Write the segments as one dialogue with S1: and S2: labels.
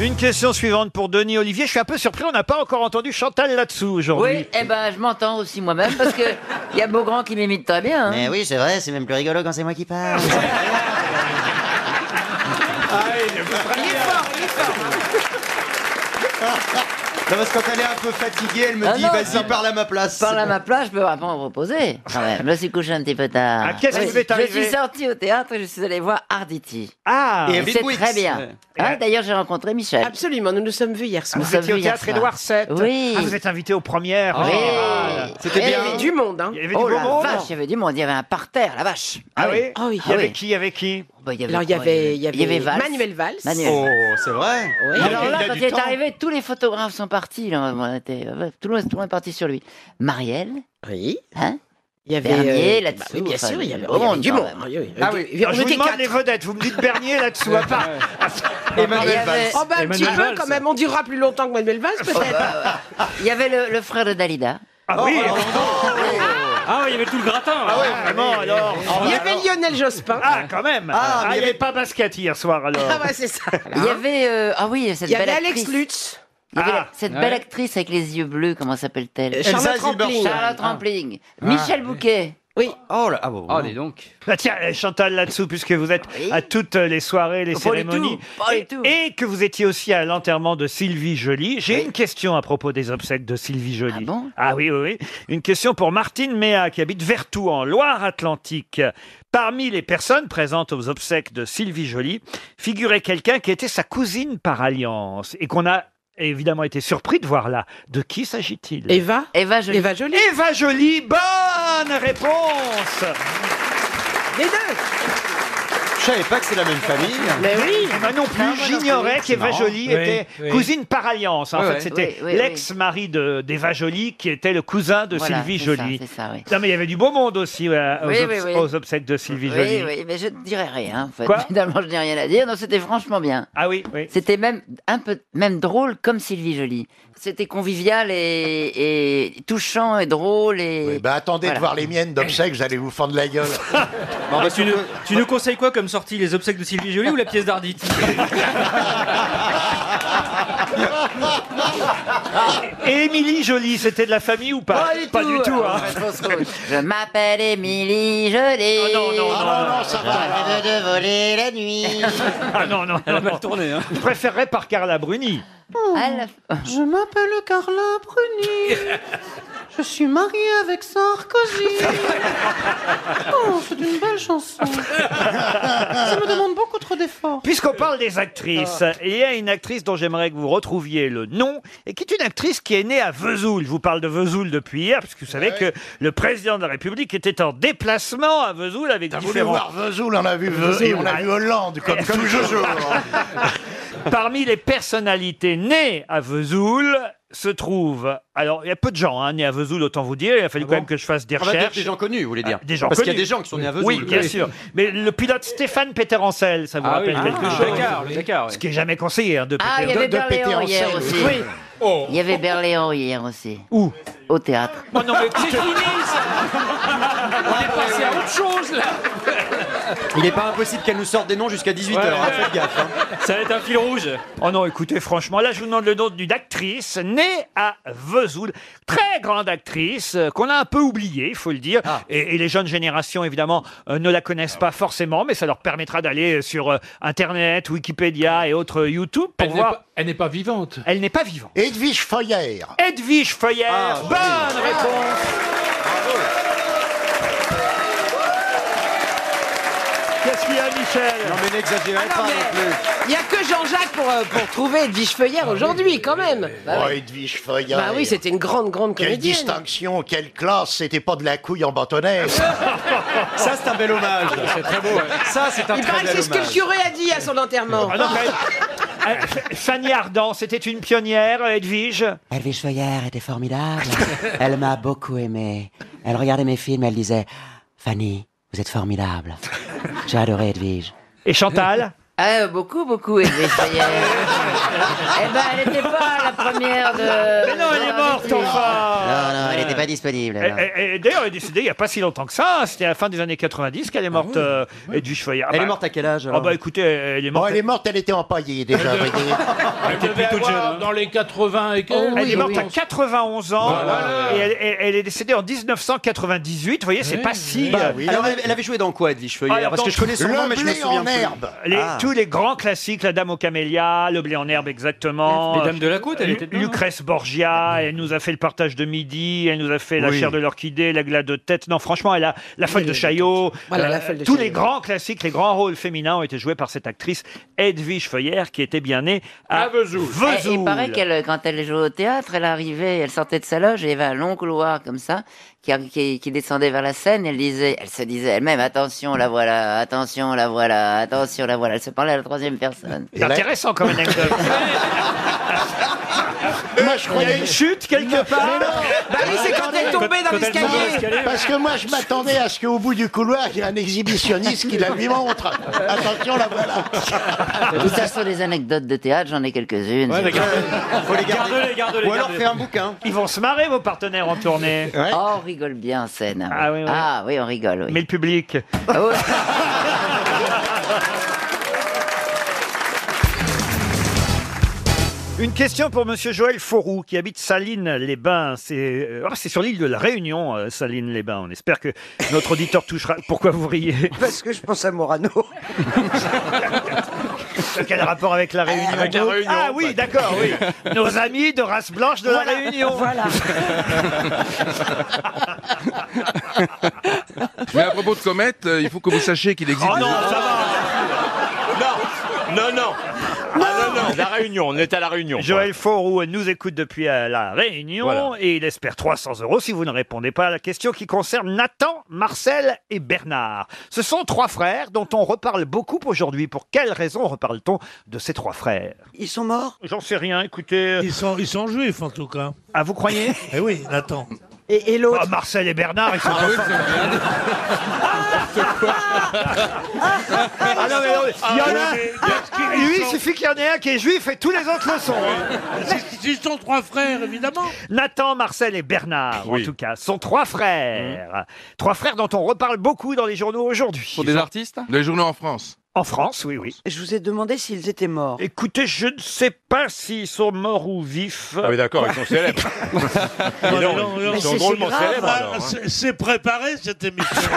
S1: Une question suivante pour Denis Olivier. Je suis un peu surpris, on n'a pas encore entendu Chantal là-dessous aujourd'hui.
S2: Oui, eh ben je m'entends aussi moi-même parce que il y a Beaugrand qui m'imite très bien. hein.
S3: Mais oui, c'est vrai, c'est même plus rigolo quand c'est moi qui parle.
S1: Ah,
S4: Non, parce que quand elle est un peu fatiguée, elle me
S2: Ah
S4: dit
S2: non,
S4: vas-y,
S2: ça-
S4: parle à ma place.
S2: Parle à ma place, je peux vraiment me reposer. Quand même. Je me suis couché un petit peu tard.
S1: Ah, qu'est-ce qui
S2: Oui,
S1: vous est arrivé
S2: Je suis sorti au théâtre et je suis allé voir Arditi.
S1: Ah,
S2: Et
S4: Et-
S2: c'est
S4: Bill Wicks.
S2: très bien.
S4: Ouais.
S2: Hein, D'ailleurs, j'ai rencontré Michel.
S5: Absolument, nous nous sommes vus hier soir.
S2: Nous
S1: vous étiez
S2: sommes
S1: au
S2: hier
S1: théâtre
S2: soir.
S1: Édouard VII.
S2: Oui.
S1: Ah, vous êtes invité aux premières. en
S2: Oui.
S1: général.
S4: Ah, C'était
S2: Eh
S4: bien.
S2: oui.
S5: Du monde, hein
S1: Il y avait du
S2: Oh
S1: beau
S2: la
S1: monde.
S2: vache, il y avait du monde, il y avait un parterre, la vache.
S1: Ah oui.
S5: Ah oui.
S1: Il y avait
S2: Ah oui.
S1: qui Il y avait qui
S2: Bah, il y avait-
S5: Alors il y avait, il y avait
S2: Valls.
S5: Manuel Valls.
S2: Manuel.
S4: Oh, c'est vrai.
S5: Oui.
S2: Et alors
S4: il a
S2: là,
S4: du
S2: quand il est
S4: temps.
S2: arrivé, tous les photographes sont partis. là, on était- euh, tout, le monde, tout le monde est parti sur lui. Marielle,
S5: Oui.
S2: hein
S5: Il y avait
S2: Bernier,
S5: euh,
S2: là-dessous,
S5: bah oui, bien
S2: enfin,
S5: sûr, il y avait,
S2: au
S5: il y avait
S2: monde,
S5: du
S2: quand
S5: monde.
S2: même.
S5: Ah oui, oui.
S4: Ah oui.
S5: Il y avait-
S1: Je
S5: on
S1: vous
S5: était
S1: demande
S5: quatre.
S1: les vedettes. Vous me dites Bernier là-dessous. à part.
S4: Et
S2: Il y
S4: Manuel
S2: avait-
S4: Valls.
S5: Oh bah un petit
S1: Emmanuel
S5: peu
S1: Valls.
S5: quand même, on durera plus longtemps que Manuel Valls peut-être.
S2: Il y avait le, le frère de Dalida.
S1: Ah oui.
S6: Ah ouais, il y avait tout le gratin.
S1: Ah oui, vraiment alors.
S5: Il y avait Lionel Jospin.
S1: Ah quand même.
S4: Ah,
S1: il
S4: mais
S1: n'y
S4: il y
S1: avait
S4: avait-
S1: pas basket hier soir alors.
S5: Ah ouais, c'est ça.
S2: Il y avait euh, ah oui cette
S5: Il y
S2: belle
S5: avait
S2: actrice.
S5: Alex Lutz.
S2: Il y avait la-
S1: Ah,
S2: cette belle actrice avec les yeux bleus. Comment s'appelle-t-elle
S4: Elsa
S5: Charlotte
S4: Zilberstein.
S5: Rampling.
S2: Charlotte Rampling.
S1: Ah.
S2: Michel Bouquet.
S5: Oui.
S4: Oh là, ah bon.
S6: Oh, dis donc.
S1: Bah tiens, eh, Chantal, là-dessous, puisque vous êtes
S2: Oui.
S1: à toutes euh, les soirées, les
S2: Pas du
S1: cérémonies,
S2: tout, pas du
S1: et-
S2: tout.
S1: et, que vous étiez aussi à l'enterrement de Sylvie Joly. J'ai
S2: Oui.
S1: une question à propos des obsèques de Sylvie Joly.
S2: Ah bon
S1: oui, oui, oui. Une question pour Martine Méa, qui habite Vertou, en Loire-Atlantique. Parmi les personnes présentes aux obsèques de Sylvie Joly, figurait quelqu'un qui était sa cousine par alliance, et qu'on a évidemment été surpris de voir là. De qui s'agit-il
S5: Eva.
S2: Eva Jolie.
S5: Eva Jolie.
S1: Eva Joly, bonne réponse
S5: Les deux.
S4: Je savais pas que c'est la même famille.
S5: Mais oui.
S1: Ah non plus, j'ignorais qu'Eva Jolie était
S6: oui.
S1: cousine par alliance. En
S6: Ouais,
S1: fait,
S6: ouais.
S1: c'était
S2: Oui, oui,
S1: l'ex-mari de- d'Eva Jolie qui était le cousin de
S2: Voilà,
S1: Sylvie
S2: c'est
S1: Jolie.
S2: ça, C'est ça, oui.
S1: Non, mais il y avait du beau monde aussi euh, aux,
S2: Oui,
S1: obs-
S2: oui, oui.
S1: aux obsèques de Sylvie
S2: Oui,
S1: Jolie.
S2: oui, mais je ne dirais rien. En fait.
S1: Quoi
S2: Finalement, je n'ai rien à dire. Non, c'était franchement bien.
S1: Ah oui, oui.
S2: C'était même un peu même drôle comme Sylvie Joly. C'était convivial et, et touchant et drôle et
S7: Oui, bah attendez
S2: Voilà.
S7: de voir les miennes d'obsèques, j'allais vous fendre la gueule.
S6: Bah, tu, nous, tu nous conseilles quoi comme sortie Les obsèques de Sylvie Joly ou la pièce d'Arditi
S1: Et Émilie Jolie, c'était de la famille ou pas Pas du tout.
S7: Ah,
S1: hein.
S2: je m'appelle Émilie Joly.
S1: non, non, non,
S7: Ah non, non, ça va.
S3: Rêve de voler la nuit.
S1: Ah non, non,
S6: Elle
S1: non,
S6: a
S1: non.
S6: mal tourné. Hein.
S1: Je préférerais par Carla Bruni.
S2: À
S8: Ah.
S2: la-
S9: Je m'appelle Carla Bruni. Je suis mariée avec Sarkozy. Oh, c'est une belle chanson. Ça me demande beaucoup trop d'efforts. Ah.
S1: Puisqu'on parle des actrices, il y a une actrice dont j'aimerais que vous retrouviez le nom et qui est une actrice qui est née à Vesoul. Je vous parle de Vesoul depuis hier, puisque vous savez que le président de la République était en déplacement à Vesoul avec
S7: On a voulu
S1: différents.
S7: voir Vesoul, on a vu Vesoul et on a vu Hollande, comme, comme toujours.
S1: Parmi les personnalités nées à Vesoul se trouve. Alors, il y a peu de gens hein, nés à Vesoul, autant vous dire. Il a fallu
S6: Ah
S1: quand même que je fasse des
S6: On va dire
S1: recherches.
S6: bah, des gens connus, vous voulez dire.
S1: Ah, des gens
S6: Parce qu'il y a
S1: connus.
S6: des gens qui sont nés à Vesoul.
S1: oui, bien sûr. Mais le pilote Stéphane Peterencel, ça vous
S6: Ah oui,
S1: rappelle quelque
S6: le
S1: chose
S6: Dakar, le Dakar. ouais.
S1: Ce qui est jamais conseillé hein, de
S2: Ah, il y
S1: Peter-
S2: avait
S7: de péter
S2: Berléand
S7: en
S2: hier
S7: scène.
S2: aussi.
S7: Oui.
S2: Il y avait Berléand hier aussi.
S1: Où
S2: Au théâtre.
S1: Oh non, mais-
S4: Il est pas impossible qu'elle nous sorte des noms jusqu'à 18h. Faites gaffe. hein.
S6: Ça va être un fil rouge.
S1: Oh non, écoutez, franchement, là, je vous demande le nom d'une actrice née à Vesoul. Très grande actrice, euh, qu'on a un peu oubliée, il faut le dire.
S4: Ah.
S1: Et, et les jeunes générations, évidemment, euh, ne la connaissent pas forcément, mais ça leur permettra d'aller sur euh, Internet, Wikipédia et autres euh, YouTube pour
S10: Elle n'est
S1: voir.
S10: pas- elle n'est pas vivante.
S1: Elle n'est pas vivante.
S7: Edwige Feuyer.
S1: Edwige Feuillère,
S4: Ah,
S1: bonne réponse Qu'est-ce qu'il y a, Michel
S4: Non, mais n'exagérez
S5: Ah
S4: pas
S5: non,
S4: non
S5: mais-
S4: plus.
S5: Il n'y a que Jean-Jacques pour, euh, pour trouver Edwige
S4: Ah,
S5: Feuillère aujourd'hui quand même.
S7: Oh, Edwige Feuyer.
S5: Bah oui, c'était une grande, grande
S7: Quelle
S5: comédienne.
S7: distinction, quelle classe, c'était pas de la couille en bâtonnet.
S4: Ça, c'est un bel hommage. C'est très beau. Ça, c'est un
S5: Il
S4: très
S5: paraît que
S4: bel
S5: c'est ce que le
S4: hommage.
S5: curé a dit à son enterrement.
S1: Ah non, mais- Euh, F- Fanny Ardant, c'était une pionnière, euh, Edwige.
S3: Elvis Foyer était formidable. Elle m'a beaucoup aimé. Elle regardait mes films, elle disait Fanny, vous êtes formidable. J'ai adoré Edwige.
S1: Et Chantal
S2: Ah, euh, beaucoup, beaucoup aimé, ça y est. eh ben, elle n'était pas la première de...
S1: Mais non, elle est morte, enfin
S11: Non, non, elle n'était pas disponible.
S1: Et-
S11: alors.
S1: et- et Eh, D'ailleurs, elle est décédée il n'y a pas si longtemps que ça. hein. C'était à la fin des années 90 qu'elle est morte, euh, Edwige Feuillard. Ah
S12: Elle est
S1: bah-
S12: morte à quel âge
S1: Ah
S12: alors
S1: bah écoutez, elle est
S13: Bon,
S1: morte.
S13: elle est morte, elle était empaillée déjà. vous voyez.
S6: Elle devait avoir
S14: hein.
S6: dans les 80 et quelques.
S1: Elle Oh, est morte
S6: oui.
S1: à 91 ans euh, et elle, et- elle est décédée en 1998. Vous voyez, c'est pas si. euh,
S12: Alors, elle, elle avait joué dans quoi, Edwige Feuillère
S1: Alors,
S12: Parce que
S1: dans
S12: je connais son nom, mais
S13: Le
S12: je me
S13: blé
S12: souviens
S13: en
S12: plus.
S13: herbe.
S1: les-
S12: Ah.
S1: Tous les grands classiques, La Dame aux Camélias, Le Blé en Herbe, exactement.
S15: Les Dames de la Côte, elle
S1: Lu-
S15: était dedans, non
S1: Lucrèce Borgia, elle nous a fait le partage de midi, elle nous a fait la chair de l'orchidée, la glade de tête. Non, franchement, elle a la folle de Chaillot.
S16: Voilà,
S1: Euh,
S16: La Folle de
S1: tous
S16: Chaillot.
S1: les grands classiques, les grands rôles féminins ont été joués par cette actrice Edwige Feuillère qui était bien née à,
S6: À Vesoul.
S1: Vesoul.
S2: Eh, Il paraît qu'elle, quand elle jouait au théâtre, elle arrivait, elle sortait de sa loge et il y avait un long couloir comme ça, qui, qui, qui descendait vers la scène. Elle disait, elle se disait elle-même, attention, la voilà, attention, la voilà, attention, la voilà. Elle se parlait à la troisième personne.
S1: C'est intéressant comme anecdote.
S13: Moi, je
S1: Il y a
S13: croyais.
S1: une chute quelque part.
S16: Bah oui, c'est quand elle tombait dans l'escalier.
S13: Parce que moi, je m'attendais à ce qu'au bout du couloir, il y ait un exhibitionniste qui la lui montre. Attention, la voilà.
S2: De toute façon, des anecdotes de théâtre, j'en ai quelques-unes.
S15: Ouais,
S12: Faut les garder.
S15: Garde-les, garde-les.
S12: Ou alors
S15: garde-les.
S12: fais un bouquin.
S1: Ils vont se marrer, vos partenaires en tournée.
S2: Oh, on rigole bien en scène. hein.
S1: Ah oui, oui.
S2: Ah oui, on rigole. Oui.
S1: Mais le public.
S2: Ah ouais.
S1: Une question pour Monsieur Joël Forou qui habite Salines-les-Bains. C'est euh, ah, c'est sur l'île de la Réunion, euh, Salines-les-Bains. On espère que notre auditeur touchera. Pourquoi vous riez
S16: Parce que je pense à Morano.
S1: Quel rapport avec la Réunion
S6: Avec la Réunion,
S1: Ah
S6: pas
S1: oui,
S6: tout.
S1: d'accord, oui. Nos amis de race blanche de la Réunion.
S16: Voilà.
S14: Mais à propos de comètes, euh, il faut que vous sachiez qu'il existe.
S1: Oh non, ça va.
S6: Non, non, non. Ah, non, non. La Réunion, on est à La Réunion.
S1: Joël Forou nous écoute depuis euh, la Réunion
S6: Voilà.
S1: et il espère 300 euros si vous ne répondez pas à la question qui concerne Nathan, Marcel et Bernard. Ce sont trois frères dont on reparle beaucoup aujourd'hui. Pour quelles raisons reparle-t-on de ces trois frères
S16: Ils sont morts
S1: J'en sais rien, écoutez.
S6: Ils sont, ils sont juifs en tout cas.
S1: Ah, vous croyez
S6: Eh oui, Nathan.
S16: Et, et
S1: Ah,
S16: l'autre
S1: Marcel et Bernard, ils sont
S14: Ah oui, c'est vrai.
S1: Ah non, mais non, mais il y en a. Lui, il suffit qu'il y en ait un qui est juif et tous les autres le sont. hein.
S6: Ils sont trois frères, évidemment.
S1: Nathan, Marcel et Bernard, en
S6: Oui.
S1: tout cas, sont trois frères. Trois frères dont on reparle beaucoup dans les journaux aujourd'hui.
S14: Pour Mhm. des artistes Les journaux en France.
S1: En France, oui, oui.
S16: Je vous ai demandé s'ils étaient morts.
S1: Écoutez, je ne sais pas s'ils sont morts ou vifs.
S6: Ah oui, d'accord, ils sont célèbres. Ils sont- ils sont
S16: c'est-
S6: drôlement
S16: c'est grave.
S6: célèbres alors. hein.
S13: C'est préparé, cette émission.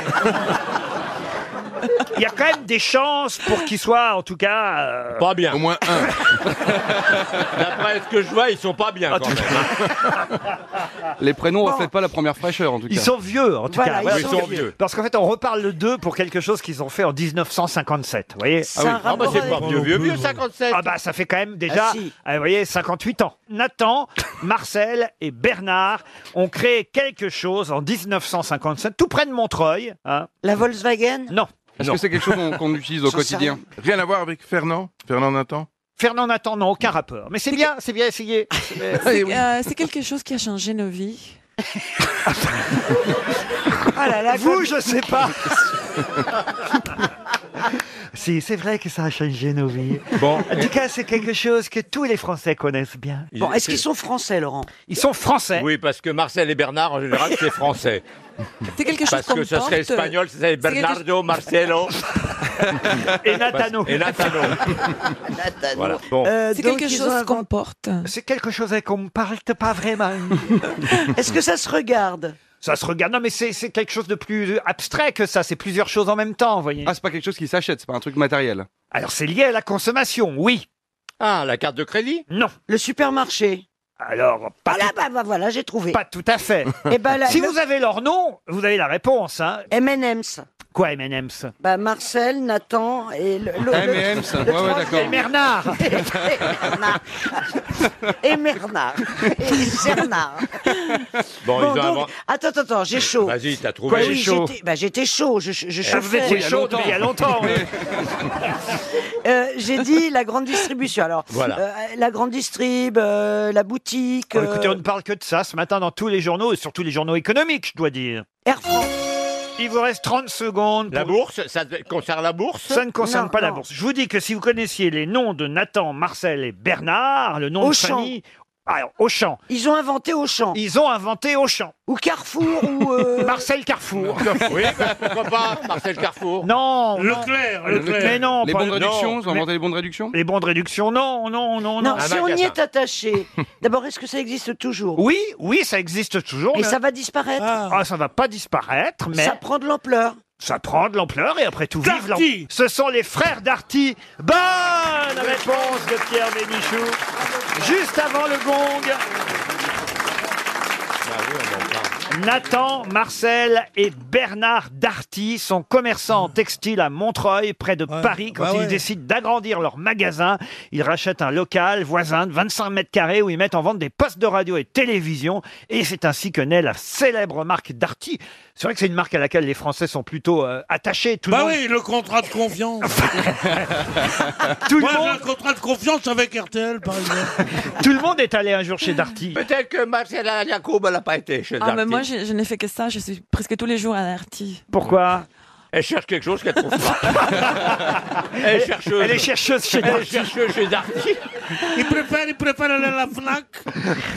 S1: Il y a quand même des chances pour qu'ils soient, en tout cas. euh,
S6: Pas bien.
S14: Au moins un.
S6: D'après ce que je vois, ils sont pas
S1: Ah,
S6: bien quand même.
S17: Les prénoms reflètent pas la première fraîcheur en tout cas.
S1: Ils sont vieux, en tout
S16: Voilà,
S1: cas.
S16: ils
S1: Voilà.
S6: Ils sont vieux.
S1: Parce qu'en fait, on reparle d'eux pour quelque chose qu'ils ont fait en 1957. Vous voyez
S16: C'est un
S6: Ah bah
S16: rapport
S6: c'est pas
S16: avec-
S6: vieux, vieux, vieux, 57.
S1: Ah bah ça fait quand même déjà,
S16: Ah, si.
S1: euh, vous voyez, 58 ans. Nathan, Marcel et Bernard ont créé quelque chose en 1957, tout près de Montreuil. hein.
S16: La Volkswagen
S1: Non,
S17: Est-ce
S6: Non.
S17: que c'est quelque chose qu'on qu'on utilise au
S16: J'en sais
S17: quotidien
S14: Rien à voir avec Fernand Fernand Nathan
S1: Fernand Nathan n'a aucun rapport. Mais c'est bien, c'est bien essayé.
S18: Euh,
S19: Ah,
S14: Ah,
S17: Eh oui.
S16: euh,
S20: c'est quelque chose qui a changé nos vies.
S16: Ah là là,
S1: Vous, je sais pas. si, c'est vrai que ça a changé nos vies.
S15: Bon.
S1: En tout cas, c'est quelque chose que tous les Français connaissent bien.
S16: comme- Bon, est-ce qu'ils sont français, Laurent
S1: Ils sont français.
S6: Oui, parce que Marcel et Bernard, en général, c'est français.
S20: C'est quelque
S6: Parce que ça serait espagnol, c'est Bernardo, Marcelo
S1: Et Nathano.
S6: et Natano.
S2: Nathan,
S6: Voilà. Bon.
S16: Euh, donc, ils ont inventé-
S20: porte.
S1: C'est quelque chose qu'on ne parle pas vraiment.
S16: Est-ce que ça se regarde
S1: Ça se regarde. Non, mais c'est c'est quelque chose de plus abstrait que ça. C'est plusieurs choses en même temps, vous voyez.
S17: Ah, c'est pas quelque chose qui s'achète, c'est pas un truc matériel.
S1: Alors, c'est lié à la consommation, oui.
S6: Ah, la carte de crédit
S1: Non.
S16: Le supermarché
S1: Alors, pas,
S16: Voilà, bah, bah, voilà, j'ai trouvé.
S1: pas tout à fait.
S16: Et bah là,
S1: si
S16: le-
S1: vous avez leur nom, vous avez la réponse. Hein.
S16: M&M's.
S1: Quoi, M&M's
S16: Bah, Marcel, Nathan et le. le- le-
S17: M&M's, ouais,
S16: le
S17: ouais,
S16: troisième.
S17: d'accord.
S1: Bernard
S16: Et Bernard. Et Bernard. Et Bernard.
S6: Bon,
S16: Bon,
S6: ils ont
S16: donc,
S6: inventé.
S16: attends, attends, attends, j'ai chaud.
S6: Vas-y, t'as
S16: Bah
S6: trouvé.
S16: oui,
S1: chaud
S16: j'étais- bah, J'étais chaud, je, je, je
S1: Ah, Vous
S16: chauffais.
S1: étiez chaud mais il y a longtemps. oui.
S16: Euh, j'ai dit la grande distribution. Alors,
S6: Voilà.
S16: euh, la grande distrib, euh, la boutique,
S1: Oh, écoutez,
S16: euh,
S1: on ne parle que de ça ce matin dans tous les journaux, et surtout les journaux économiques, je dois dire.
S16: Air France.
S1: Il vous reste 30 secondes.
S10: La bourse, ça concerne la bourse
S1: Ça ne concerne pas la bourse. Je vous dis que si vous connaissiez les noms de Nathan, Marcel et Bernard, le nom
S14: Auchan.
S1: de famille... Alors, Auchan.
S14: Ils ont inventé Auchan.
S1: Ils ont inventé Auchan.
S14: Ou Carrefour, ou... euh,
S1: Marcel Carrefour.
S10: Oui, bah, pourquoi pas, Marcel Carrefour.
S1: Non. non.
S10: Ah, Leclerc, Leclerc.
S1: Mais non.
S10: Les
S1: pas-
S10: bons de
S1: non,
S10: réduction, ils ont
S1: mais-
S10: inventé
S19: les bons de réduction
S1: Les bons de réduction, non, non, non, non.
S10: Ah,
S14: Non, si on y est attaché, d'abord, est-ce que ça existe toujours
S1: Oui, oui, ça existe toujours.
S14: Et
S1: mais-
S14: ça va disparaître
S1: Ah, ça va pas disparaître, mais...
S14: Ça prend de l'ampleur.
S1: Ça prend de l'ampleur et après tout, vive l'ampleur. Ce sont les frères Darty. Bonne réponse de Pierre Bénichou. Juste avant le gong, Nathan, Marcel et Bernard Darty sont commerçants en
S10: Hmm.
S1: textile à Montreuil, près de Paris. Quand
S12: bah
S1: ils
S12: ouais.
S1: décident d'agrandir leur magasin, ils rachètent un local voisin de 25 mètres carrés où ils mettent en vente des postes de radio et de télévision. Et c'est ainsi que naît la célèbre marque Darty. C'est vrai que c'est une marque à laquelle les Français sont plutôt euh, attachés. Tout
S12: Bah
S1: le monde...
S12: oui, le contrat de confiance.
S16: euh,
S1: Tout le
S12: Moi, j'ai
S1: monde-
S12: un contrat de confiance avec RTL, par exemple.
S1: Tout le monde est allé un jour chez Darty.
S10: Peut-être que Marcela
S6: bah,
S10: Jacob, elle n'a pas été chez
S18: Ah, mais
S10: Darty.
S18: moi, je, je n'ai fait que ça. Je suis presque tous les jours à Darty.
S1: Pourquoi
S10: Elle cherche quelque chose qu'elle trouve pas. elle est chercheuse.
S1: Elle est chercheuse
S6: Eh,
S1: chez
S10: Elle est
S1: Darty.
S10: chercheuse chez Darty.
S12: Il préfère, il préfère aller à la FNAC.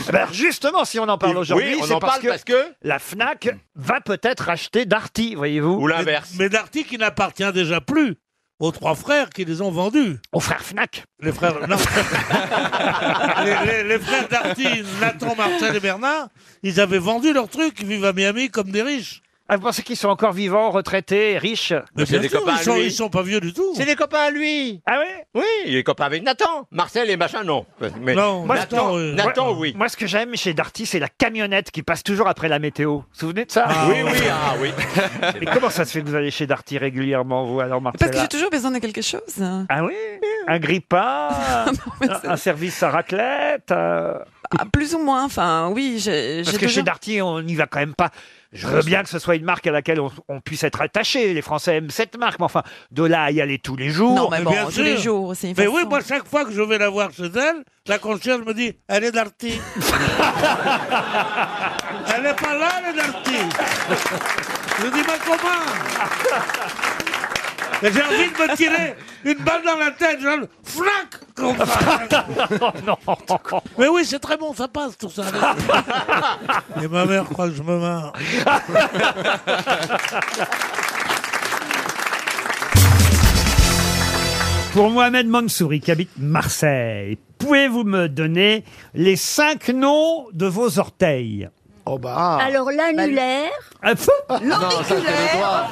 S1: Ben alors justement, si on en parle
S10: Oui,
S1: aujourd'hui,
S10: on en
S1: c'est parce,
S10: parle parce que-
S1: la Fnac va peut-être acheter Darty, voyez-vous.
S10: Ou l'inverse.
S12: Mais Darty qui n'appartient déjà plus aux trois frères qui les ont vendus.
S1: Aux frères Fnac
S12: Les frères... Non. les, les- les frères Darty, Nathan, Marcel et Bernard, ils avaient vendu leur truc. Ils vivent à Miami comme des riches.
S1: Ah, vous pensez qu'ils sont encore vivants, retraités, riches
S12: Mais
S10: c'est
S12: bien
S10: des
S12: sûr,
S10: copains
S12: ils
S10: à
S12: sont,
S10: lui.
S12: ils sont pas vieux du tout.
S10: C'est des copains à lui.
S1: Ah ouais
S10: Oui, il est copain avec Nathan. Marcel et machin, non. Mais
S12: Non,
S1: Moi,
S10: Nathan,
S6: euh,
S1: je-
S10: Nathan,
S1: moi-
S10: oui.
S1: Moi, ce que j'aime chez Darty, c'est la camionnette qui passe toujours après la météo. Vous vous souvenez de ça
S10: oui, oui, ah oui.
S1: Mais comment ça se fait que vous allez chez Darty régulièrement, vous, alors,
S18: Parce que
S1: Marcella
S18: j'ai toujours besoin de quelque chose.
S1: Ah oui Un grippin un- Un service à raclette euh,
S18: Ah, plus ou moins, enfin, oui. j'ai- j'ai
S1: Parce que chez
S18: toujours-
S1: Darty, on n'y va quand même pas. Je veux bien que ce soit une marque à laquelle on, on puisse être attaché. Les Français aiment cette marque. Mais enfin, de là à y aller tous les jours.
S18: Non, mais bon,
S12: bien
S18: tous
S12: sûr.
S18: les jours, c'est une
S12: Mais
S18: façon.
S12: oui, moi, chaque fois que je vais la voir chez elle, la concierge me dit Elle est Darty. elle n'est pas là, elle est Darty. Je dis Mais comment Et J'ai envie de me tirer une balle dans la tête. Genre, Fnac comme ça.
S17: Oh,
S12: Mais oui, c'est très bon, ça passe tout ça. Et ma mère croit que je me marre.
S1: Pour Mohamed Mansouri, qui habite Marseille, pouvez-vous me donner les cinq noms de vos orteils
S7: Oh bah.
S21: Alors l'annulaire,
S1: Ah, pff,
S21: l'auriculaire,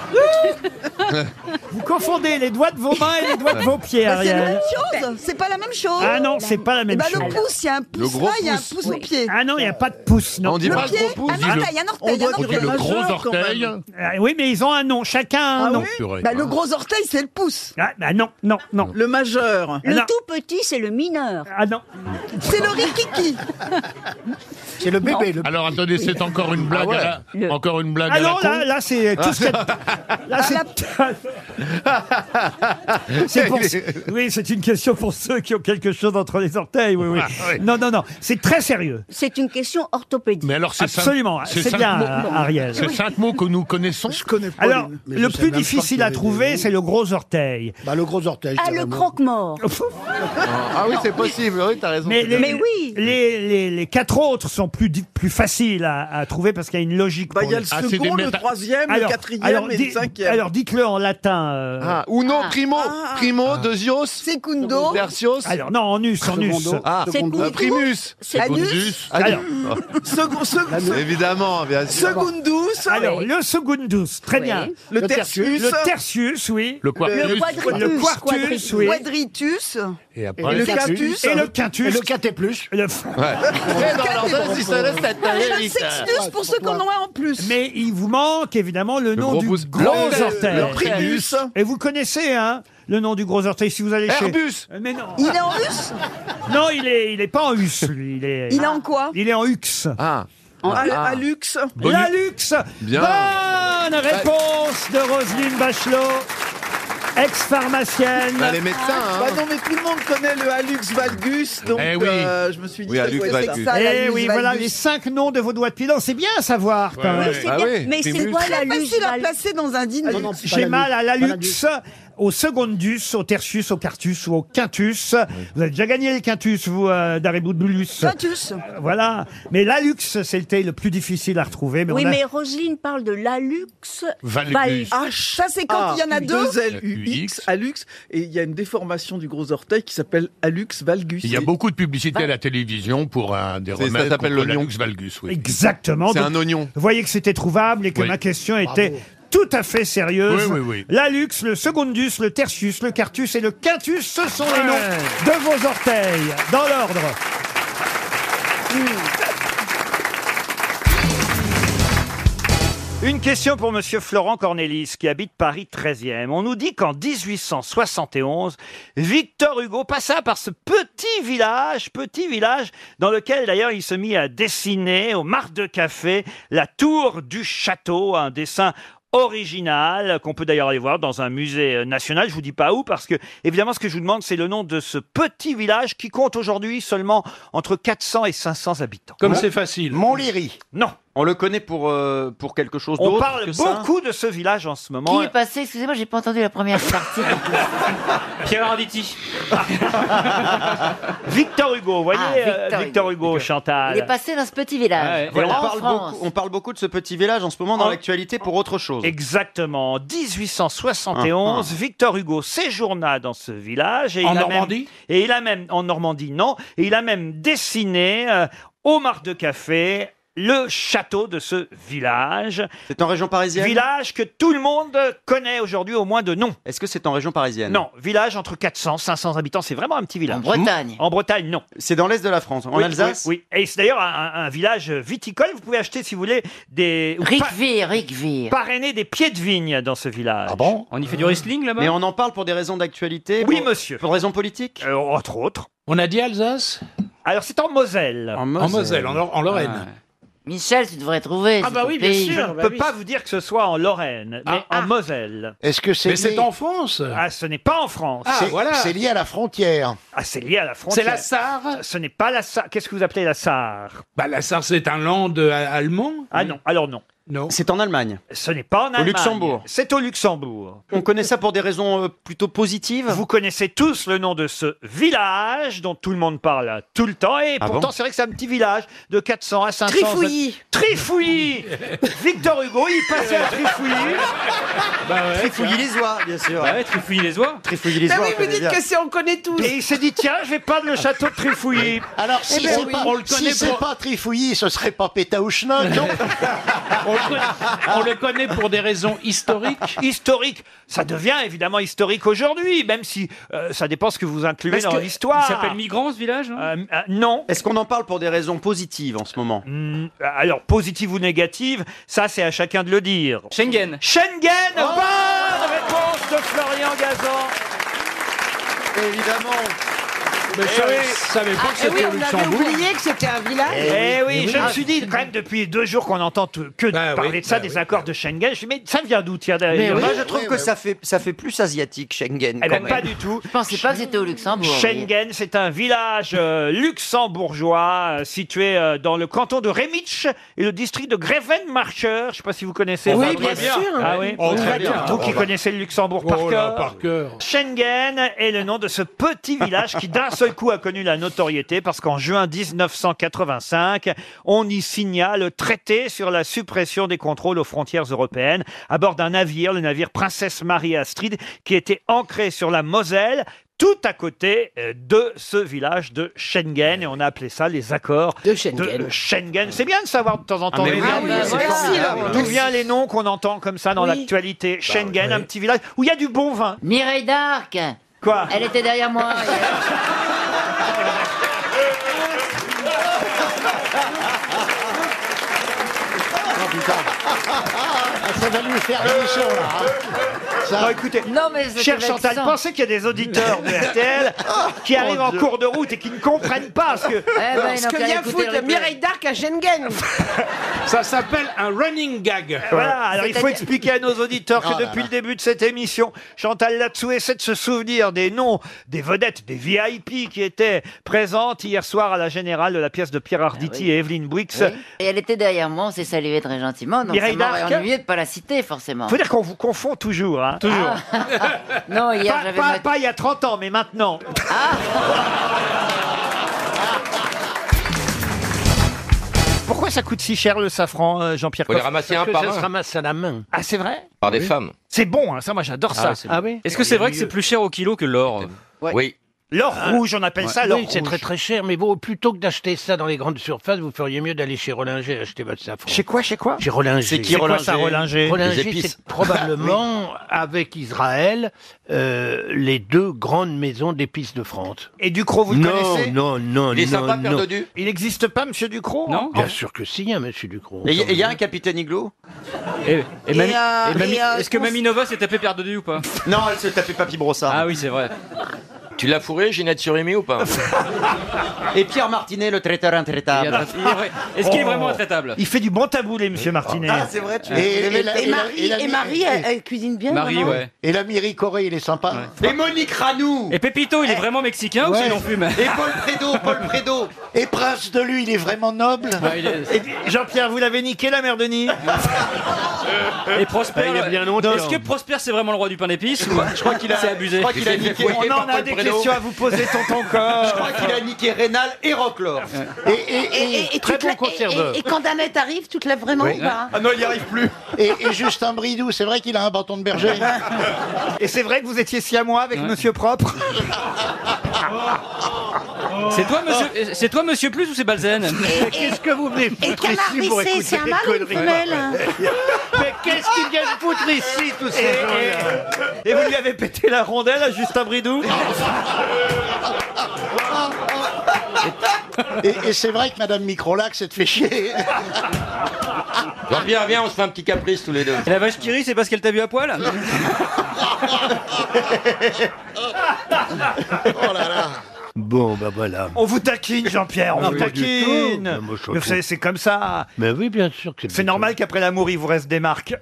S1: Vous confondez les doigts de vos mains et les doigts de vos pieds,
S16: Bah, c'est la
S1: Ariel.
S16: même chose, c'est pas la même chose.
S1: Ah non, c'est pas la
S16: Eh
S1: même
S16: ben,
S1: chose.
S16: Le pouce, il y a un pouce
S1: gros
S16: là, il y a un
S1: pouce.
S16: pouce au pied.
S1: Ah non, il n'y a pas de pouce. Non.
S16: On dit Le pas le pied gros pouce, on Ah, dit le- il y a un orteil, on doit il y a un dire orteil. le gros Majeur, quand orteil. même.
S1: Ah oui, mais ils ont un nom. Chacun a un nom.
S16: Bah, le gros orteil, c'est le pouce.
S1: Ah, bah non, non, non.
S16: Le majeur.
S21: le tout petit, c'est le mineur.
S1: Ah non.
S16: C'est le rikiki.
S7: C'est le bébé. Le...
S17: Alors attendez, c'est encore une
S7: Ah
S17: blague,
S7: ouais.
S17: à la- encore une blague.
S1: Ah
S17: à la
S1: non,
S17: con
S1: là, là c'est tout ce qu'il y a de-
S16: Ah,
S1: Là, c'est... C'est pour- Oui, c'est une question pour ceux qui ont quelque chose entre les orteils. Oui, oui.
S16: Ah,
S1: Non, non, non. C'est très sérieux.
S21: C'est une question orthopédique.
S17: Mais alors c'est cinq-
S1: Absolument, c'est
S17: cinq
S1: bien, euh,
S17: mots-
S1: Ariel.
S17: C'est
S1: Oui.
S17: cinq mots que nous connaissons. Je
S7: connais
S1: Alors, le plus difficile à trouver, c'est le gros orteil.
S7: Bah, le gros orteil.
S21: Ah, le croque-mort.
S4: Ah oui, c'est possible, oui, t'as raison.
S1: Mais, les,
S21: Mais oui.
S1: les, les- les quatre autres sont plus, di- plus faciles à, à trouver parce qu'il y a une logique.
S14: Bah,
S1: pour
S14: il y a
S1: les-
S14: le Ah, c'est second, des le méta- troisième, le quatrième et le
S1: dis-
S14: cinquième.
S1: Alors dites-le en latin. euh.
S4: Ah, uno, primo, primo, deusios,
S16: Ah. Secundo.
S4: tercios.
S1: Alors non, en us, en us.
S4: Ah,
S16: Secundo.
S4: euh, primus.
S16: Anus.
S20: Ah,
S4: Alors,
S14: Second, second,
S4: évidemment, bien sûr.
S14: secondus.
S1: Alors le secundus, très
S14: Oui.
S1: bien.
S14: Le Le tertius. tertius.
S1: Le tertius, oui.
S17: Le quartus.
S16: Le quadritus.
S1: Le quartus, oui.
S16: Quadritus.
S17: Et
S7: Et
S17: après.
S7: le
S16: le
S7: quintus.
S16: quintus.
S1: Et le quintus.
S7: Et le quintéplus.
S1: Le-
S4: Mais dans l'ordre,
S1: bah,
S4: si ça laisse la
S5: Bah,
S16: Et
S4: télé,
S16: le sextus pour ceux qu'on en a en plus.
S1: Mais il vous manque évidemment le, nom
S17: gros
S1: du
S17: pouce.
S1: gros
S17: Le-
S1: orteil.
S17: le primus.
S1: Et vous connaissez hein, le nom du gros orteil si vous allez chez.
S4: Airbus.
S1: Euh, Mais non.
S16: Il est en russe
S1: Non, il est, il est pas en us, lui. Il est,
S16: Il est en quoi
S1: il est en ux.
S4: Ah.
S14: À luxe.
S1: La luxe.
S4: Bien.
S1: Bonne réponse de Roselyne Bachelot. Ex-pharmacienne.
S22: Bah, les médecins, hein.
S20: Bah non, mais tout le monde connaît le Hallux valgus, donc
S1: Eh oui.
S20: euh, je me suis dit, ça doit être ça,
S1: Eh
S20: l'hallux
S1: oui, voilà
S20: valgus.
S1: les cinq noms de vos doigts de pied. Non, C'est bien à savoir quand
S20: Ouais,
S1: même.
S20: ouais. Oui, c'est Ah bien, ouais. mais Des c'est muscles. quoi, l'hallux
S1: C'est facile à
S20: placer dans un dîner.
S1: J'ai mal à la luxe, au secondus, au tertius, au quartus ou au quintus. Vous avez déjà gagné le quintus, vous, euh, Dareboudulus.
S21: Quintus.
S1: Voilà. Mais la luxe, c'était le plus difficile à retrouver. Mais
S21: oui,
S1: on a-
S21: mais Roselyne parle de l'alux.
S1: Valgus.
S20: Ah, ça c'est quand
S21: Ah,
S20: il y en a deux.
S21: deux
S20: L U X, Alux, et il y a une déformation du gros orteil qui s'appelle Alux valgus.
S17: Il y a beaucoup de publicité à la télévision pour un des
S20: C'est- ça
S17: remèdes
S20: s'appelle
S17: contre
S20: l'oignon.
S17: l'anux valgus. Oui.
S1: Exactement. Donc, Vous voyez que c'était trouvable et que
S17: Oui.
S1: ma question
S17: Bravo.
S1: était tout à fait sérieuse.
S17: Oui, oui, oui.
S1: La luxe, le secondus, le tertius, le quartus et le quintus, ce sont les noms de vos orteils, dans l'ordre.
S17: Mmh.
S1: Une question pour Monsieur Florent Cornelis, qui habite Paris 13e. On nous dit qu'en 1871, Victor Hugo passa par ce petit village, petit village, dans lequel d'ailleurs il se mit à dessiner au marc de café la tour du château, un dessin original qu'on peut d'ailleurs aller voir dans un musée euh, national. Je vous dis pas où parce que évidemment ce que je vous demande c'est le nom de ce petit village qui compte aujourd'hui seulement entre 400 et 500 habitants.
S4: Comme c'est facile.
S1: Montlhéry. Non.
S4: On le connaît pour, euh, pour quelque chose d'autre
S1: On parle
S4: que ça
S1: beaucoup de ce village en ce moment.
S2: Qui est passé Excusez-moi, j'ai pas entendu la première partie.
S6: Pierre Arditi.
S1: Victor Hugo, vous voyez,
S2: Ah,
S1: euh, Victor,
S2: Victor
S1: Hugo, Chantal.
S2: Il est passé dans ce petit village.
S1: Ah
S4: Et
S2: Voilà.
S4: on,
S2: En
S4: parle
S2: France.
S4: beaucoup, on parle beaucoup de ce petit village en ce moment dans
S1: En-
S4: l'actualité pour autre chose.
S1: Exactement. En 1871,
S4: Ah, ah.
S1: Victor Hugo séjourna dans ce village. Et
S4: En
S1: il a
S4: Normandie
S1: même, Et il a même, en Normandie, non. Et il a même dessiné euh, au marc de café le château de ce village.
S4: C'est en région parisienne
S1: Village que tout le monde connaît aujourd'hui, au moins de nom.
S4: Est-ce que c'est en région parisienne
S1: Non, village entre 400, 500 habitants, c'est vraiment un petit village. En
S4: Bretagne.
S1: En Bretagne, non.
S4: C'est dans l'est de la France, en
S1: Oui,
S4: Alsace
S1: Oui, oui. et c'est d'ailleurs un, un- un village viticole. Vous pouvez acheter, si vous voulez, des.
S2: Ricvire, Ricvire.
S1: Parrainer des pieds de vigne dans ce village. Ah bon On y fait
S6: du wrestling, là-bas
S4: Mais on en parle pour des raisons d'actualité
S1: Oui,
S4: pour-
S1: monsieur. Euh,
S4: Pour raisons politiques
S1: Entre autres.
S23: On a dit Alsace
S1: Alors, c'est en Moselle.
S4: En Ah
S23: Moselle. En Moselle, en Lor- en Lorraine.
S2: Michel, tu devrais trouver.
S1: Ah
S2: c'est
S1: bah
S2: ton
S1: oui, Ah. bien
S2: pays.
S1: sûr. Je ne peux pas vous dire que ce soit en Lorraine, mais en Moselle.
S7: Est-ce que c'est
S23: Mais c'est
S7: lié-
S23: en France
S1: Ah, ce n'est pas en France.
S23: Ah,
S7: C'est-
S23: voilà.
S7: C'est lié à la frontière.
S1: Ah, c'est lié à la frontière.
S23: C'est la Sarre
S1: Ce n'est pas la Sarre. Qu'est-ce que vous appelez la Sarre
S23: Bah, la Sarre, c'est un land euh, allemand
S1: Ah non, alors non.
S23: Non.
S4: C'est en Allemagne.
S1: Ce n'est pas en Allemagne.
S4: Luxembourg.
S1: C'est au Luxembourg.
S4: On connaît ça pour des raisons euh, plutôt positives
S1: Vous connaissez tous le nom de ce village dont tout le monde parle tout le temps. Et
S4: Ah
S1: pourtant,
S4: bon
S1: c'est vrai que c'est un petit village de 400 à 500.
S14: Trifouillis.
S1: Trifouillis Victor Hugo, il passait à Trifouillis.
S6: Bah ouais.
S4: Trifouillis les oies, bien sûr.
S6: Bah ouais, Trifouillis les oies.
S4: Trifouillis les
S5: Ah
S4: oies.
S5: oui,
S4: on
S5: vous
S4: connaît
S5: dites
S4: bien.
S5: que c'est, on connaît tous.
S1: Et il s'est dit, tiens, je vais peindre le château de Trifouillis.
S7: Alors, si
S5: Eh ben
S7: c'est
S5: oui.
S7: pas,
S5: On le
S7: si
S5: connaît
S7: c'est
S5: pour-
S7: pas Trifouillis, ce serait pas Pétaouchnin, non
S23: on, le connaît, on le connaît pour des raisons historiques
S1: Historique, ça devient évidemment historique aujourd'hui, même si euh, ça dépend ce que vous incluez
S6: Parce
S1: dans
S6: que-
S1: l'histoire.
S6: Il s'appelle Migrant, ce village hein non
S1: Euh, euh, non.
S4: Est-ce qu'on en parle pour des raisons positives en ce moment
S1: Mm, Alors, positive ou négative, ça c'est à chacun de le dire.
S6: Schengen.
S1: Schengen Bonne réponse de Florian Gazan
S4: Évidemment.
S23: Mais
S6: Eh
S23: je savais- savais pas que
S5: Eh oui,
S23: c'était au
S5: on avait
S23: Luxembourg.
S5: oublié que c'était un village.
S1: Eh oui, je
S5: Ah,
S1: me suis dit, quand même, depuis deux jours qu'on entend tout- que
S23: Bah
S1: parler
S23: oui,
S1: de ça,
S23: bah
S1: des
S23: oui.
S1: accords de Schengen, je me suis dit, mais ça vient d'où, tiens d'ailleurs
S4: Moi, je trouve que ça fait, ça fait plus asiatique, Schengen.
S1: Eh
S4: quand
S1: ben,
S4: même.
S1: pas du tout.
S2: Je pensais pas que c'était au Luxembourg. oui.
S1: Schengen, c'est un village euh, luxembourgeois euh, situé euh, dans le canton de Remitsch et le district de Grevenmacher. Je ne sais pas si vous connaissez.
S5: Oui,
S1: ça.
S5: bien sûr.
S1: Ah oui.
S17: Oh, très bien.
S1: Vous
S17: Oh,
S1: qui
S17: bah.
S1: connaissez le Luxembourg par
S23: Oh là,
S1: cœur.
S23: par cœur.
S1: Schengen est le nom de ce petit village qui d'un seul coup a connu la notoriété parce qu'en juin 1985, on y signa le traité sur la suppression des contrôles aux frontières européennes à bord d'un navire, le navire Princesse Marie Astrid, qui était ancré sur la Moselle tout à côté euh, de ce village de Schengen et on a appelé ça les accords de Schengen. C'est bien de savoir de temps en temps
S4: Ah, mais
S1: les
S4: oui,
S1: noms.
S4: oui, c'est
S1: D'où
S4: formidable.
S1: D'où viennent les noms qu'on entend comme ça
S5: Oui.
S1: dans l'actualité Schengen, un petit village où il y a du bon vin.
S2: Mireille d'Arc.
S1: Quoi
S2: Elle était derrière moi.
S7: Ah, Ça va lui faire l'émission, là. hein.
S1: Bon, écoutez,
S2: non, mais c'était
S1: cher Chantal,
S2: vexant.
S1: pensez qu'il y a des auditeurs de RTL qui
S7: Oh,
S2: Mon
S1: arrivent en
S2: Dieu.
S1: cours de route et qui ne comprennent pas
S5: Eh
S1: ce que.
S6: Eh ben,
S5: Ce que vient foutre Mireille Darc à Schengen.
S1: Ça s'appelle un running gag. Voilà, alors il faut
S5: C'est-à-dire-
S1: expliquer à nos auditeurs que
S5: Oh là
S1: depuis
S5: là.
S1: le début de cette émission, Chantal Latsou essaie de se souvenir des noms des vedettes, des VIP qui étaient présentes hier soir à la Générale de la pièce de Pierre Arditi et Evelyne Bouix.
S2: Ah Oui. Et elle était derrière moi, on s'est salué très gentiment, donc
S1: Mireille
S2: ça m'aurait
S1: Darc
S2: ennuyé de pas la citer, forcément. Ah.
S1: Faut dire qu'on vous confond toujours. Hein. Toujours.
S2: Non, hier,
S1: pas,
S2: j'avais
S1: pas-
S2: ma-
S1: pas il y a 30 ans, mais maintenant. Ah. Pourquoi ça coûte si cher le safran, euh, Jean-Pierre
S10: Faut les
S1: Coff
S10: ramasser Parce un que par ça un. se
S1: ramasse à la main. Ah, c'est vrai
S10: Par des femmes.
S1: C'est bon, hein, ça, moi j'adore ça.
S6: Est-ce que Ah c'est vrai que c'est plus cher au kilo que l'or
S10: Oui.
S1: L'or rouge, on appelle ça l'or
S22: Hein Oui, c'est
S1: rouge.
S22: très très cher, mais bon, plutôt que d'acheter ça dans les grandes surfaces, vous feriez mieux d'aller chez Rollinger acheter votre safran.
S1: Chez quoi, chez quoi
S22: Chez Rollinger.
S1: C'est qui C'est quoi, ça, Rollinger Les
S22: Rollinger,
S1: épices.
S22: c'est probablement, avec Israël, euh, les deux grandes maisons d'épices de France.
S1: Et Ducrot, vous le
S22: non,
S1: connaissez
S22: Non, non,
S1: Il est
S22: non,
S1: sympa, Pierre
S22: non.
S1: Dodu Il n'existe pas, monsieur Ducrot
S22: Non Bien sûr que si, hein, monsieur Ducrot.
S4: Et il y a un capitaine Iglo
S6: Et,
S4: Et,
S6: Mamie-
S4: euh,
S6: et Mamie-
S4: et, euh,
S6: Est-ce que
S4: cons-
S6: Mamie Nova s'est tapée Pierre Dodu ou pas
S4: Non, elle se tapait Papy Brossard.
S6: Ah oui, c'est vrai.
S10: Tu l'as fourré, Ginette Surimi ou pas
S4: Et Pierre Martinet, le traiteur intraitable.
S6: Est-ce qu'il est vraiment intraitable
S1: Il fait du bon taboulé, monsieur Martinet.
S4: Ah, c'est vrai, tu-
S7: Et, et,
S4: Et
S7: la-
S4: la-
S7: et la- et la-
S14: cuisine bien.
S6: Marie, ouais.
S7: Et la Miri Corée, il est sympa.
S4: Et Monique Ranou Eh,
S6: Et Pépito, il est vraiment mexicain ou
S7: Ouais.
S6: c'est non fume
S4: Et Paul Prédo, Paul Prédo Bah,
S7: Et Prince de lui, il est vraiment noble.
S6: Ouais, il est-
S1: Et puis, Jean-Pierre, vous l'avez niqué, la mère Denis
S6: Et Prosper,
S1: Ah, il y a
S4: euh,
S1: bien longtemps.
S6: est-ce que Prosper c'est vraiment le roi du pain d'épices ou...
S4: Je crois qu'il a-
S6: c'est abusé.
S4: je crois qu'il a niqué-
S1: On en a
S4: Paul
S1: des
S4: Prédo.
S1: questions à vous poser, tonton
S4: Je
S1: corps.
S4: crois qu'il a niqué Rénal et Roclore.
S7: Et, et, et,
S14: toute la- et- et- et quand Danette arrive, tu te lèves vraiment ou pas
S4: Ah non, il n'y arrive plus.
S7: et, et Justin Bridou, c'est vrai qu'il a un bâton de berger.
S1: Et c'est vrai que vous étiez si à moi avec Monsieur Propre
S6: C'est toi, monsieur, c'est toi, monsieur Plus ou c'est Balzen
S22: Qu'est-ce que vous venez
S14: Et canard vissé, c'est un mâle ou une femelle
S22: Mais qu'est-ce qu'ils viennent foutre ici, tous
S1: et, et- et vous lui avez pété la rondelle à Justin Bridou
S7: Et, et c'est vrai que Madame Microlac s'est fait chier.
S10: Jean-Pierre, viens, on se fait un petit caprice tous les deux.
S6: Et la vache qui rit, c'est parce qu'elle t'a vu à poil
S22: Bon, ben voilà.
S1: On vous taquine, Jean-Pierre, on
S22: Ah,
S1: vous
S22: pas du tout.
S1: taquine
S22: Mais moi, je suis
S1: Mais vous savez, c'est comme ça.
S22: Mais oui, bien sûr que
S1: C'est normal qu'après l'amour, il vous reste des marques.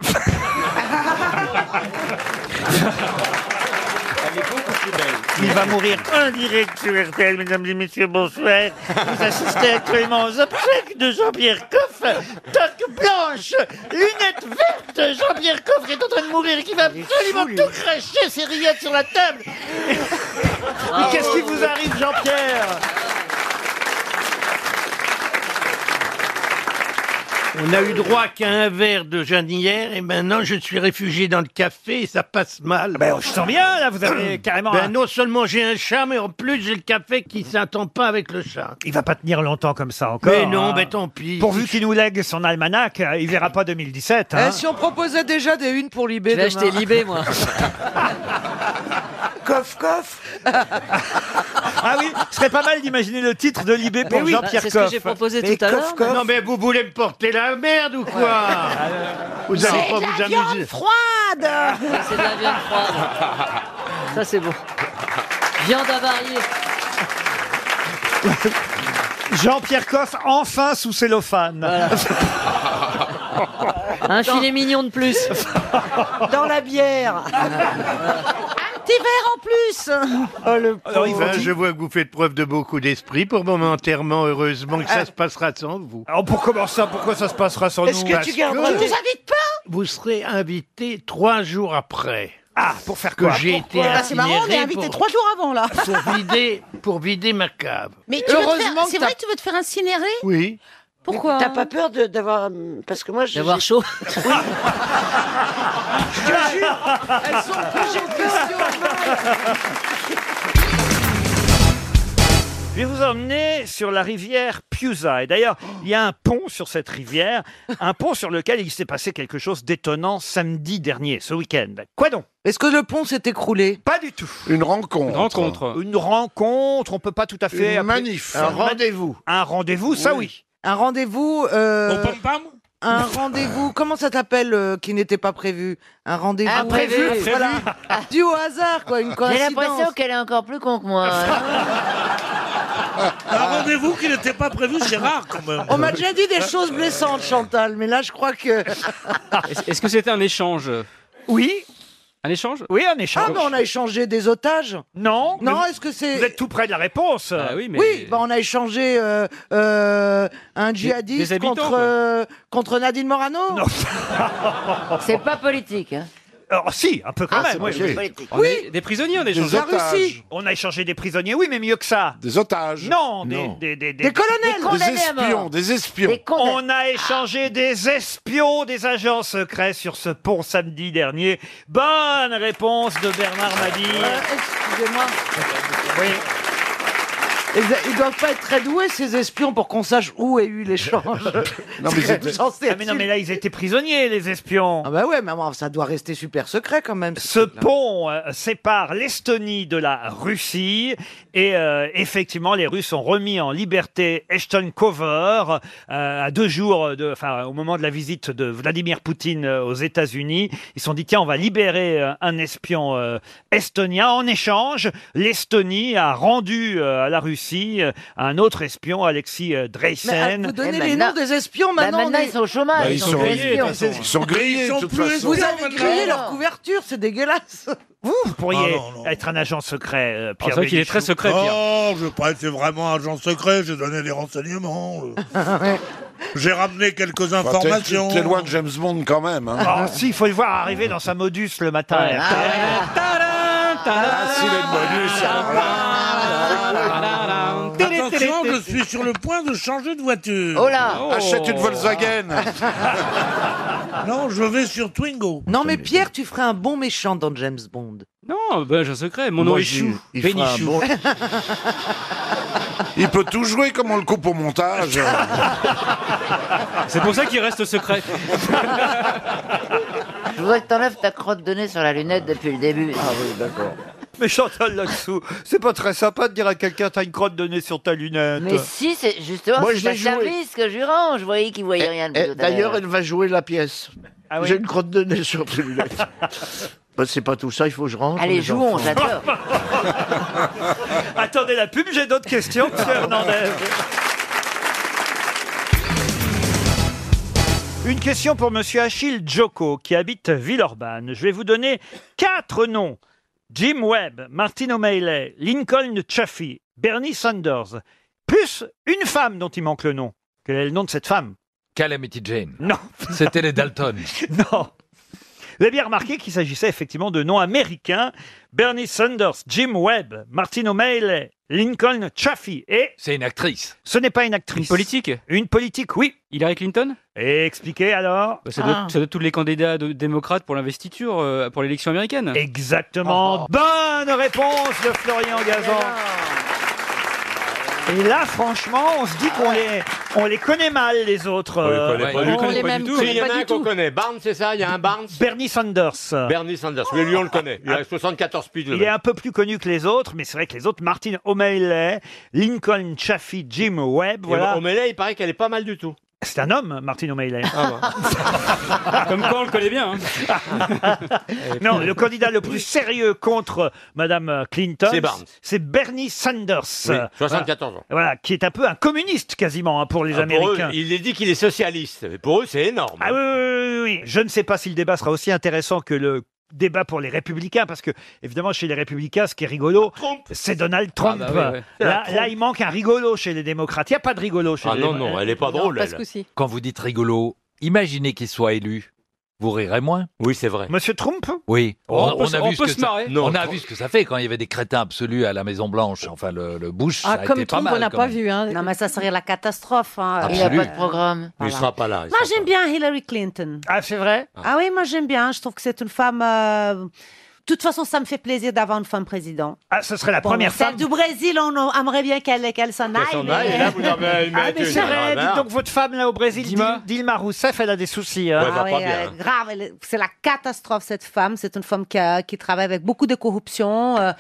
S24: Il va mourir en direct sur RTL, mesdames et messieurs, bonsoir. Vous assistez actuellement aux obsèques de Jean-Pierre Coff. Toque blanche, lunettes vertes, Jean-Pierre Coff qui est en train de mourir et qui va absolument tout cracher ses rillettes sur la table.
S1: Mais
S12: Ah.
S1: qu'est-ce qui vous arrive, Jean-Pierre
S22: On a eu droit qu'à un verre de Jeanne hier et maintenant je suis réfugié dans le café et ça passe mal.
S1: Ben, je sens bien, là, vous avez carrément un-
S22: Ben, non seulement j'ai un chat, mais en plus j'ai le café qui s'entend pas avec le chat.
S1: Il va pas tenir longtemps comme ça encore.
S22: Mais non,
S1: hein.
S22: ben, tant pis.
S1: Pourvu qu'il nous lègue son almanach, euh, il verra pas 2017. hein.
S5: Eh, si on proposait déjà des unes pour Libé
S18: Je vais
S5: demain.
S18: acheter Libé, moi.
S5: coff, coff.
S1: Ah oui, ce serait pas mal d'imaginer le titre de Libé pour Jean-Pierre Coff.
S22: Ah Non, mais vous voulez me porter la merde ou quoi Vous allez
S14: C'est
S22: pas
S14: de
S22: vous
S14: la viande
S22: amuser.
S14: froide
S18: C'est de la viande froide. Ça, c'est beau. Viande avariée.
S1: Jean-Pierre Coff, enfin sous cellophane.
S18: Un filet mignon de plus.
S5: Dans la bière.
S14: Un petit verre en plus
S20: Oh,
S1: Alors, il faut
S22: Ben,
S1: dire-
S22: je vois que vous faites preuve de beaucoup d'esprit pour mon enterrement. Heureusement que ça se passera sans vous.
S1: Alors pourquoi comment ça Pourquoi ça se passera sans nous
S22: Est-ce
S14: Que tu garderas.
S22: que-
S14: On vous invite pas
S22: Vous serez invité trois jours après.
S1: Ah, pour faire
S22: que
S1: quoi
S22: j'ai été
S16: Bah,
S14: Ah, C'est marrant, on est
S22: incinéré
S14: invité
S22: pour-
S14: trois jours avant là.
S22: pour vider, pour vider ma cave.
S21: Mais tu veux te faire-
S5: Heureusement que
S21: c'est
S5: t'as-
S21: vrai que tu veux te faire incinérer
S22: Oui.
S21: Pourquoi
S14: T'as pas peur de- d'avoir. hum, Parce que moi, je.
S18: D'avoir chaud.
S5: Je te jure, elles sont toujours questions.
S1: Je vais vous emmener sur la rivière Piusa. Et d'ailleurs, il y a un pont sur cette rivière, un pont sur lequel il s'est passé quelque chose d'étonnant samedi dernier, ce week-end. Quoi donc
S5: Est-ce que le pont s'est écroulé
S1: Pas du tout.
S7: Une rencontre.
S6: Rencontre.
S1: Une rencontre, on peut pas tout à fait.
S7: Une
S1: appeler-
S7: manif.
S1: Un rendez-vous. Un rendez-vous, ça oui.
S5: Un rendez-vous. euh,
S12: Au pom-pam
S14: un rendez-vous, comment ça s'appelle euh, qui n'était pas prévu Un rendez-vous
S18: Ah,
S2: Imprévu. Imprévu.
S14: voilà. dû au hasard, quoi, une
S2: Ah. J'ai
S14: coïncidence.
S2: l'impression qu'elle est encore plus con que moi.
S12: Un Ah. rendez-vous qui n'était pas prévu, c'est rare quand même.
S14: On m'a déjà dit des choses blessantes, Chantal, mais là, je crois que.
S6: Est-ce- Est-ce que c'était un échange
S14: Oui.
S6: Un échange
S1: Oui, un
S14: Ah,
S1: échange.
S14: mais on a échangé des otages
S1: Non.
S14: Non,
S1: mais
S14: est-ce que c'est.
S1: Vous êtes tout près de la réponse.
S6: oui,
S14: Oui, bah, on a échangé euh, euh, un
S1: des
S14: djihadiste
S1: habitants,
S14: contre,
S1: quoi.
S14: euh, contre Nadine Morano
S2: C'est pas politique. hein.
S1: Alors, si, un peu quand
S2: Ah, c'est
S1: même. oui,
S2: pas
S1: oui.
S2: politique.
S1: On
S2: Oui.
S1: a- Des prisonniers, on a
S2: Des
S1: échangé.
S2: otages. La Russie.
S1: On a échangé des prisonniers, oui, mais mieux que ça. Des otages. Non, des,
S7: Non.
S1: Des, des,
S7: Des colonels. Des condamnés Des à mort. espions, des espions. Des Ah. condamnés.
S1: on a échangé des espions des agents secrets sur ce pont samedi dernier. Bonne réponse de Bernard Madi.
S14: Excusez-moi.
S1: Oui.
S14: Ils, ils doivent pas être très doués, ces espions, pour qu'on sache où est eu l'échange.
S1: Non,
S14: mais c'est- J'en sais
S1: ah, mais non,
S14: rien.
S1: mais là, ils étaient prisonniers, les espions.
S14: Ah bah ouais, mais bon, ça doit rester super secret quand même.
S1: Ce pont euh, sépare l'Estonie de la Russie et euh, effectivement les Russes ont remis en liberté Ashton Cover euh, à deux jours de, enfin au moment de la visite de Vladimir Poutine euh, aux États-Unis. Ils se sont dit tiens on va libérer euh, un espion euh, estonien en échange. L'Estonie a rendu euh, à la Russie euh, un autre espion Alexis euh,
S14: Mais ah,
S1: Dreysen.
S14: vous donnez les noms des espions
S2: eh, Bah,
S14: maintenant.
S2: maintenant,
S14: on est-
S2: ils sont au chômage,
S1: Bah, ils ils sont sont grillés, grillés, de toute façon. Ils sont grillés, de toute façon. Ah,
S14: Vous
S1: Non,
S14: avez grillé
S1: mais
S14: leur
S1: non.
S14: couverture, c'est dégueulasse.
S1: Vous, vous pourriez être un agent secret, euh, Pierre.
S6: Ah, vrai qu'il est
S1: Bénichou.
S6: très secret, Pierre.
S12: Non, je n'ai pas été vraiment agent secret, j'ai donné des renseignements.
S1: Oh,
S12: J'ai ramené quelques
S7: Enfin, Ah, Bah, t'es-
S12: informations.
S7: T'es loin de James Bond quand même. hein.
S1: Ah, si, il faut le voir arriver dans sa modus le matin. Ah.
S7: Ah, si, les bonus, alors là.
S12: Attention, je suis sur le point de changer de voiture.
S7: Oh là. Achète une Volkswagen.
S12: Non, je vais sur Twingo.
S14: Non, mais Pierre, tu ferais un bon méchant dans James Bond.
S6: Non, ben, j'ai un secret. Mon nom
S14: Moi,
S6: est
S14: je-
S6: Chou.
S14: il fera un
S6: Bénichou.
S14: bon-
S7: Il peut tout jouer comme on le coupe au montage.
S6: C'est pour ça qu'il reste secret.
S2: Je voudrais que t'enlèves ta crotte de nez sur la lunette depuis le début. Ah oui, d'accord.
S1: Mais Chantal là-dessous, c'est pas très sympa de dire à quelqu'un t'as une crotte de nez sur ta lunette.
S2: Mais si, c'est justement,
S1: Moi, je
S2: c'est un
S1: l'ai joué.
S2: service que je lui rends. Je voyais qu'il voyait rien. depuis
S1: eh,
S2: tout à
S1: d'ailleurs,
S2: l'heure.
S1: elle-
S7: Il va jouer la pièce.
S1: Ah oui.
S7: J'ai une crotte de nez sur les lunettes. Bah, c'est pas tout ça, il faut que je rentre.
S2: Allez,
S7: les
S2: jouons,
S7: enfants.
S2: j'adore.
S1: Attendez la pub, j'ai d'autres questions, monsieur Hernandez. Une question pour monsieur Achille Joko, qui habite Villeurbanne. Je vais vous donner quatre noms. Jim Webb, Martin O'Malley, Lincoln Chaffee, Bernie Sanders, plus une femme dont il manque le nom. Quel est le nom de cette femme
S9: Calamity Jane.
S1: Non.
S9: C'était les Dalton.
S1: Non. Vous avez bien remarqué qu'il s'agissait effectivement de noms américains. Bernie Sanders, Jim Webb, Martin O'Malley, Lincoln Chaffee et...
S9: C'est une actrice.
S1: Ce n'est pas une actrice. Une politique Une politique, oui.
S6: Hillary Clinton Bah,
S1: Et expliquez alors
S6: ça, doit,
S1: Ah.
S6: ça doit être tous les candidats de- démocrates pour l'investiture, euh, pour l'élection américaine.
S10: Oh.
S1: Exactement. Bonne réponse de Florian Gazan. Et là, franchement, on se dit qu'on les, on les connaît mal, les autres.
S10: On
S1: euh,
S10: les connaît pas du tout. Il y en a un qu'on connaît. Barnes, c'est ça Il y a un Barnes
S1: Bernie Sanders. Ah.
S10: Bernie Sanders. Mais lui, on le connaît. Il a 74 piges. le
S1: Il est
S10: mec.
S1: un peu plus connu que les autres, mais c'est vrai que les autres, Martin O'Malley, Lincoln Chaffee, Jim Webb,
S10: Et
S1: voilà.
S10: O'Malley, il paraît qu'elle est pas mal du tout. Ah,
S1: C'est un homme, Martin O'Malley.
S10: bah.
S6: Comme quoi, on le connaît bien. hein.
S1: non, le candidat le plus sérieux contre Madame Clinton,
S10: C'est Barnes.
S1: c'est Bernie Sanders.
S10: Oui,
S1: Euh,
S10: 74
S1: voilà.
S10: ans.
S1: Voilà, qui est un peu un communiste quasiment hein, pour les
S10: Ah, pour eux,
S1: Américains.
S10: il est dit qu'il est socialiste. Mais pour eux, c'est énorme.
S1: Ah oui, oui, oui, oui. Je ne sais pas si le débat sera aussi intéressant que le débat pour les républicains, parce que, évidemment, chez les républicains, ce qui est rigolo, c'est Donald Trump.
S10: Ah bah oui, oui.
S1: Là,
S10: Trump.
S1: là, il manque un rigolo chez les démocrates. Il n'y a pas de rigolo chez
S9: Ah
S1: les
S9: non,
S1: démocrates.
S9: non, elle est pas Non, drôle, pas ce elle. coup-ci. Quand vous dites rigolo, imaginez qu'il soit élu. Vous rirez moins
S10: Oui, c'est vrai.
S1: Monsieur Trump
S9: Oui.
S10: On peut se- on peut
S9: que
S10: se
S9: ça-
S10: marrer.
S9: on
S10: Non,
S9: a
S10: Trump-
S9: vu ce que ça fait quand il y avait des crétins absolus à la Maison Blanche. Enfin, le, le Bush,
S8: Ah,
S9: ça a
S8: comme
S9: été pas
S8: Trump,
S9: mal.
S8: on n'a
S9: quand
S8: pas
S9: même.
S8: vu. Hein. Non, mais ça serait la catastrophe. hein.
S9: Il a Absolu. pas de
S8: programme.
S9: Il sera pas là, il
S8: Moi,
S9: sera
S8: j'aime bien Hillary Clinton.
S1: Ah, c'est vrai
S8: Ah oui, moi, j'aime bien. Je trouve que c'est une femme... euh, De toute façon, ça me fait plaisir d'avoir une femme président.
S1: Ah, ce serait la
S8: Bon,
S1: première
S8: celle
S1: femme.
S8: du Brésil, on on aimerait bien qu'elle qu'elle s'en aille.
S10: s'en
S8: mais-
S10: aille, et là, vous en avez une
S1: Ah, mais
S10: maîtrise,
S1: c'est vrai,
S10: alors là.
S1: dites donc votre femme là au Brésil, Dil- Dilma Rousseff, elle a des soucis. hein.
S10: Ouais, elle va
S8: Ah
S10: pas
S8: oui,
S10: bien,
S8: euh,
S10: hein.
S8: grave, elle est- c'est la catastrophe cette femme. C'est une femme qui, a- qui travaille avec beaucoup de corruption, euh,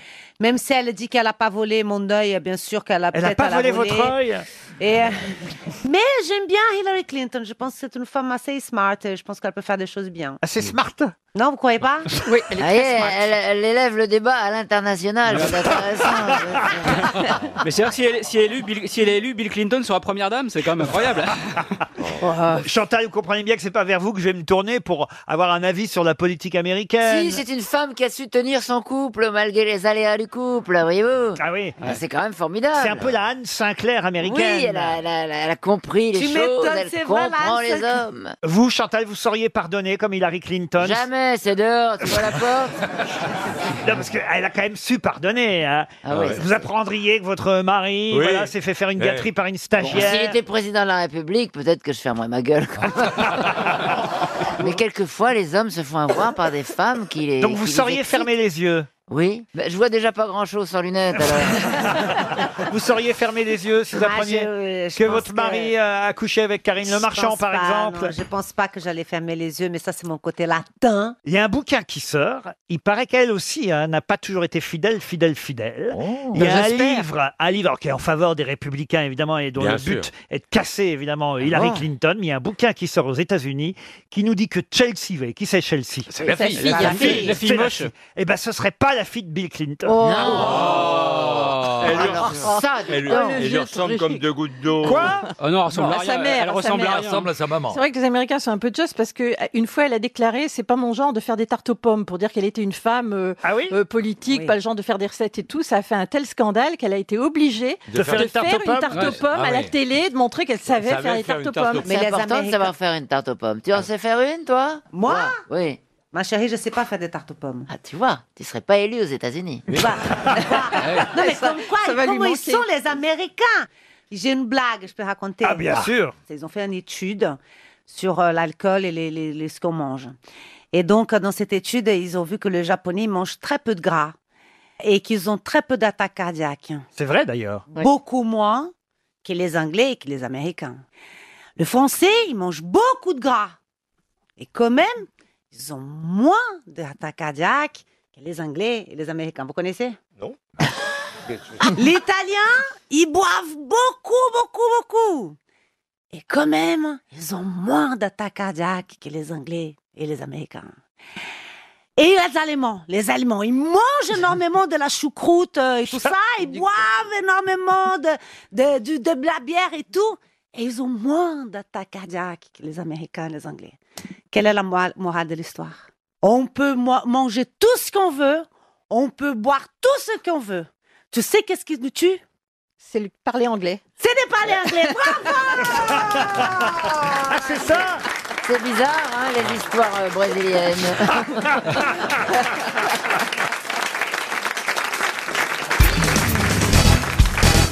S8: Même si elle dit qu'elle n'a pas volé mon œil, euh, bien sûr qu'elle a
S1: Elle n'a
S8: peut-être
S1: pas
S8: elle a
S1: volé votre œil
S8: Et, euh, mais j'aime bien Hillary Clinton. Je pense que c'est une femme assez smart. et Je pense qu'elle peut faire des choses bien.
S10: Mm.
S1: Assez smart
S8: Non, vous croyez pas
S2: Oui, Ah, elle elle, élève le débat à l'international. c'est intéressant.
S25: Ah, Mais c'est vrai que si elle, si, elle est élue, Bill, si elle est élue, Bill Clinton sera première dame, c'est quand même incroyable.
S8: Oh.
S1: Chantal, vous comprenez bien que c'est pas vers vous que je vais me tourner pour avoir un avis sur la politique américaine.
S2: Si, c'est une femme qui a su tenir son couple malgré les aléas du couple, voyez-vous.
S1: Ah oui.
S2: C'est quand même formidable.
S1: C'est un peu la Anne Sinclair américaine.
S2: Oui, elle a, elle a- elle a- elle a compris les Tu choses, m'étonnes, elle c'est vrai, la Anne comprend les Sinclair. hommes.
S1: Vous, Chantal, vous sauriez pardonner comme Hillary Clinton
S2: Jamais, c'est dehors, tu vois la porte.
S1: Non, parce qu'elle a quand même su pardonner. hein.
S2: Ah oui,
S1: vous apprendriez que votre mari
S2: Oui. Eh.
S1: voilà, s'est fait faire une
S2: Ouais.
S1: gâterie par une
S2: S'il
S1: stagiaire.
S2: était président de la République, peut-être que je fermerais ma gueule. quoi. Mais quelquefois, les hommes se font avoir par des femmes qui les.
S1: Donc vous
S2: qui les
S1: sauriez
S2: excitent.
S1: fermer les yeux
S2: Oui. Ben, je vois déjà pas grand-chose sans lunettes. Alors.
S1: Vous sauriez fermer les yeux si vous
S8: Ah,
S1: appreniez
S8: je- je
S1: que
S8: pense
S1: votre mari euh, a couché avec Karine Le
S8: Je
S1: Marchand,
S8: pense
S1: par
S8: pas,
S1: exemple.
S8: non, je pense pas que j'allais fermer les yeux, mais ça, c'est mon côté latin.
S1: Il y a un bouquin qui sort. Il paraît qu'elle aussi hein, n'a pas toujours été fidèle, fidèle, fidèle.
S6: Oh.
S1: Il y a un
S8: J'espère.
S1: livre, un livre qui est en faveur des républicains, évidemment, et dont
S6: Bien
S1: le
S6: sûr.
S1: but est de casser, évidemment, Hillary
S6: bon
S1: Clinton. Mais il y a un bouquin qui sort aux États-Unis qui nous dit que Chelsea, vous voyez, qui c'est Chelsea
S6: C'est la Sa fille. fille, la fille. La fille
S1: C'est
S6: moche.
S1: Eh ben, ce serait pas la fille de Bill
S25: Oh.
S1: Clinton.
S6: Oh.
S10: Oh.
S6: Ah.
S10: Ah,
S6: Elle lui
S1: Alors
S6: ressemble-
S1: ça,
S6: elle lui-
S1: dis donc.
S6: elle lui ressemble comme deux gouttes d'eau.
S1: Quoi
S26: Oh non, elle ressemble
S16: Non,
S26: à
S16: à sa
S26: rien.
S16: mère,
S26: elle
S16: à sa
S26: ressemble à,
S16: mère.
S26: elle ressemble à sa maman.
S16: C'est vrai que les Américains sont un peu just parce que euh, une fois elle a déclaré c'est pas mon genre de faire des tartes aux pommes pour dire qu'elle était une femme euh, euh, politique,
S1: Oui.
S16: pas le genre de faire des recettes et tout. Ça a fait un tel scandale qu'elle a été obligée
S2: De
S16: de,
S2: faire
S16: faire,
S2: une tarte aux
S16: une
S2: pommes.
S16: tarte aux
S2: Ouais.
S16: pommes
S2: Ah
S16: à la
S2: ouais.
S16: télé, de montrer qu'elle savait, faire des tartes aux pommes.
S2: Mais c'est important de savoir faire une tarte aux pommes. Tu en sais faire une, toi
S8: Moi
S2: Oui.
S8: Ma chérie, je sais pas faire des tartes aux pommes.
S2: Ah, tu vois, tu serais pas élu aux États-Unis. Bah.
S8: Non, mais comme quoi,
S16: ça va lui
S8: comment ils
S16: manquer.
S8: sont les Américains J'ai une blague, je peux raconter.
S1: Ah, bien sûr.
S8: Ils ont fait une étude sur euh, l'alcool et les, les- les- ce qu'on mange. Et donc, dans cette étude, ils ont vu que les Japonais mangent très peu de gras et qu'ils ont très peu d'attaques cardiaques.
S1: C'est vrai, d'ailleurs.
S8: Beaucoup moins que les Anglais et que les Américains. Le Français, ils mangent beaucoup de gras. Et quand même, ils ont moins d'attaques cardiaques que les Anglais et les Américains. Vous connaissez
S6: Non.
S8: les Italiens, ils boivent beaucoup, beaucoup, beaucoup. Et quand même, ils ont moins d'attaques cardiaques que les Anglais et les Américains. Et les Allemands, les Allemands, ils mangent énormément de la choucroute euh, et tout ça, ils boivent énormément de, de, du- de la bière et tout, et ils ont moins d'attaques cardiaques que les Américains et les Anglais. Quelle est la moelle- morale de l'histoire On peut mo- manger tout ce qu'on veut, on peut boire tout ce qu'on veut. Tu sais qu'est-ce qui nous tue
S16: C'est le parler anglais.
S8: C'est de parler anglais,
S1: Ah, c'est ça
S2: C'est bizarre, hein, les histoires euh, brésiliennes.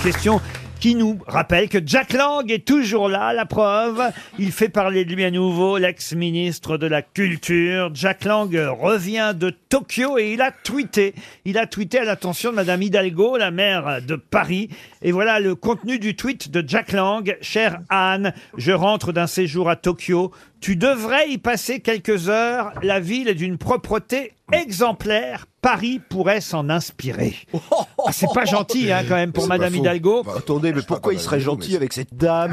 S1: Question qui nous rappelle que Jack Lang est toujours là, la preuve. Il fait parler de lui à nouveau, l'ex-ministre de la Culture. Jack Lang revient de Tokyo et il a tweeté. Il a tweeté à l'attention de Madame Hidalgo, la maire de Paris. Et voilà le contenu du tweet de Jack Lang. Chère Anne, je rentre d'un séjour à Tokyo. Tu devrais y passer quelques heures. La ville est d'une propreté exemplaire. Paris pourrait s'en inspirer. Ah, c'est
S6: Oh.
S1: pas gentil, hein, quand même, pour
S4: Oh. C'est pas
S1: Madame
S4: faux.
S1: Hidalgo.
S6: Bah.
S14: Ah,
S4: Attendez, mais pourquoi il serait gentil avec cette dame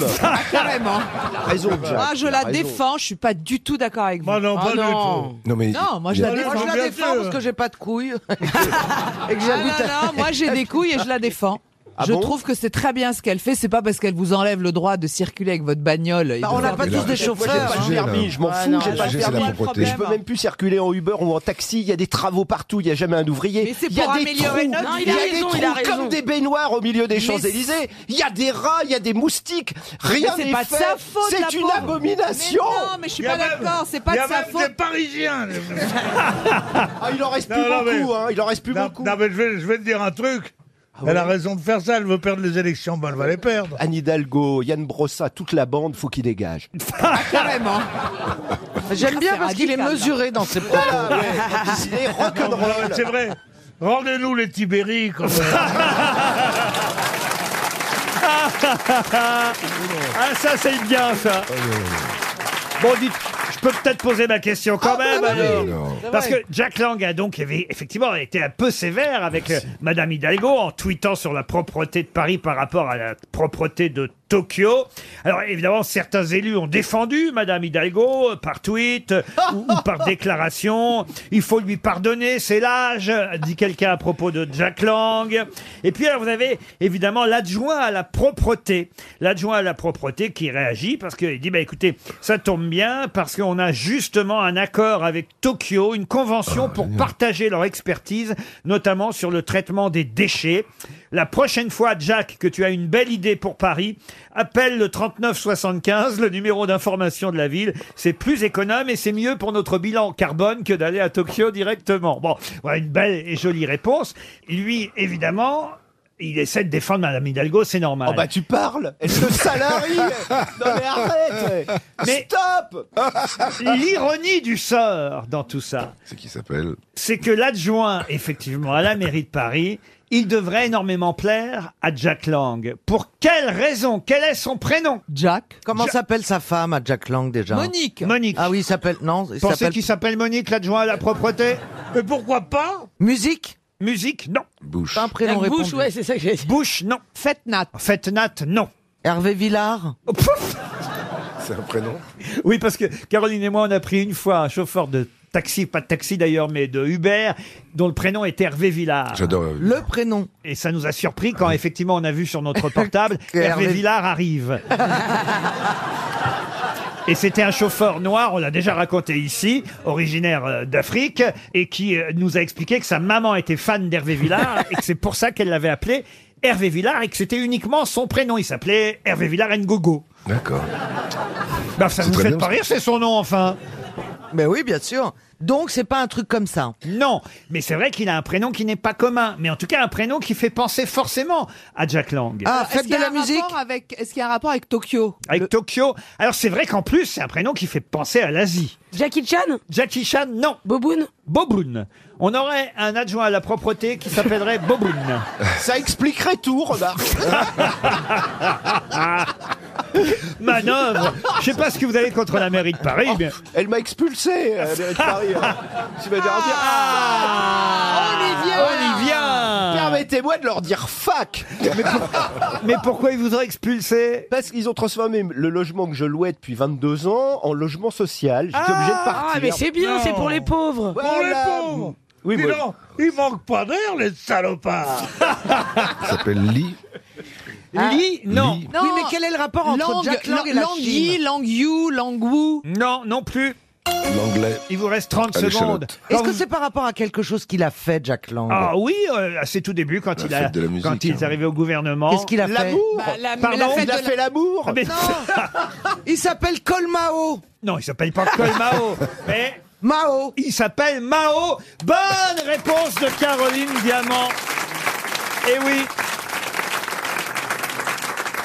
S14: Carrément.
S4: raison, Jack,
S14: Moi, je
S4: il a
S14: la
S4: raison.
S14: défends. Je suis pas du tout d'accord avec vous.
S4: Moi non,
S14: Ah
S4: pas du
S14: non.
S4: tout. Non, mais-
S14: non, moi je la
S4: Moi,
S14: défends.
S4: je la défends parce
S14: que j'ai pas de Ah, couilles.
S4: Ah,
S14: et que j'habite à- non, non, moi j'ai des couilles et je la défends. Ah je bon trouve que c'est très bien ce qu'elle fait. C'est pas parce qu'elle vous enlève le droit de circuler avec votre bagnole. et
S4: Bah,
S14: de
S4: on n'a
S14: faire
S4: pas tous des
S14: Moi, j'ai
S4: chauffeurs,
S14: pas de
S4: hein.
S14: permis, je m'en
S4: Ah,
S14: fous.
S4: non,
S14: j'ai
S4: le
S14: pas de
S4: sujet, c'est la
S14: permis.
S4: propreté.
S14: Je peux même-
S4: même plus circuler en Uber ou en taxi. Il y a des travaux partout. Il n'y a jamais un ouvrier.
S14: Mais c'est
S4: Il y a
S14: pour
S4: des
S14: améliorer
S4: trous.
S14: notre- Non,
S4: il
S14: il
S4: y
S14: a
S4: a des
S14: raison,
S4: trous
S14: il a
S4: comme
S14: raison.
S4: des baignoires au milieu des
S14: Mais
S4: Champs Élysées.
S14: c'est-
S4: Il y a des rats. Il y a des moustiques. Rien
S14: Mais c'est
S4: n'est
S14: pas de
S4: fait.
S14: sa faute, la
S4: C'est une
S14: pauvre.
S4: abomination.
S14: Mais non, mais je suis
S4: Il y
S14: pas
S4: a même-
S14: d'accord, c'est pas
S4: il y
S14: de
S4: a
S14: sa
S4: même
S14: faute.
S4: des Parisiens. Ah, il en reste Non, plus non, mais- beaucoup. hein. Il en reste plus Non, beaucoup. non, mais je vais, je vais te dire un truc. Elle a raison de faire ça, elle veut perdre les élections, ben elle va les perdre. Anne Hidalgo, Yann Brossa, toute la bande, faut qu'ils dégagent.
S5: Ah,
S14: Carrément. J'aime bien parce qu'il est mesuré dans ses propos.
S4: rock'n'roll. C'est vrai. Rendez-nous les Tibéris quand Oh,
S1: ah, ça, c'est bien, ça. Bon, dites, je peux peut-être poser ma question quand même.
S12: bah oui.
S1: alors.
S12: Non. C'est
S1: Parce que
S12: vrai.
S1: Jack Lang a donc évi- effectivement été un peu sévère avec euh, Madame Hidalgo en tweetant sur la propreté de Paris par rapport à la propreté de Tokyo. Alors évidemment, certains élus ont défendu Madame Hidalgo euh, par tweet euh, ou, ou par déclaration. Il faut lui pardonner, c'est l'âge, euh, dit quelqu'un à propos de Jack Lang. Et puis alors vous avez évidemment l'adjoint à la propreté, l'adjoint à la propreté qui réagit parce qu'il dit bah écoutez, ça tombe bien parce qu'on a justement un accord avec Tokyo, une convention pour partager leur expertise, notamment sur le traitement des déchets. La prochaine fois, Jack, que tu as une belle idée pour Paris, appelle le 3975, le numéro d'information de la ville. C'est plus économe et c'est mieux pour notre bilan carbone que d'aller à Tokyo directement. Bon, voilà une belle et jolie réponse. Lui, évidemment, il essaie de défendre Madame Hidalgo, c'est normal.
S4: Oh bah tu parles Et ce salarié Non mais arrête
S1: Mais-
S4: Stop
S1: L'ironie du sort dans tout ça,
S17: C'est qui s'appelle
S1: c'est que l'adjoint, effectivement, à la mairie de Paris, il devrait énormément plaire à Jack Lang. Pour quelle raison Quel est son prénom
S5: Jack. Comment s'appelle sa femme à Jack Lang déjà
S1: Monique.
S5: Monique. Ah oui, il s'appelle. Non, il
S1: Pensez qu'il s'appelle Monique, l'adjoint à la propreté Mais pourquoi pas
S5: Musique
S1: Musique, non.
S17: Bouche.
S5: Un prénom
S1: Jack Bush,
S5: répondu.
S1: ouais,
S5: c'est ça que j'ai dit.
S1: Bouche, non.
S5: Fête Nat.
S1: Fête Nat, non. Oh,
S5: Hervé Villard
S17: C'est un prénom
S1: Oui, parce que Caroline et moi, on a pris une fois un chauffeur de taxi, pas de taxi d'ailleurs, mais de Uber, dont le prénom est Hervé Villard.
S17: J'adore Hervé
S1: Le prénom. Et ça nous a surpris quand effectivement on a vu sur notre portable
S5: Que
S1: Hervé,
S5: Hervé-
S1: Villard arrive. Et c'était un chauffeur noir, on l'a déjà raconté ici, originaire euh, d'Afrique, et qui euh, nous a expliqué que sa maman était fan d'Hervé Villard et que c'est pour ça qu'elle l'avait appelé Hervé Villard et que c'était uniquement son prénom. Il s'appelait Hervé Villard Ngogo.
S17: D'accord.
S1: Bah, ça
S5: C'est
S1: vous
S5: très
S1: fait
S5: bien,
S1: pas
S5: ça.
S1: rire, c'est son nom, enfin.
S5: Mais oui, bien sûr. Donc c'est pas un truc comme ça.
S1: Non, mais c'est vrai qu'il a un prénom qui n'est pas commun, mais en tout cas un prénom qui fait penser forcément à Jack Lang.
S5: Ah,
S27: Alors, Euh, est-ce qu'il y a un rapport avec- Est-ce qu'il y a un rapport avec Tokyo
S1: Avec Tokyo. Alors c'est vrai qu'en plus, c'est un prénom qui fait penser à l'Asie. Jackie Chan Jackie Chan, non. Boboun Boboun. On aurait un adjoint à la propreté qui s'appellerait Boboun.
S4: Ça expliquerait tout, remarque
S1: Manœuvre Je sais pas ce que vous avez contre la mairie de Paris, mais...
S4: Oh, Elle m'a expulsé, euh, la mairie de Paris. hein. Tu vas dire... ah,
S14: Ah.
S1: Olivia
S4: Permettez-moi de leur dire fuck
S1: Ah. mais, pourquoi ils vous ont expulsé
S4: Parce qu'ils ont transformé le logement que je louais depuis 22 ans en logement social. J'étais obligé de partir.
S12: Ah, mais c'est bien, c'est pour les
S4: pauvres
S12: Pour les pauvres
S4: Oui,
S12: Dis
S4: moi-
S12: donc, ils manquent pas d'air, les salopards
S17: Il s'appelle Lee.
S1: Lee, non.
S17: Lee.
S5: Oui, mais quel est le rapport entre Jack Lang et la
S27: Lang
S5: Chine
S27: Yi, Lang Yu, Lang Wu
S1: Non, non plus.
S17: L'anglais.
S1: Il vous reste 30
S5: À
S1: secondes.
S5: l'échalote. Est-ce que c'est par rapport à quelque chose qu'il a fait, Jack Lang
S1: Ah oui, euh, à ses tout débuts, quand,
S5: La
S1: il, a,
S5: fête de la musique,
S1: quand il est
S5: hein.
S1: arrivé au gouvernement.
S5: Qu'est-ce qu'il a fait
S1: L'amour
S5: Bah, la-
S1: Pardon
S5: la fête de la-
S4: l'amour
S1: Mais-
S5: Il s'appelle Colmao.
S1: Non, il s'appelle pas Colmao. mais...
S5: Mao.
S1: Il s'appelle Mao. Bonne réponse de Caroline Diamant. Eh oui.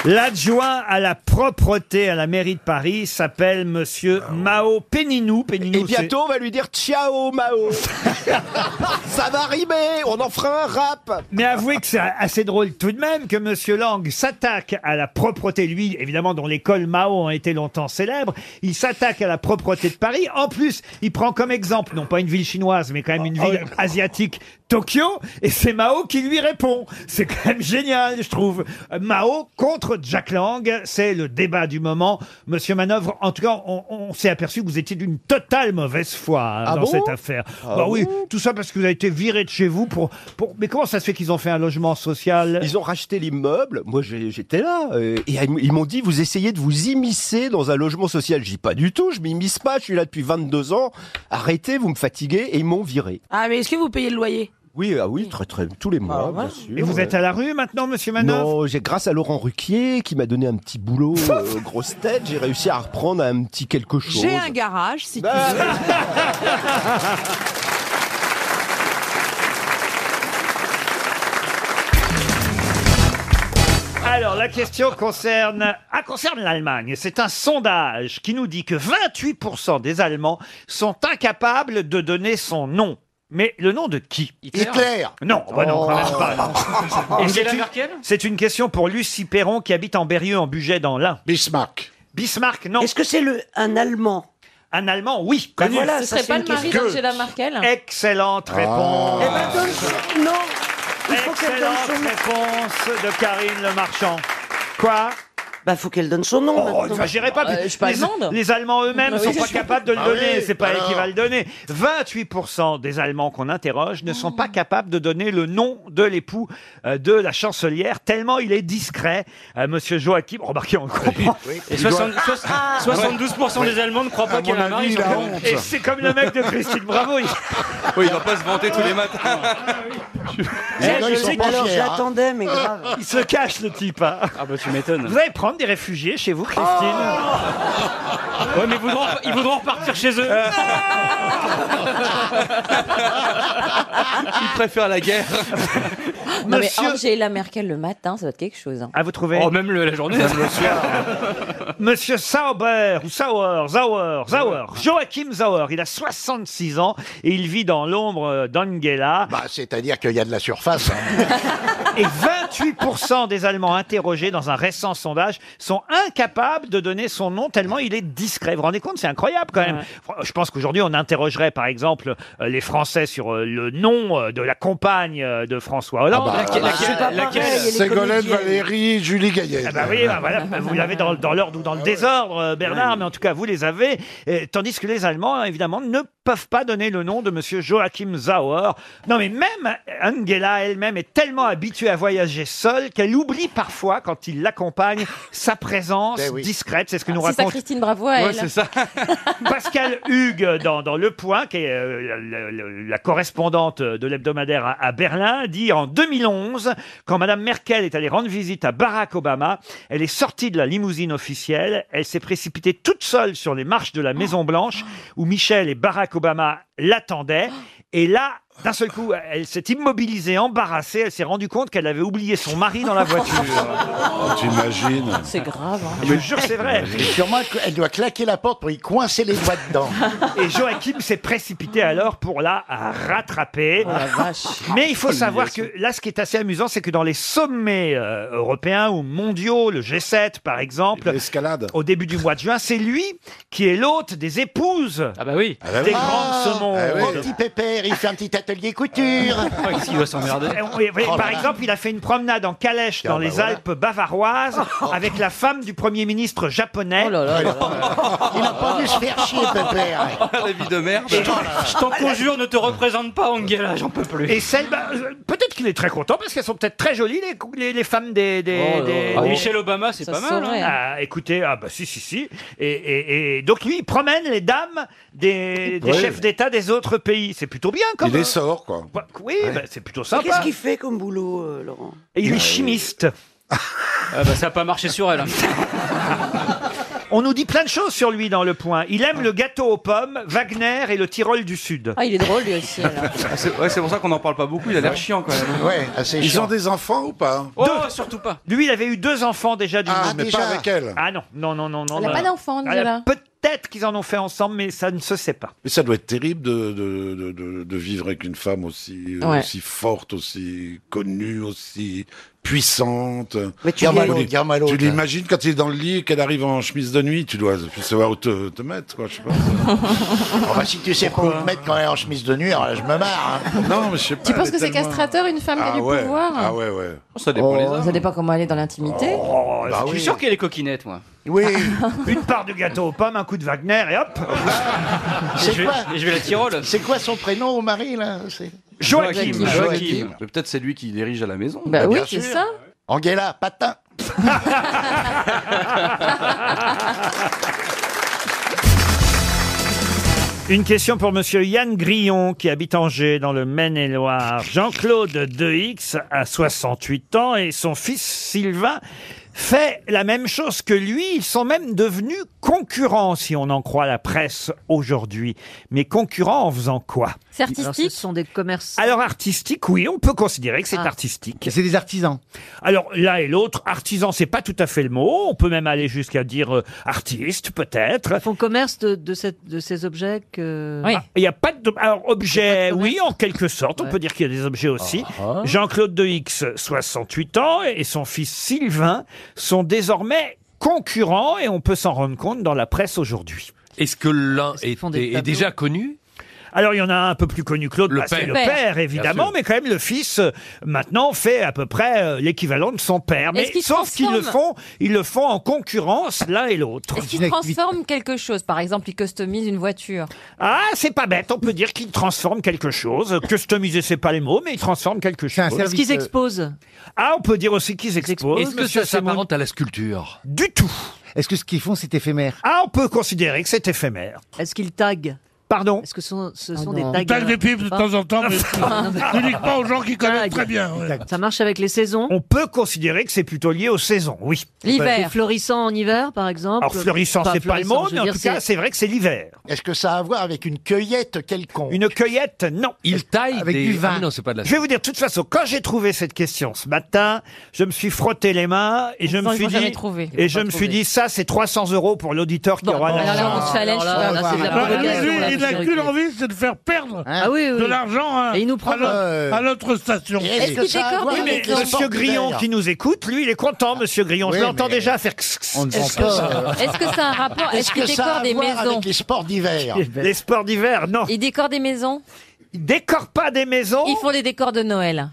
S1: L'adjoint à la propreté à la mairie de Paris s'appelle Monsieur Mao Péninou. Péninou
S4: Et bientôt, on va lui dire ciao, Mao Ça va rimer, on en fera un rap
S1: Mais avouez que c'est assez drôle tout de même que Monsieur Lang s'attaque à la propreté, lui, évidemment, dont l'école Mao a été longtemps célèbre. Il s'attaque à la propreté de Paris. En plus, il prend comme exemple, non pas une ville chinoise, mais quand même une
S4: Ah, oh,
S1: ville asiatique, Tokyo. Et c'est Mao qui lui répond. C'est quand même génial, je trouve. Euh, Mao contre Jack Lang, c'est le débat du moment. Monsieur Manœuvre, en tout cas, on, on s'est aperçu que vous étiez d'une totale mauvaise foi hein,
S4: Ah
S1: dans
S4: bon
S1: cette affaire.
S4: Ah
S1: bah oui,
S4: bon
S1: tout ça parce que vous avez été viré de chez vous pour. pour... Mais comment ça se fait qu'ils ont fait un logement social
S4: Ils ont racheté l'immeuble, moi j'ai- j'étais là, euh, et ils m'ont dit vous essayez de vous immiscer dans un logement social. Je dis pas du tout, je m'immisce pas, je suis là depuis 22 ans, arrêtez, vous me fatiguez, et ils m'ont viré.
S8: Ah, mais est-ce que vous payez le loyer
S4: Oui, ah oui, très très, tous les mois, bien sûr.
S1: Et vous
S4: Ah ouais.
S1: êtes à la rue maintenant, monsieur Manœuvre
S4: Non, j'ai grâce à Laurent Ruquier qui m'a donné un petit boulot, euh, grosse tête, j'ai réussi à reprendre un petit quelque chose.
S27: J'ai un garage, si tu veux.
S1: Alors, la question concerne, ah, concerne l'Allemagne. C'est un sondage qui nous dit que 28% des Allemands sont incapables de donner son nom. Mais le nom de qui
S7: Hitler.
S1: Non, bah non, quand même
S7: Oh.
S1: pas. non. Et c'est une- C'est une question pour Lucie Perron qui habite en Berrieux, en Bugey, dans l'Ain. Bismarck. Bismarck, non.
S5: Est-ce que c'est le un Allemand
S1: Un Allemand, oui.
S19: Ben
S1: connu.
S19: voilà, Ce ça, serait c'est pas une le mari question. d'Angela Merkel
S1: Excellente réponse.
S19: Eh ben, donne-
S7: Ah.
S1: non. Excellente réponse de Karine Le Marchand. Quoi
S14: Bah, faut qu'elle donne son nom.
S1: Oh, enfin, j'irai pas.
S14: Euh,
S1: plus. les, les Allemands eux-mêmes ne
S14: Ah
S1: sont
S14: oui.
S1: pas capables de le
S14: Ah
S1: donner.
S14: oui,
S1: c'est pas elle qui
S14: alors.
S1: va le donner. 28% des Allemands qu'on interroge ne sont pas
S14: Ah.
S1: capables de donner le nom de l'époux euh, de la chancelière, tellement il est discret. Euh, Monsieur Joachim, remarquez, on le comprend.
S6: Et 60
S10: Ah.
S4: Ah.
S6: 72% des Allemands ne croient pas qu'il y en a un mari. ils en ont honte.
S1: Et c'est comme le mec de Christine Bravo. il-
S10: Oui, il va pas se vanter tous les matins.
S1: Eh,
S10: Les gens,
S1: je sais
S10: ils sont
S1: qu'il-
S10: pas
S1: alors,
S10: fiers, hein.
S14: j'attendais, mais grave.
S1: Il se cache, le type. Ah
S6: bah tu m'étonnes.
S1: Vous allez prendre des réfugiés chez vous, Christine
S6: Oh Ouais, mais ils voudront, ils voudront repartir chez eux.
S10: Ils préfèrent la guerre.
S19: Non, mais
S1: Monsieur-
S19: Angela Merkel le matin, ça doit être quelque chose. hein.
S1: Ah, vous trouvez
S6: Oh, même le- la journée. Même le soir.
S1: Monsieur Sauber, ou Sauer, Sauer, Sauer, Joachim Sauer, il a 66 ans et il vit dans l'ombre euh, d'Angela.
S7: Bah, C'est-à-dire qu'il y a de la surface. hein.
S1: Et 28% des Allemands interrogés dans un récent sondage sont incapables de donner son nom tellement il est discret. Vous vous rendez compte, c'est incroyable quand même. Fr- Je pense qu'aujourd'hui, on interrogerait par exemple euh, les Français sur euh, le nom euh, de la compagne euh, de François Hollande.
S17: Ah bah, Laquelle- laquelle- c'est pas laquelle pareil, elle est Ségolène comédienne. Valéry,
S1: Julie Gaillet. Ah bah oui, bah voilà, vous l'avez dans, dans l'ordre ou dans le désordre, euh, Bernard, mais en tout cas, vous les avez. Et tandis que les Allemands, évidemment, ne peuvent pas donner le nom de monsieur Joachim Sauer. Non, mais même Angela elle-même est tellement habituée à voyager seule qu'elle oublie parfois, quand il l'accompagne, sa présence
S19: Eh oui.
S1: discrète. C'est ce que
S19: Ah,
S1: nous
S19: c'est ça,
S1: raconte.
S19: Christine Bravo à elle.
S1: Pascal Hugues, dans, dans Le Point, qui est euh, la, la- la- la correspondante de l'hebdomadaire à, à Berlin, dit en 2011, quand Madame Merkel est allée rendre visite à Barack Obama, elle est sortie de la limousine officielle, elle s'est précipitée toute seule sur les marches de la Maison Blanche, où Michel et Barack Obama l'attendaient, et là, d'un seul coup, elle s'est immobilisée, embarrassée, elle s'est rendue compte qu'elle avait oublié son mari dans la voiture.
S17: T'imagines
S19: C'est grave. hein.
S1: Ah, Je vous jure, c'est vrai.
S7: Et sûrement, elle doit claquer la porte pour y coincer les doigts dedans.
S1: Et Joachim s'est précipité alors pour la rattraper.
S19: Oh,
S1: Mais il faut savoir que là, ce qui est assez amusant, c'est que dans les sommets euh, européens ou mondiaux, le G7 par exemple, au début du mois de juin, c'est lui qui est l'hôte des épouses
S6: ah bah oui.
S1: des grands saumons.
S7: Ah, Mon petit pépère, il fait un petit atelier couture.
S6: Oh, Il doit s'emmerder.
S1: Eh oui, oui,
S7: Oh là
S1: par
S7: là.
S1: exemple, il a fait une promenade en calèche
S7: Ah
S1: dans
S7: bah
S1: les
S7: voilà.
S1: Alpes bavaroises avec la femme du premier ministre japonais.
S6: Oh
S7: Il a pas dû se faire chier, pépère.
S6: la vie de merde. Je t'en conjure, ne te représente pas, Angela, j'en peux plus.
S1: Et celle, bah, euh, peut-être qu'il est très content parce qu'elles sont peut-être très jolies les, cou- les, les femmes des, des,
S6: Oh là
S1: des-
S6: là.
S1: des-
S6: Michelle Obama, c'est Ça pas se mal, saurait, hein. hein.
S1: Ah, écoutez, ah bah si si si. Et, et- et donc lui, il promène les dames des, des
S17: Oui.
S1: chefs d'État des autres pays. C'est plutôt bien quand
S17: Il
S1: même.
S17: les sort, quoi.
S1: Bah, oui,
S6: Eh ben,
S1: bah, c'est plutôt
S14: Mais
S1: sympa.
S14: Qu'est-ce qu'il fait comme boulot, euh, Laurent
S1: Et
S7: Bah,
S1: il est chimiste.
S6: Ah bah ça a pas marché sur elle. hein.
S1: On nous dit plein de choses sur lui dans le point. Il
S10: Ah.
S1: aime le gâteau aux pommes, Wagner et le Tyrol du Sud.
S19: Ah, il est drôle lui aussi. alors.
S10: Ah, c'est- Ouais, c'est pour ça qu'on n'en parle pas beaucoup, il a l'air chiant quand même. hein.
S7: Ouais, assez
S10: Ils
S7: chiant.
S10: ont des enfants ou pas
S6: Oh, surtout pas.
S1: Lui, il avait eu deux enfants déjà du
S17: Ah,
S1: monde.
S17: mais pas avec elle.
S1: Ah non, non, non, non, non.
S19: Elle a
S1: non,
S19: pas
S1: non.
S19: d'enfant,
S1: Ah,
S19: Angela.
S1: Peut-être qu'ils en ont fait ensemble, mais ça ne se sait pas.
S17: Mais ça doit être terrible de, de, de- de- de vivre avec une femme aussi, euh,
S19: Ouais.
S17: aussi forte, aussi connue, aussi puissante.
S7: Mais tu Dire l'aimes. mal l'autre, dire mal
S17: Tu
S7: l'autre,
S17: l'imagines quand il est dans le lit, et qu'elle arrive en chemise de nuit, tu dois savoir où te, te mettre, quoi, je sais pas.
S7: Oh, bah, si tu sais pas où te mettre quand elle est en chemise de nuit, alors là, je me marre. hein.
S17: Non, mais je sais pas.
S19: Tu penses
S17: elle
S19: que
S17: est
S19: c'est
S17: tellement-
S19: castrateur une femme qui a
S17: Ah
S19: du
S17: ouais,
S19: pouvoir
S17: Ah ouais, ouais.
S10: Ça
S19: Oh, ça dépend comment elle est dans l'intimité.
S1: Oh,
S6: je suis sûr qu'elle est coquinette, moi.
S7: Bah Oui.
S1: Une part de gâteau aux pommes, un coup de Wagner et hop.
S7: C'est
S6: je vais-
S7: quoi
S6: je vais la Tyrol.
S7: C'est quoi son prénom au mari, là C'est-
S1: Joachim.
S7: Joachim. Joachim.
S10: Mais peut-être c'est lui qui dirige à la maison.
S19: Bah oui,
S7: bien
S19: c'est
S7: sûr.
S19: ça.
S7: Angela, patin.
S1: Une question pour monsieur Yann Grillon qui habite Angers dans le Maine-et-Loire. Jean-Claude Deix a 68 ans et son fils Sylvain fait la même chose que lui. Ils sont même devenus concurrents si on en croit la presse aujourd'hui. Mais concurrents en faisant quoi
S16: C'est artistique. Ah. Ce sont des commerces.
S1: Alors artistique, oui, on peut considérer que c'est artistique.
S20: C'est des artisans.
S1: Alors l'un et l'autre, artisan, c'est pas tout à fait le mot. On peut même aller jusqu'à dire euh, artiste, peut-être.
S16: Ils font commerce de, de, cette- de ces objets que.
S1: Ah, Il n'y a pas de. Alors, objet, oui, en quelque sorte. On peut dire qu'il y a des objets aussi.
S20: Ah,
S1: Jean-Claude Dehix, 68 ans, et son fils Sylvain sont désormais concurrents, et on peut s'en rendre compte dans la presse aujourd'hui.
S9: Est-ce que l'un est,
S1: des
S9: est
S1: tableaux
S9: déjà connu
S1: Alors, il y en a un un peu plus connu que l'autre,
S9: Le
S1: bah, c'est
S9: père.
S1: le
S9: Le père.
S1: père,
S9: Bien
S1: évidemment,
S9: sûr.
S1: mais quand même, le fils, euh, maintenant, fait à peu près euh, l'équivalent de son père.
S20: Est-ce
S1: Mais
S20: qu'il se
S1: sauf qu'ils le
S20: transforme
S1: font, ils le font en concurrence l'un et l'autre.
S20: Est-ce qu'il transforme quelque chose Par exemple, il customise une voiture.
S1: Ah, c'est pas bête, on peut dire qu'ils transforment quelque chose. Customiser, c'est pas les mots, mais ils transforment quelque chose.
S20: service, Est-ce qu'ils euh, exposent
S1: Ah, on peut dire aussi qu'ils exposent.
S9: Est-ce que
S1: monsieur
S9: ça
S1: Simon.
S9: s'apparente à la sculpture
S1: Du tout.
S23: Est-ce que ce qu'ils font, c'est éphémère
S1: Ah, on peut considérer que c'est éphémère.
S16: Est-ce qu'ils taguent
S1: Pardon Ah
S16: Est-ce que ce sont, ce sont
S13: On
S16: des tags euh,
S13: tague des pipes Ah de temps en temps, mais
S16: Non, mais-
S13: uniquement aux gens qui connaissent très bien. ouais.
S16: Ça marche avec les saisons
S1: On peut considérer que c'est plutôt lié aux saisons, oui.
S16: C'est florissant en hiver, par exemple
S1: Alors florissant,
S16: Enfin,
S1: c'est pas le mot,
S16: florissant, je
S1: mais
S16: veux
S1: en
S16: dire,
S1: tout cas, c'est vrai que c'est l'hiver.
S7: Est-ce que ça a à voir avec une cueillette quelconque
S1: Une cueillette, non.
S9: Il taille
S1: Avec
S9: des- du vin. Ah oui, non, c'est pas de la
S1: Je vais vous dire, de toute façon, quand j'ai trouvé cette question ce matin, je me suis frotté les mains et je
S20: disant,
S1: me
S20: ils
S1: suis
S20: vont jamais
S1: dit,
S20: trouver. Ils vont
S1: et je
S20: pas
S1: me
S20: trouver.
S1: suis dit, ça, c'est 300 euros pour l'auditeur qui aura la
S20: alors Oh là, on se challenge,
S13: Alors là,
S20: là, c'est de la
S13: Alors, lui,
S20: provocation,
S13: lui,
S20: là,
S13: il a
S20: monsieur
S13: qu'une
S20: Ruquier.
S13: envie, c'est de faire perdre
S20: Ah oui, oui.
S13: de l'argent à,
S20: Et il nous
S1: prend
S13: à no-
S1: le-
S13: à notre station.
S1: Est-ce que ça a à voir Oui, mais Monsieur Grillon qui nous écoute, lui, il est content, Monsieur Grillon.
S7: Oui,
S1: je l'entends
S7: mais-
S1: déjà faire. x- x-
S7: On ne
S1: x-
S7: vend pas.
S20: Est-ce que ça a un rapport Est-ce
S7: Est-ce
S20: qu'il
S7: que ça a
S20: décore
S7: à
S20: des
S7: voir
S20: maisons
S7: avec les sports d'hiver
S1: Les sports d'hiver, non.
S20: Il décore des maisons
S1: Ils décorent pas des maisons
S20: Ils font des décors de Noël.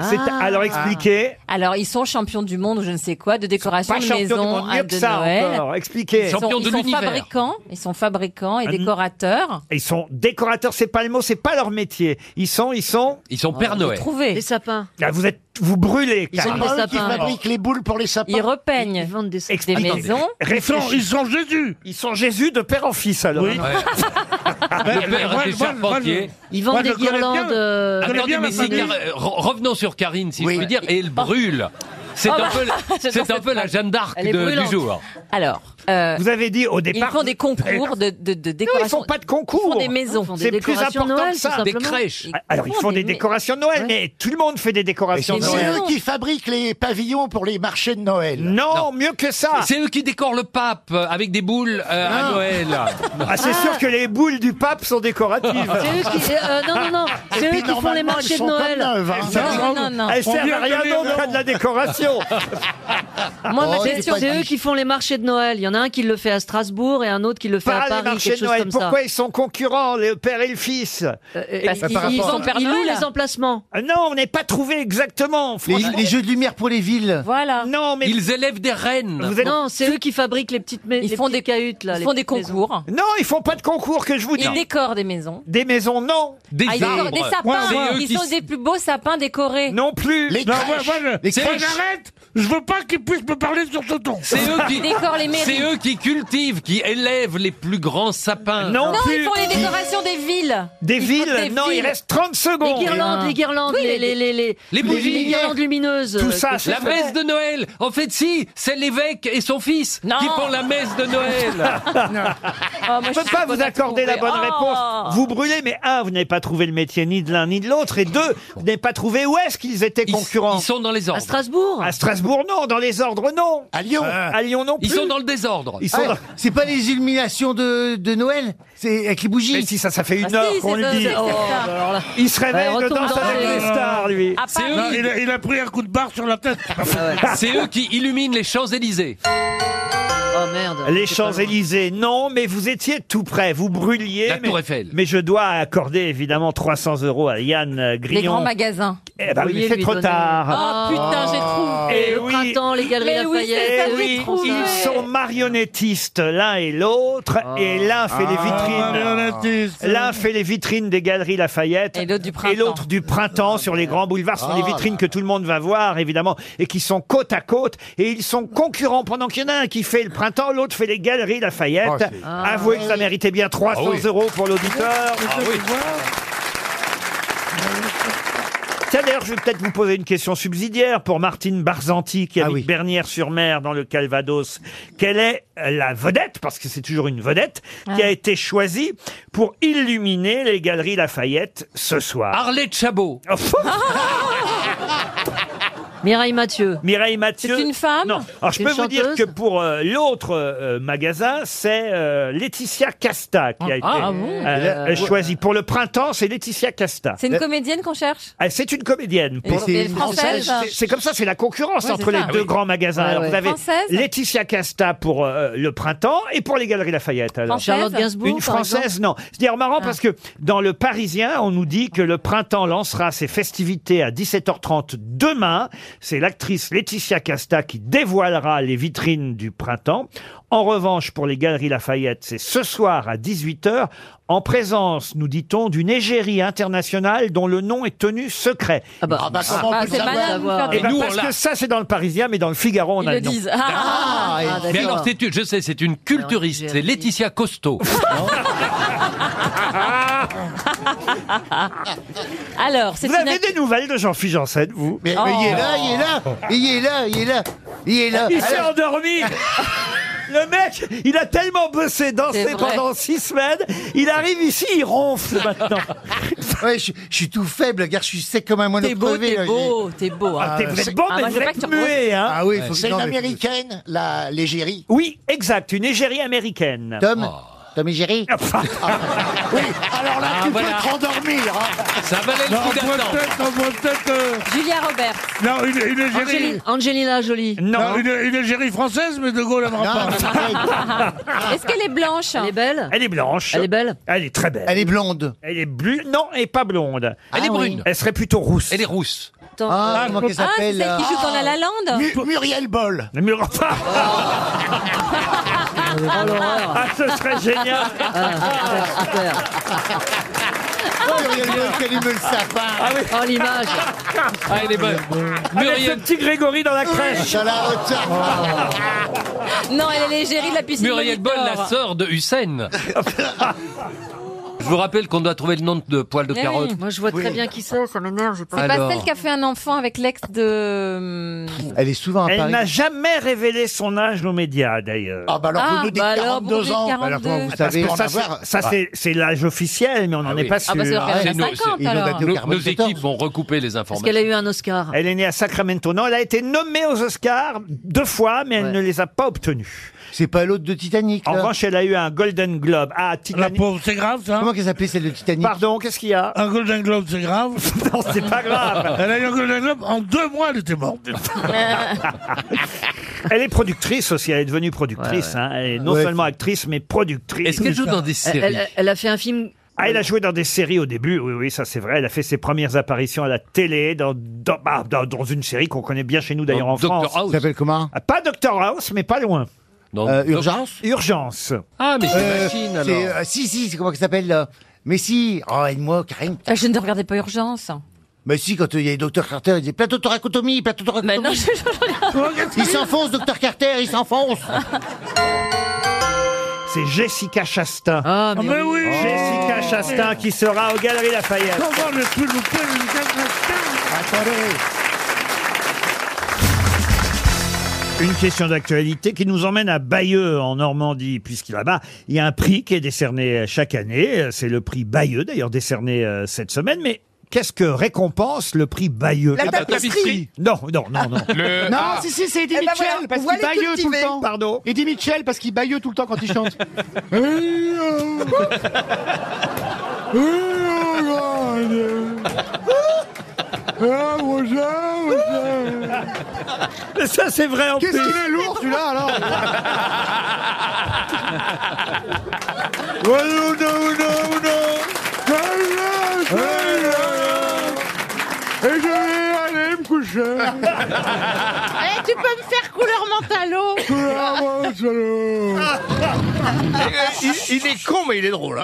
S20: Ah.
S1: C'est- alors, expliquez.
S20: Alors ils sont champions du monde ou je ne sais quoi de décoration
S1: Pas
S20: de
S1: champion du
S20: maisons
S1: monde,
S20: à
S1: mieux que
S20: de
S1: ça
S20: Noël.
S1: encore. Expliquez.
S20: Ils sont, ils sont fabricants, ils sont fabricants et
S1: Un-
S20: décorateurs.
S1: Ils sont décorateurs, c'est pas le mot, c'est pas leur métier. Ils sont, ils sont.
S9: Ils sont
S20: Père Noël. Trouver. Des sapins.
S1: Là, vous êtes, vous brûlez.
S20: Ils sont
S1: carrément.
S20: pas eux qui Sapins. fabriquent
S7: les boules pour les sapins.
S20: Ils repeignent. Ils
S16: vendent des,
S1: Expliquez.
S13: Ils sont,
S1: Réfléchis.
S13: ils sont Jésus.
S1: Ils sont Jésus de père en fils alors.
S13: Oui.
S9: Le père
S13: Ah, ben, moi,
S9: était
S13: moi, moi,
S9: charpentier.
S13: je- Ils vendent moi, je des connais bien- guirlandes, euh, je connais
S9: Attendez,
S13: bien
S9: mais
S13: la
S9: c'est
S13: famille.
S9: Car- euh, re- revenons sur Karine, si
S20: Oui.
S9: je puis dire, et elle brûle. C'est
S20: Oh
S9: un
S20: bah,
S9: peu, la-
S20: j'adore
S9: c'est un
S20: cette
S9: peu la
S20: phrase.
S9: Jeanne d'Arc
S20: Elle est
S9: de- du
S20: brûlante.
S9: jour.
S20: Alors, euh,
S1: Vous avez dit au départ.
S20: ils font des concours de, de, de décoration.
S1: ils font pas de concours.
S20: Ils font des maisons.
S1: C'est plus important que ça. Ah, Alors ils font des décorations de Noël, mais tout le monde fait des décorations de
S7: C'est
S1: Noël.
S7: eux qui fabriquent les pavillons pour les marchés de Noël.
S1: Non, mieux que ça.
S9: C'est eux qui décorent le pape euh, avec des boules euh, à
S7: Non.
S9: Noël.
S1: Ah, c'est sûr que les boules du pape sont décoratives.
S16: C'est eux qui, euh, non, non, non,
S7: Et
S16: c'est
S7: puis,
S16: eux qui font les
S7: normalement,
S16: marchés
S7: elles
S16: de
S7: sont
S16: Noël.
S7: comme neuves, hein.
S16: Non, non, non.
S1: Elles servent à rien d'autre qu'à de la décoration.
S16: Moi,
S9: Ah,
S16: ma
S1: Oh, c'est
S16: question,
S1: pas
S16: c'est
S1: dit.
S16: eux qui font les marchés de Noël. Il y en a un qui le fait à Strasbourg et un autre qui le fait
S1: Pas
S16: à
S1: les
S16: Paris,
S1: marchés
S16: quelque
S1: de
S16: chose
S1: Noël.
S16: comme ça.
S1: Pourquoi ils sont concurrents, le père et le fils
S16: euh, Parce bah, par qu'ils- ils rapport- ont- ils louent les
S1: emplacements. Euh, Non, on n'est pas trouvé exactement.
S23: les,
S1: franchement.
S23: les jeux de lumière pour les villes.
S20: Voilà.
S1: Non, mais
S9: Ils élèvent des reines.
S1: Vous êtes-
S16: Non, c'est eux qui fabriquent les petites, mais,
S20: Ils
S16: les
S20: font
S16: petites
S20: des-
S16: cahutes, là.
S20: ils
S16: les
S20: font des
S16: petites maisons.
S20: concours.
S1: Non, ils font pas de concours que je vous dis.
S20: Ils décorent des maisons.
S1: Des maisons, non.
S20: Ah, ils décorent des sapins.
S16: hein.
S20: ils sont des plus beaux sapins décorés.
S1: Non plus.
S13: Non, moi, moi, je-
S9: Les
S13: moi,
S9: crèches.
S13: j'arrête. Je veux pas qu'ils puissent me parler sur ce ton.
S9: C'est eux, qui,
S20: Ils décorent les mairies.
S9: c'est eux qui cultivent, qui élèvent les plus grands sapins.
S1: Non,
S20: Non,
S1: plus.
S20: ils font les décorations des villes.
S1: Des
S20: Ils font
S1: villes
S20: des
S1: Non, il
S20: villes.
S1: reste 30 secondes.
S16: Les guirlandes, les guirlandes,
S20: Oui,
S16: les,
S20: les-
S16: les, les, les,
S9: les bougies.
S16: les guirlandes lumineuses.
S1: Tout ça, c'est
S9: La
S1: vrai.
S9: messe de Noël. En fait, si, c'est l'évêque et son fils qui font la messe de Noël.
S16: Ah,
S20: Oh, moi,
S1: Je
S20: je
S1: ne peux
S20: suis
S1: pas
S20: bonne
S1: vous
S20: à
S1: accorder la
S20: trouver.
S1: bonne réponse.
S20: Oh.
S1: Vous brûlez, mais un, vous n'avez pas trouvé le métier ni de l'un ni de l'autre, et deux, vous n'avez pas trouvé où est-ce qu'ils étaient concurrents.
S9: Ils sont dans les ordres.
S16: Strasbourg
S1: À Strasbourg, non. Dans les ordres, non. Euh,
S7: À Lyon
S1: À Lyon, non plus.
S9: Ah. Ils sont dans le désordre.
S1: Ils sont
S23: Ah,
S1: dans-
S23: C'est pas les illuminations de, de Noël C'est avec les bougies
S1: Mais si, ça, ça fait une
S20: Ah,
S1: heure
S20: si,
S1: qu'on
S20: c'est
S1: lui
S20: ça,
S1: dit.
S20: c'est ça.
S12: Oh, bah
S1: Il se réveille
S20: Ouais,
S1: de
S20: retourne
S1: danse
S20: dans Ah,
S1: avec
S20: les-
S1: les stars, lui.
S20: À Paris.
S13: Non, il, a, il a pris un coup de barre sur la tête.
S20: Ah,
S9: C'est eux qui illuminent les Champs-Élysées.
S16: Oh merde.
S1: Les
S16: C'est pas loin.
S1: Champs-Élysées, non, mais vous étiez tout près, vous brûliez.
S9: La
S1: mais,
S9: Tour Eiffel.
S1: mais je dois accorder évidemment 300 euros à Yann euh, Grillon.
S20: Les grands magasins.
S1: Eh ben oui, mais
S16: Veuillez
S1: c'est
S16: lui
S1: trop
S16: donner-
S1: tard.
S20: Oh putain, j'ai trouvé.
S1: Eh
S16: le
S1: oui.
S16: printemps, les galeries
S20: Mais oui,
S16: Lafayette.
S20: c'est ça,
S1: Eh
S20: j'ai
S1: oui,
S20: trouvé.
S1: ils sont marionnettistes l'un et l'autre, et l'un fait les vitrines. L'un fait les vitrines des galeries Lafayette
S20: Et l'autre du
S1: et
S20: printemps.
S1: l'autre du printemps sur les grands boulevards. Ce sont
S23: Ah
S1: des
S23: là
S1: vitrines que tout le monde va voir, évidemment, et qui sont côte à côte. Et ils sont concurrents pendant qu'il y en a un qui fait le printemps, l'autre fait les galeries Lafayette.
S23: Ah, c'est-
S1: Avouez que ça méritait bien 300
S9: Oh, Ah oui. Ah
S1: euros pour l'auditeur. Tiens, d'ailleurs, je vais peut-être vous poser une question subsidiaire pour Martine Barzanti, qui habite Bernières-sur-Mer, dans le Calvados. Quelle est la vedette, parce que c'est toujours une vedette,
S28: Ah.
S1: qui a été choisie pour illuminer les galeries Lafayette ce soir
S9: Arlette Chabot.
S1: Oh, pff. Mireille Mathieu. Mireille Mathieu.
S28: C'est une femme
S1: Non. Alors je
S28: Une
S1: peux vous dire
S28: chanteuse
S1: que pour euh, l'autre euh, magasin, c'est euh, Laetitia Casta qui a
S28: Ah,
S1: été
S28: ah bon
S1: euh,
S28: Euh,
S1: choisie. Pour le printemps, c'est Laetitia Casta.
S20: C'est une comédienne qu'on cherche
S1: Ah, c'est une comédienne.
S20: Et c'est une Française
S1: C'est- C'est comme ça, c'est la concurrence
S20: Ouais,
S1: entre
S20: c'est
S1: les
S20: ça.
S1: deux
S20: Ah oui.
S1: grands magasins.
S20: Ouais,
S1: Alors,
S20: ouais.
S1: Vous avez
S20: Française
S1: Laetitia Casta pour euh, le printemps et pour les Galeries Lafayette. Alors.
S20: Française Charlotte Gainsbourg,
S1: Une
S20: par
S1: française,
S20: exemple
S1: non. C'est d'ailleurs marrant parce que dans le Parisien, on nous dit que le printemps lancera ses festivités à 17h30 demain. C'est l'actrice Laetitia Casta qui dévoilera les vitrines du printemps. En revanche, pour les Galeries Lafayette, c'est ce soir à 18h en présence, nous dit-on, d'une égérie internationale dont le nom est tenu secret.
S29: Ah bah, comment on peut le savoir
S1: Eh ben,
S9: Et nous, on
S1: parce
S9: l'a.
S1: que ça, c'est dans le Parisien, mais dans le Figaro, on
S29: Ils
S1: a
S29: le
S1: le nom.
S29: disent. Ah, ah, ah, d'accord.
S9: Mais alors, c'est une- je sais, c'est une culturiste, c'est Laetitia Costaud.
S29: Alors, c'est
S1: Ah, Vous
S29: une
S1: avez des nouvelles de Jean-Philippe Janssen, vous
S29: Mais- mais il est là, il est là,
S1: il est là, il est là, il est
S29: là.
S1: Il s'est
S29: Alors-
S1: endormi Le mec, il a tellement bossé, dansé
S29: C'est vrai. Ah.
S1: pendant six semaines, il arrive ici, il ronfle maintenant.
S14: Ouais, je, je suis tout faible, regarde, je suis sec comme un moineau
S29: T'es beau,
S14: crevé,
S29: t'es
S14: là,
S29: beau,
S14: j'ai-
S29: t'es beau, hein.
S14: Ah,
S29: T'es-
S14: ouais.
S29: vous êtes beau, Ah, mais moi, je vous veux êtes pas que tu muet, reposes. hein.
S14: Ah oui, faut que-
S29: C'est
S14: non, mais-
S29: une
S1: américaine, la l'égérie Oui, exact, une égérie américaine.
S29: Oh.
S1: Ah,
S14: Tom
S1: Tom Égérie
S30: Oui, alors là, tu peux te rendormir.
S9: Ah,
S13: hein.
S9: Ça valait
S30: le coup
S12: on voit
S30: d'attendre.
S12: peut-être, on voit peut-être, euh,
S28: Julia Roberts.
S12: Non, une, une égérie.
S28: Angéline- Angelina Jolie.
S12: Non, une, une égérie française, mais De Gaulle n'aimera pas.
S28: Est-ce qu'elle est blanche Elle est belle
S1: Elle est blanche. Elle est
S28: belle
S1: Elle est très belle. Elle est blonde. Elle est bleue. Non, elle est pas blonde.
S9: Elle est brune.
S1: Elle serait plutôt rousse.
S9: Elle est rousse.
S14: Ah, comment qu'elle
S20: Ah, c'est
S14: s'appelle
S20: celle qui joue dans La La Land
S1: Muriel Boll. Ah, ce serait génial.
S20: Ah,
S14: Oh, Ah
S1: oui.
S29: Oh l'image
S9: Ah, elle est bonne.
S1: Avec ce petit Grégory dans la crèche.
S20: Non, elle est l'égérie de la piscine.
S9: Muriel Boll,
S20: Molitor.
S9: la sœur de Hussein. Je vous rappelle qu'on doit trouver le nom de poil de
S20: Eh
S9: carotte.
S20: oui. Moi, je vois très bien qui
S28: c'est, ça m'énerve.
S20: C'est pas
S9: Alors.
S20: celle qui a fait un enfant avec l'ex de. hum,
S14: Elle est souvent à
S1: Elle
S14: Paris.
S1: n'a jamais révélé son âge aux médias, d'ailleurs. Ah,
S14: bah alors, vous Ah, nous dites bah alors, 42 vous dites ans. 42. Alors, comment vous savez en Ah
S1: ça, c'est-
S14: avoir
S1: ça, c'est- c'est l'âge officiel, mais on n'en est
S20: Ah,
S1: pas sûr.
S9: Ah C'est nos- c'est- nos- nos équipes vont recouper les
S1: Est-ce
S9: informations.
S1: qu'elle
S28: a eu un Oscar
S1: Elle est née à Sacramento. Non, elle a été nommée aux Oscars deux fois, mais elle ne les a pas obtenus.
S14: C'est pas l'autre de Titanic.
S1: En
S14: là.
S1: revanche, elle a eu un Golden Globe. Ah, Titanic.
S12: c'est grave, ça hein
S14: Comment qu'elle s'appelait celle de Titanic
S1: Pardon, qu'est-ce qu'il y a
S12: Un Golden Globe, c'est grave
S1: Non, c'est pas grave. Euh.
S12: Elle a eu un Golden Globe, en deux mois, elle était morte.
S1: Elle est productrice aussi, elle est devenue productrice. hein. Elle est non
S9: Ouais.
S1: seulement actrice, mais productrice.
S9: Est-ce qu'elle joue dans des séries
S28: Elle, elle- elle a fait un film.
S1: Ah, elle a joué dans des séries au début, oui, oui, ça c'est vrai. Elle a fait ses premières apparitions à la télé, dans, dans, bah, dans- dans une série qu'on connaît bien chez nous d'ailleurs en France.
S14: Ça s'appelle comment
S1: Ah, Pas Doctor House, mais pas loin.
S14: Euh, Urgence
S1: Urgence.
S9: Ah, mais
S14: Euh,
S9: c'est machine,
S14: c'est,
S9: alors.
S14: euh, si, si, c'est comment qu'elle s'appelle là Mais si Oh, aide-moi, Karim.
S20: Euh, Je ne regardais pas Urgence.
S14: Mais si, quand euh, il y a le docteur Carter, il dit plateau thoracotomie, plateau thoracotomie.
S20: non, je-
S14: il s'enfonce, docteur Carter, il s'enfonce.
S1: C'est Jessica Chastain.
S28: Ah,
S12: mais mais oui. oui.
S1: Jessica
S12: Oh.
S1: Chastain qui sera aux Galeries Lafayette.
S12: Comment ne plus louper une catastrophe
S1: Une question d'actualité qui nous emmène à Bayeux, en Normandie, puisque là-bas, il y a un prix qui est décerné euh, chaque année. C'est le prix Bayeux, d'ailleurs décerné euh, cette semaine. Mais qu'est-ce que récompense le prix Bayeux
S6: La tapisserie.
S1: Non, non, non, non.
S6: non, si, si, c'est Eddie
S31: Eh ben
S6: Mitchell,
S31: voilà,
S6: parce
S31: on
S6: qu'il
S31: voit les
S6: baille tout le
S31: cultiver.
S6: temps.
S1: Pardon
S6: Eddie Mitchell, parce qu'il baille tout le temps quand il chante.
S1: Mais ça, c'est vrai en
S6: Qu'est-ce
S1: plus.
S6: qu'il est lourd, celui-là, alors
S12: Uno, uno,
S6: Et je vais aller me coucher.
S16: Eh, tu peux me faire couleur mentalo
S6: il, est con, mais il est drôle.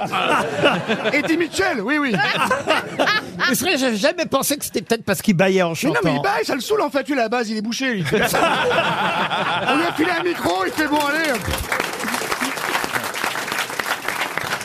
S6: Eddie Mitchell, oui, oui.
S1: Mais c'est vrai, j'avais jamais pensé que c'était peut-être parce qu'il baillait en
S6: Mais
S1: chantant.
S6: non, mais il baille, ça le saoule en fait, lui, à la base, il est bouché. lui. On lui
S12: Ah,
S6: a filé un micro, il fait bon, allez.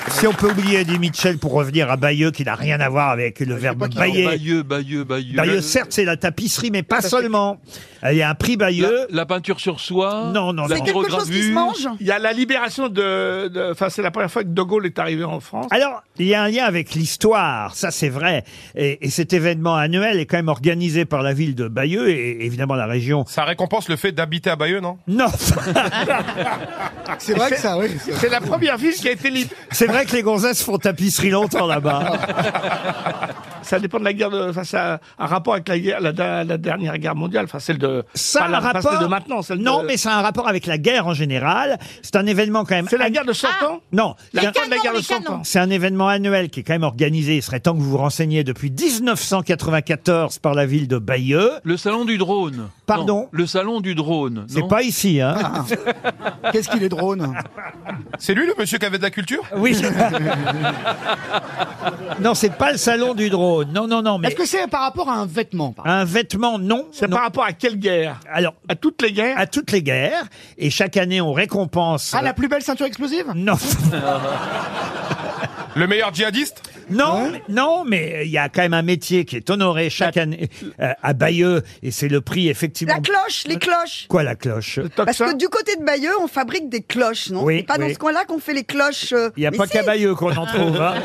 S1: Si on peut oublier Eddie Mitchell pour revenir à Bayeux, qui n'a rien à voir avec le verbe bailler.
S9: Bayeux, Bayeux, Bayeux.
S1: Bayeux, certes, c'est la tapisserie, mais pas seulement. Il y a un prix Bayeux.
S9: La, la peinture sur soie.
S1: Non, non,
S9: la
S1: non. C'est quelque chose qui se
S9: pyrogravure.
S1: mange
S12: Il y a la libération de. de- Enfin, c'est la première fois que De Gaulle est arrivé en France.
S1: Alors, il y a un lien avec l'histoire, ça c'est vrai. Et, et cet événement annuel est quand même organisé par la ville de Bayeux et évidemment la région.
S6: Ça récompense le fait d'habiter à Bayeux, non
S1: Non
S12: Ah,
S6: C'est vrai que ça, oui.
S12: C'est la première ville qui a été libre.
S1: C'est vrai que les gonzesses font tapisserie longtemps là-bas.
S12: Ça dépend de la guerre de. Enfin, ça a un rapport avec la, guerre, la, da- la dernière guerre mondiale. Enfin, celle de.
S1: Ça a
S12: pas la-
S1: un
S12: pas
S1: rapport
S12: celle de maintenant. Celle
S1: Non,
S12: de-
S1: mais ça a un rapport avec la guerre en général. C'est un événement quand même. C'est la guerre
S12: de 100 ans
S1: Non.
S12: Les
S1: C'est un-
S12: canons, La guerre de les 100 canons. ans.
S1: C'est un événement annuel qui est quand même organisé. Il serait temps que vous vous renseigniez depuis 1994 par la ville de Bayeux.
S9: Le salon du drone.
S1: Pardon
S9: Non, Le salon du drone.
S1: C'est pas ici, hein
S6: Qu'est-ce qu'il est drone C'est lui le monsieur qui avait de la culture
S1: Oui. Non, c'est pas le salon du drone. Non, non, non. Mais
S14: Est-ce que c'est par rapport à un vêtement par
S1: Un vêtement, non. C'est par rapport à quelle guerre Alors, à toutes les guerres À toutes les guerres. Et chaque année, on récompense.
S14: Ah, la plus belle ceinture explosive
S1: Non.
S6: Le meilleur djihadiste
S1: Non, mais- non, mais euh, il y a quand même un métier qui est honoré chaque année euh, à Bayeux, et c'est le prix effectivement.
S16: La cloche, les cloches.
S1: Quoi la cloche
S16: Parce que du côté de Bayeux, on fabrique des cloches, non
S1: Oui,
S16: C'est pas
S1: oui.
S16: dans ce coin-là qu'on fait les cloches. euh,
S1: Il n'y a pas qu'à Bayeux qu'on en trouve. hein.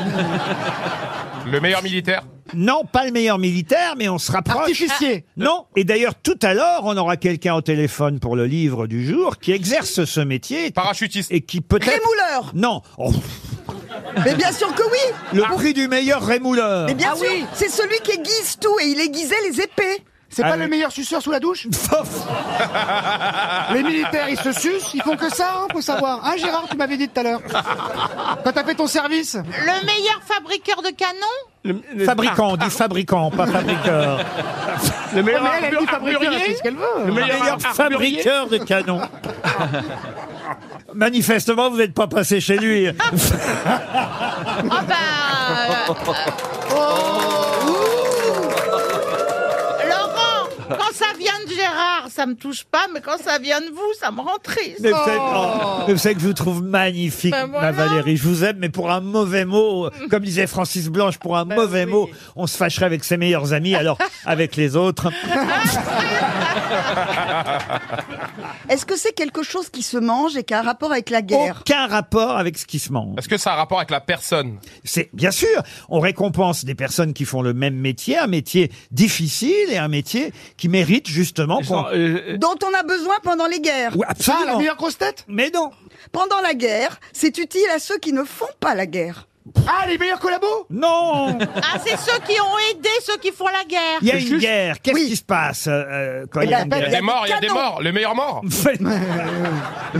S6: Le meilleur militaire
S1: Non, pas le meilleur militaire, mais on se rapproche. Ah,
S14: Artificier.
S1: Non. Et d'ailleurs, tout à l'heure, on aura quelqu'un au téléphone pour le livre du jour qui exerce ce métier.
S6: Parachutiste.
S1: Et qui peut-être.
S16: Rémouleur.
S1: Non. Oh,
S16: Mais bien sûr que oui
S1: le prix du meilleur rémouleur.
S16: Mais bien
S1: Ah
S16: sûr, c'est celui qui aiguise tout et il aiguisait les épées.
S14: C'est
S1: Ah
S14: pas
S1: oui.
S14: le meilleur suceur sous la douche Les Ah,
S6: Les
S14: militaires, ils se sucent, ils font que ça, hein, faut savoir. Hein, Gérard, tu m'avais dit tout à l'heure. Quand t'as fait ton service
S2: Le meilleur fabriqueur de canons
S1: Fabricant, on dit fabricant, pas fabriqueur.
S12: Le meilleur
S14: Oh, Mais elle, elle dit
S12: armure-
S14: fabriqueur,
S12: armurier
S14: c'est ce qu'elle veut.
S1: Le meilleur,
S12: armurier
S1: fabriqueur de canons. Manifestement, vous n'êtes pas passé chez lui.
S2: Ah bah...
S16: Oh.
S2: euh, Laurent, quand ça vient de Gérard, ça me touche pas, mais quand ça vient de vous, ça me rend triste.
S1: Mais vous, savez, oh, mais vous savez que je vous trouve magnifique,
S2: Ben
S1: ma
S2: voilà.
S1: Valérie. Je vous aime, mais pour un mauvais mot, euh, comme disait Francis Blanche, pour un mauvais mot, on se fâcherait avec ses meilleurs amis, alors avec les autres.
S16: Est-ce que c'est quelque chose qui se mange et qui a un rapport avec la guerre
S1: Aucun rapport avec ce qui se mange.
S6: Est-ce que ça a un rapport avec la personne
S1: C'est bien sûr, on récompense des personnes qui font le même métier, un métier difficile et un métier qui mérite justement qu'on.
S6: euh,
S16: Dont on a besoin pendant les guerres.
S1: Oui, absolument. Ah, la meilleure
S16: grosse
S14: tête
S1: Mais non.
S16: Pendant la guerre, c'est utile à ceux qui ne font pas la guerre.
S14: Ah, les meilleurs collabos
S1: Non
S2: Ah, c'est ceux qui ont aidé ceux qui font la guerre.
S1: Il y a une guerre. Qu'est-ce qui se passe euh, quand
S2: Eh
S1: il y a
S2: ben,
S1: une
S2: ben,
S1: guerre
S6: Il y a des morts, il y a des morts. Le meilleur mort
S1: Le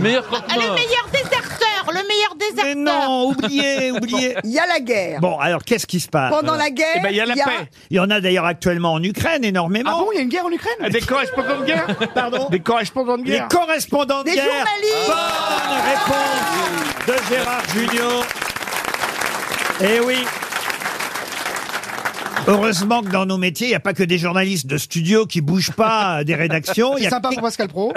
S1: meilleur
S2: Ah, le meilleur déserteur, le meilleur déserteur. Mais
S1: non, oubliez, oubliez.
S16: Il y a la guerre.
S1: Bon, alors qu'est-ce qui se passe
S16: Pendant la guerre, Eh ben, il y a la il y a- paix.
S1: Il y en a d'ailleurs actuellement en Ukraine énormément.
S14: Ah bon, il y a une guerre en Ukraine
S12: Des correspondants de guerre
S1: Pardon
S12: Des correspondants de
S1: Les
S12: guerre
S1: correspondants de
S16: Des
S1: guerre.
S16: journalistes.
S1: Bonne réponse de Gérard Junior. Eh oui. Heureusement que dans nos métiers, il n'y a pas que des journalistes de studio qui bougent pas des rédactions. Il y
S14: C'est
S1: a
S14: sympa pour Pascal Pro.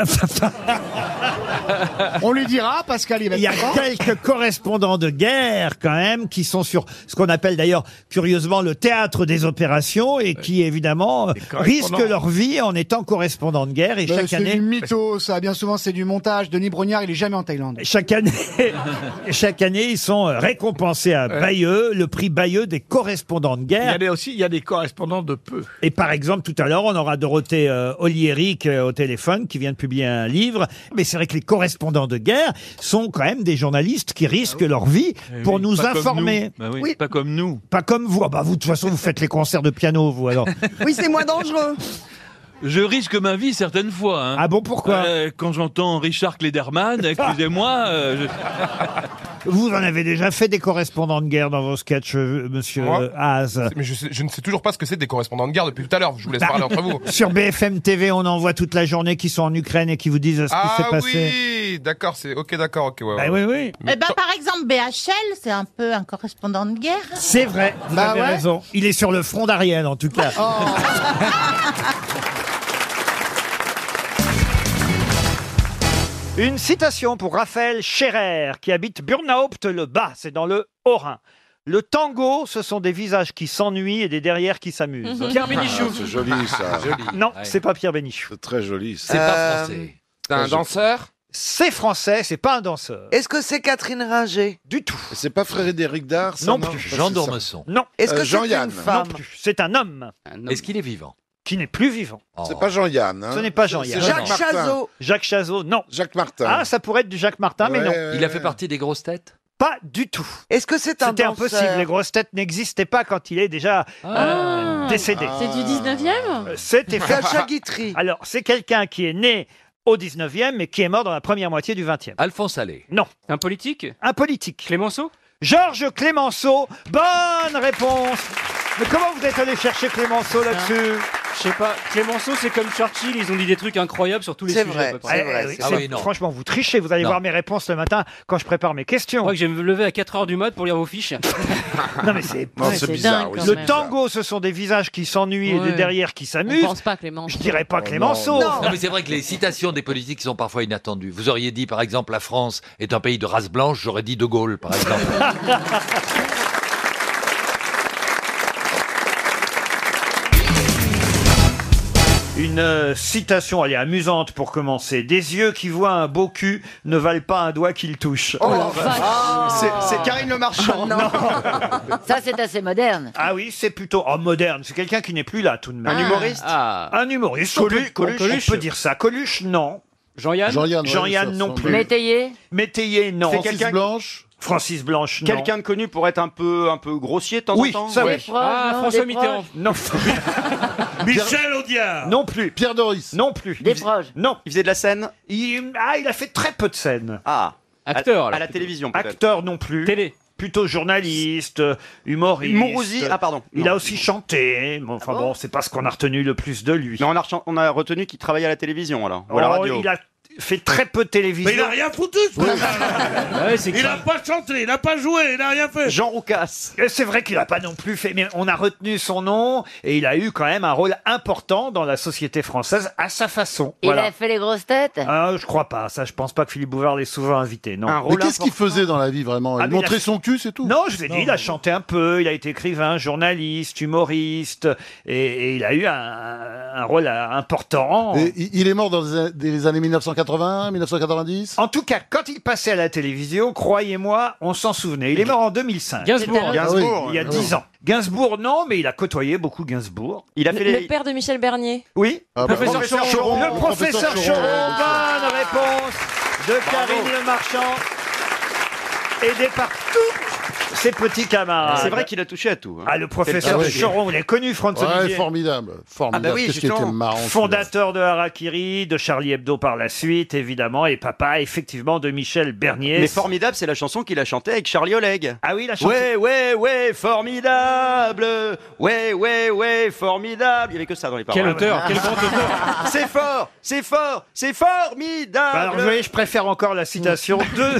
S14: On lui dira, Pascal, il va
S1: Il y a
S14: être content.
S1: quelques correspondants de guerre quand même qui sont sur ce qu'on appelle d'ailleurs curieusement le théâtre des opérations et qui évidemment
S12: correspondants.
S1: risquent leur vie en étant correspondants de guerre et
S14: Euh,
S1: chaque
S14: c'est
S1: année
S14: du mytho, ça. Bien souvent, c'est du montage. Denis Brognard, il est jamais en Thaïlande.
S1: chaque année chaque année ils sont récompensés à Bayeux le prix Bayeux des correspondants de
S12: Il y
S1: guerre
S12: a des- aussi, il y a des correspondants de peu.
S1: et par exemple, tout à l'heure, on aura Dorothée euh, Oliéric euh, au téléphone qui vient de publier un livre. Mais c'est vrai que les correspondants de guerre sont quand même des journalistes
S12: Ah
S1: qui risquent leur vie
S9: Eh
S12: Eh
S1: pour nous informer.
S12: Bah
S9: Bah oui, Pas comme nous.
S1: Pas comme vous. Ah bah vous, de toute façon, vous faites les concerts de piano, vous, alors.
S16: Oui, c'est moins dangereux.
S9: Je risque ma vie certaines fois. hein.
S1: Ah bon, pourquoi
S9: Euh, Quand j'entends Richard Klederman, excusez-moi, euh,
S1: Vous en avez déjà fait des correspondants de guerre dans vos sketchs, euh, monsieur
S6: Moi
S1: euh, Haas.
S6: Mais je, sais- je ne sais toujours pas ce que c'est des correspondants de guerre depuis tout à l'heure. Je vous laisse parler entre
S1: Bah,
S6: vous.
S1: Sur BFM TV, on en voit toute la journée qui sont en Ukraine et qui vous disent ce qui
S6: Ah
S1: s'est passé.
S6: oui, d'accord, c'est ok, d'accord, ok. Ouais,
S1: Bah
S6: ouais.
S1: oui, oui.
S2: Eh ben, par exemple, BHL, c'est un peu un correspondant de guerre.
S1: C'est vrai, vous
S2: Bah
S1: avez
S2: ouais. Oh.
S1: raison. Il est sur le front d'Ariel, en tout cas. Une citation pour Raphaël Scherer, qui habite Burnhaupt-le-Bas, c'est dans le Haut-Rhin. Le tango, ce sont des visages qui s'ennuient et des derrières qui s'amusent.
S17: Mhm.
S1: Pierre
S17: Ah,
S1: Bénichou.
S17: c'est joli, ça. Joli.
S1: Non,
S17: Ouais.
S1: c'est pas Pierre Bénichou.
S17: C'est très joli. ça. Euh,
S1: C'est pas français.
S17: C'est un danseur
S1: C'est français, c'est pas un danseur.
S14: Est-ce que c'est Catherine Ringer
S1: Du tout.
S17: C'est pas Frédéric Dard ça,
S1: Non plus.
S17: Parce que ça-
S1: Non.
S17: Euh, Jean-Yann
S1: Non plus. C'est un homme. Est-ce qu'il est vivant Qui n'est plus vivant.
S17: C'est pas Jean-Yann. hein.
S1: Ce n'est pas
S17: C'est-
S1: Jean-Yann.
S17: c'est Martin.
S1: Jacques Chazot, non.
S17: Jacques Martin.
S1: Ah, ça pourrait être du Jacques Martin, mais
S17: Ouais,
S1: non.
S17: ouais, Il a fait ouais.
S1: partie des grosses têtes Pas du tout.
S14: Est-ce que c'est un
S1: C'était
S14: danseur
S1: impossible. Les grosses têtes n'existaient pas quand il est déjà
S20: Ah.
S9: Ah.
S1: euh, décédé.
S2: C'est du 19e
S1: Euh, C'était
S2: Sacha
S1: Guitry. Alors, c'est quelqu'un qui est né au 19e, mais qui est mort dans la première moitié du 20e. Alphonse Allais. Non. Un politique Un politique. Clémenceau Georges Clémenceau. Bonne réponse. Mais comment vous êtes allé chercher Clémenceau là-dessus
S6: Eh, Je sais pas, Clémenceau, c'est comme Churchill, ils ont dit des trucs incroyables sur tous les
S1: C'est
S6: sujets.
S1: vrai, c'est
S6: Eh,
S1: vrai, Eh, c'est
S6: Ah
S1: vrai. Franchement, vous trichez, vous allez voir mes réponses le matin quand je prépare mes questions.
S6: Je crois que je vais me lever à 4h du mat pour lire vos fiches.
S1: non, mais c'est
S6: Non, c'est Ouais, c'est bizarre, dingue, oui, quand c'est
S1: Le
S6: même.
S1: tango, ce sont des visages qui s'ennuient et
S16: Ouais.
S1: des derrières qui s'amusent.
S16: On pense pas Clémenceau.
S1: Je dirais pas Clémenceau.
S9: Oh Non, mais c'est vrai que les citations des politiques sont parfois inattendues. Vous auriez dit, par exemple, la France est un pays de race blanche, j'aurais dit De Gaulle, par exemple.
S1: Une euh, citation, elle est amusante pour commencer. Des yeux qui voient un beau cul ne valent pas un doigt qu'ils touchent.
S2: Oh.
S18: C'est- c'est Karine
S1: Le Marchand.
S18: Ça, c'est assez moderne.
S1: Ah oui, c'est plutôt oh, moderne. C'est quelqu'un qui n'est plus là tout de même.
S18: Un Ah. humoriste
S1: Un humoriste.
S18: Colu-
S1: On peut- on peut-
S18: Coluche.
S1: On peut dire ça. Coluche, non. Jean-Yann
S18: Jean-Yann,
S1: Jean-Yann,
S18: ouais, ça
S1: non
S18: ressemble.
S1: plus.
S18: Métayer
S1: Métayer, non.
S18: C'est quelqu'un-
S1: Blanche Francis Blanche, non.
S4: Quelqu'un de connu pour être un peu, un peu grossier de temps
S1: Oui,
S4: en temps
S1: ça oui.
S4: Ah, François Mitterrand.
S1: Non.
S4: Michel
S1: Audiard. Non plus. Pierre Doris. Non plus. Des proches. Non. Il faisait de la scène. Ah, il a fait très peu de scène. Ah.
S4: Acteur, À- là, à la plutôt. télévision, peut-être.
S1: Acteur non plus. Télé. Plutôt journaliste, euh, humoriste.
S4: Mourouzi, ah, pardon.
S1: Il
S4: Non.
S1: a aussi chanté. mais
S4: Ah
S1: Enfin bon, c'est pas ce qu'on a retenu le plus de lui.
S4: Mais on a, rechan- on a retenu qu'il travaillait à la télévision alors. Ou à la
S1: Oh,
S4: radio.
S1: Il a fait très peu de télévision.
S12: Mais il a rien foutu, ce bâtard. Il a pas chanté, il a pas joué, il a rien fait.
S1: Jean Roucas. C'est vrai qu'il n'a pas non plus fait, mais on a retenu son nom et il a eu quand même un rôle important dans la société française à sa façon.
S18: Il
S1: Voilà.
S18: a fait les grosses têtes
S1: Ah, je crois pas, ça, je pense pas que Philippe Bouvard l'ait souvent invité, non.
S8: Mais qu'est-ce qu'il faisait dans la vie vraiment
S1: Ah,
S8: Il
S1: mais il a
S8: montrait
S1: fait-
S8: son cul, c'est tout
S1: Non, je vous ai dit, il a chanté un peu, il a été écrivain, journaliste, humoriste, et, et il a eu un, un rôle euh, important.
S8: Et il il est mort dans les a- des années 1980, 1990
S1: En tout cas, quand il passait à la télévision, croyez-moi, on s'en souvenait. Il est mort en 2005.
S8: Gainsbourg. Gainsbourg,
S1: il y a
S8: oui.
S1: 10 ans. Gainsbourg, non, mais il a côtoyé beaucoup Gainsbourg. Il a
S20: Le, le père de Michel Bernier.
S1: Oui.
S8: Ah,
S20: bah, Professeur professeur Choron. Choron.
S1: Le professeur
S20: Professeur
S1: Choron.
S20: Choron.
S1: Oh, Bonne réponse de Karine Le Marchand. Aidé par tous ses petits camarades.
S4: C'est vrai qu'il a touché à tout. hein.
S1: Ah, le professeur
S8: Ah ouais.
S1: Choron, on l'a connu, Franck
S8: Ouais,
S1: Olivier.
S8: formidable, formidable.
S1: Ah bah oui,
S8: Qu'est-ce qui
S1: justement.
S8: était marrant. celui-là.
S1: Fondateur de Harakiri, de Charlie Hebdo par la suite, évidemment, et papa, effectivement, de Michel Bernier.
S4: Mais formidable, c'est la chanson qu'il a chantée avec Charlie Oleg.
S1: Ah oui, la chanson.
S4: Ouais, ouais, ouais, formidable. Ouais, ouais, ouais, formidable. Il n'y avait que ça dans les paroles.
S6: Quel auteur, quel grand
S4: auteur. C'est fort, c'est fort, c'est formidable.
S1: Bah alors, vous voyez, je préfère encore la citation. Deux,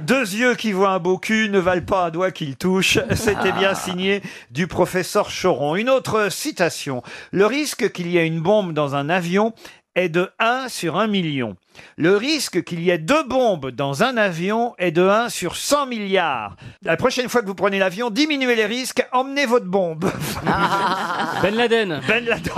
S1: deux yeux qui voient un beau cul ne valent pas un doigt qu'ils touchent. C'était bien signé du professeur Choron. Une autre citation. Le risque qu'il y ait une bombe dans un avion est de 1 sur 1 million. Le risque qu'il y ait deux bombes dans un avion est de 1 sur 100 milliards. La prochaine fois que vous prenez l'avion, diminuez les risques, emmenez votre bombe. Ben Laden. Ben Laden.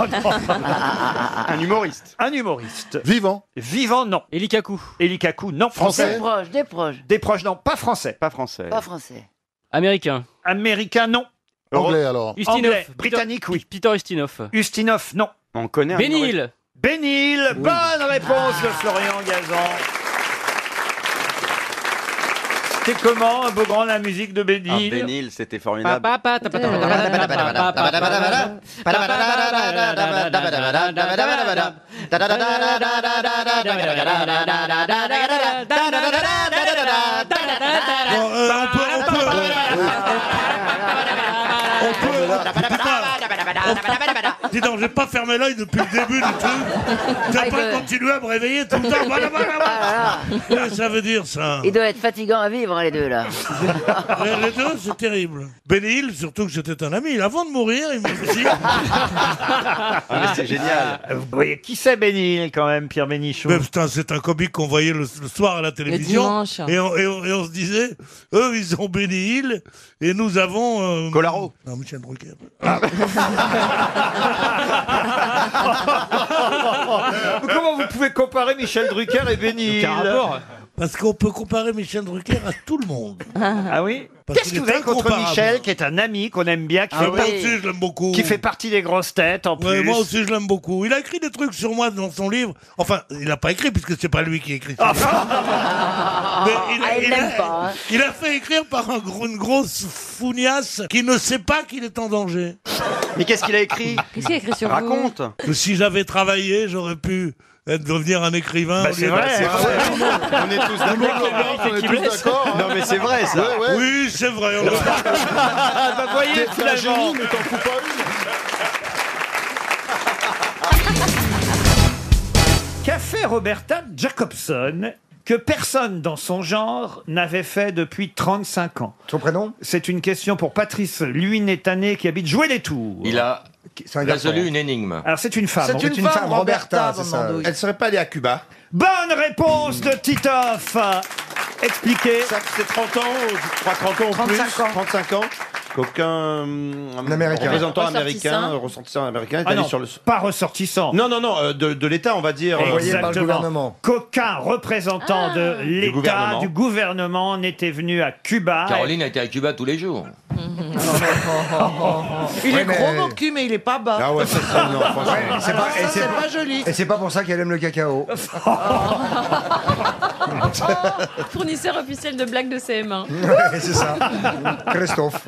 S1: Un humoriste. Un humoriste.
S8: Vivant.
S1: Vivant, non. Elikaku. Elikaku, non.
S18: Des
S1: Français.
S18: proches, des proches.
S1: Des proches, non. Pas français. Pas français.
S18: Pas français.
S1: Américain. Américain, non.
S8: Anglais, alors.
S1: Ustinov. Anglais. Britannique, oui. Peter Ustinov. Ustinov, non.
S4: On connaît un
S1: Bénil. Bénil. Bonne réponse de Florian Gazan. C'était comment, un beau grand, la musique de
S4: Ah,
S1: Bénil
S4: Bénil, c'était formidable.
S12: Bon, euh, on peut, on peut, on peut, on peut, Dis donc, j'ai pas fermé l'œil depuis le début du truc.
S18: Ah,
S12: T'as
S18: il
S12: pas
S18: doit-
S12: continué à me réveiller tout le temps. Voilà, voilà,
S18: Ah,
S12: voilà. Qu'est-ce que ça veut dire,
S1: Ah.
S12: ça
S18: Ils doivent être fatigants à
S2: hein,
S18: vivre, les deux, là.
S12: Les, les deux, c'est terrible. Benny Hill, surtout que c'était un ami. Avant de mourir, il m'a dit...
S4: Ah, mais c'est génial.
S1: Ah, Vous voyez, qui c'est Bénil, quand même, Pierre Bénichou
S12: C'est un comique qu'on voyait le, le soir à la télévision.
S1: dimanche.
S12: et, on, et on- et on se disait, eux, ils ont Benny Hill et nous avons... Colaro. Non, Michel Drucker.
S1: Comment vous pouvez comparer Michel Drucker et Benny Hill
S12: Parce qu'on peut comparer Michel Drucker à tout le monde.
S1: Ah oui
S12: Parce
S1: Qu'est-ce
S12: qu'il
S1: que vous
S12: est
S1: avez contre
S12: incomparable.
S1: Michel, qui est un ami qu'on aime bien, qui,
S12: Ah
S1: fait,
S12: oui. Moi aussi, je l'aime beaucoup.
S1: qui fait partie des grosses têtes en plus
S12: Ouais, moi aussi, je l'aime beaucoup. Il a écrit des trucs sur moi dans son livre. Enfin, il n'a pas écrit, puisque c'est pas lui qui écrit. ça. Mais il,
S18: Ah, il
S12: il
S18: l'aime
S12: a,
S18: pas, hein.
S12: il a fait écrire par un gros- une grosse fougnasse qui ne sait pas qu'il est en danger.
S4: Mais qu'est-ce qu'il a écrit
S12: Qu'est-ce
S4: qu'il a écrit sur vous Raconte.
S12: Que si j'avais travaillé, j'aurais pu être- devenir un écrivain.
S4: Bah,
S12: au
S4: c'est
S12: lieu de-
S4: vrai, c'est vrai. On est tous d'accord, Laurent, on est tous d'accord, hein. Non, mais c'est vrai, ça. Ouais, ouais.
S12: Oui, c'est vrai. on le-
S4: bah
S12: voyez,
S4: T'es un
S12: finalement.
S4: génie, mais t'en fous pas une.
S1: Qu'a fait Roberta Jacobson que personne dans son genre n'avait fait depuis 35 ans Son prénom C'est une question pour Patrice Luinétané qui habite Jouer les Tours.
S2: Il a
S1: un garçon.
S2: résolu une énigme.
S1: Alors c'est une femme.
S2: C'est une femme, Roberta,
S1: c'est
S2: Van Mandouille.
S1: Elle serait pas allée à Cuba. Bonne réponse de Titoff. Expliquez.
S10: C'est 30 ans, je crois 30 ans en plus. 35 ans. Qu'aucun hum,
S1: Américain.
S10: représentant
S1: Ressortissant.
S10: américain, euh, ressortissant américain, est
S1: Ah
S10: allé
S1: non,
S10: sur le.
S1: pas ressortissant.
S10: Non, non, non, euh, de, de l'État, on va dire. euh,
S1: Exactement. Qu'aucun représentant de l'État,
S2: Ah. gouvernement.
S1: du gouvernement, n'était venu à Cuba.
S2: Ah, Caroline a été à Cuba tous les jours.
S14: Il
S1: Oui, mais-
S14: est gros mon cul, mais il est pas bas.
S2: Ah ouais, c'est ça, non, franchement.
S27: Ouais, mais c'est pas- et
S14: Ça,
S27: c'est
S14: c'est
S27: pas-
S14: pas joli.
S27: Et c'est pas pour ça qu'elle aime le cacao. Oh,
S20: Fournisseur officiel de blagues de CM1.
S27: Ouais, c'est ça. Christophe.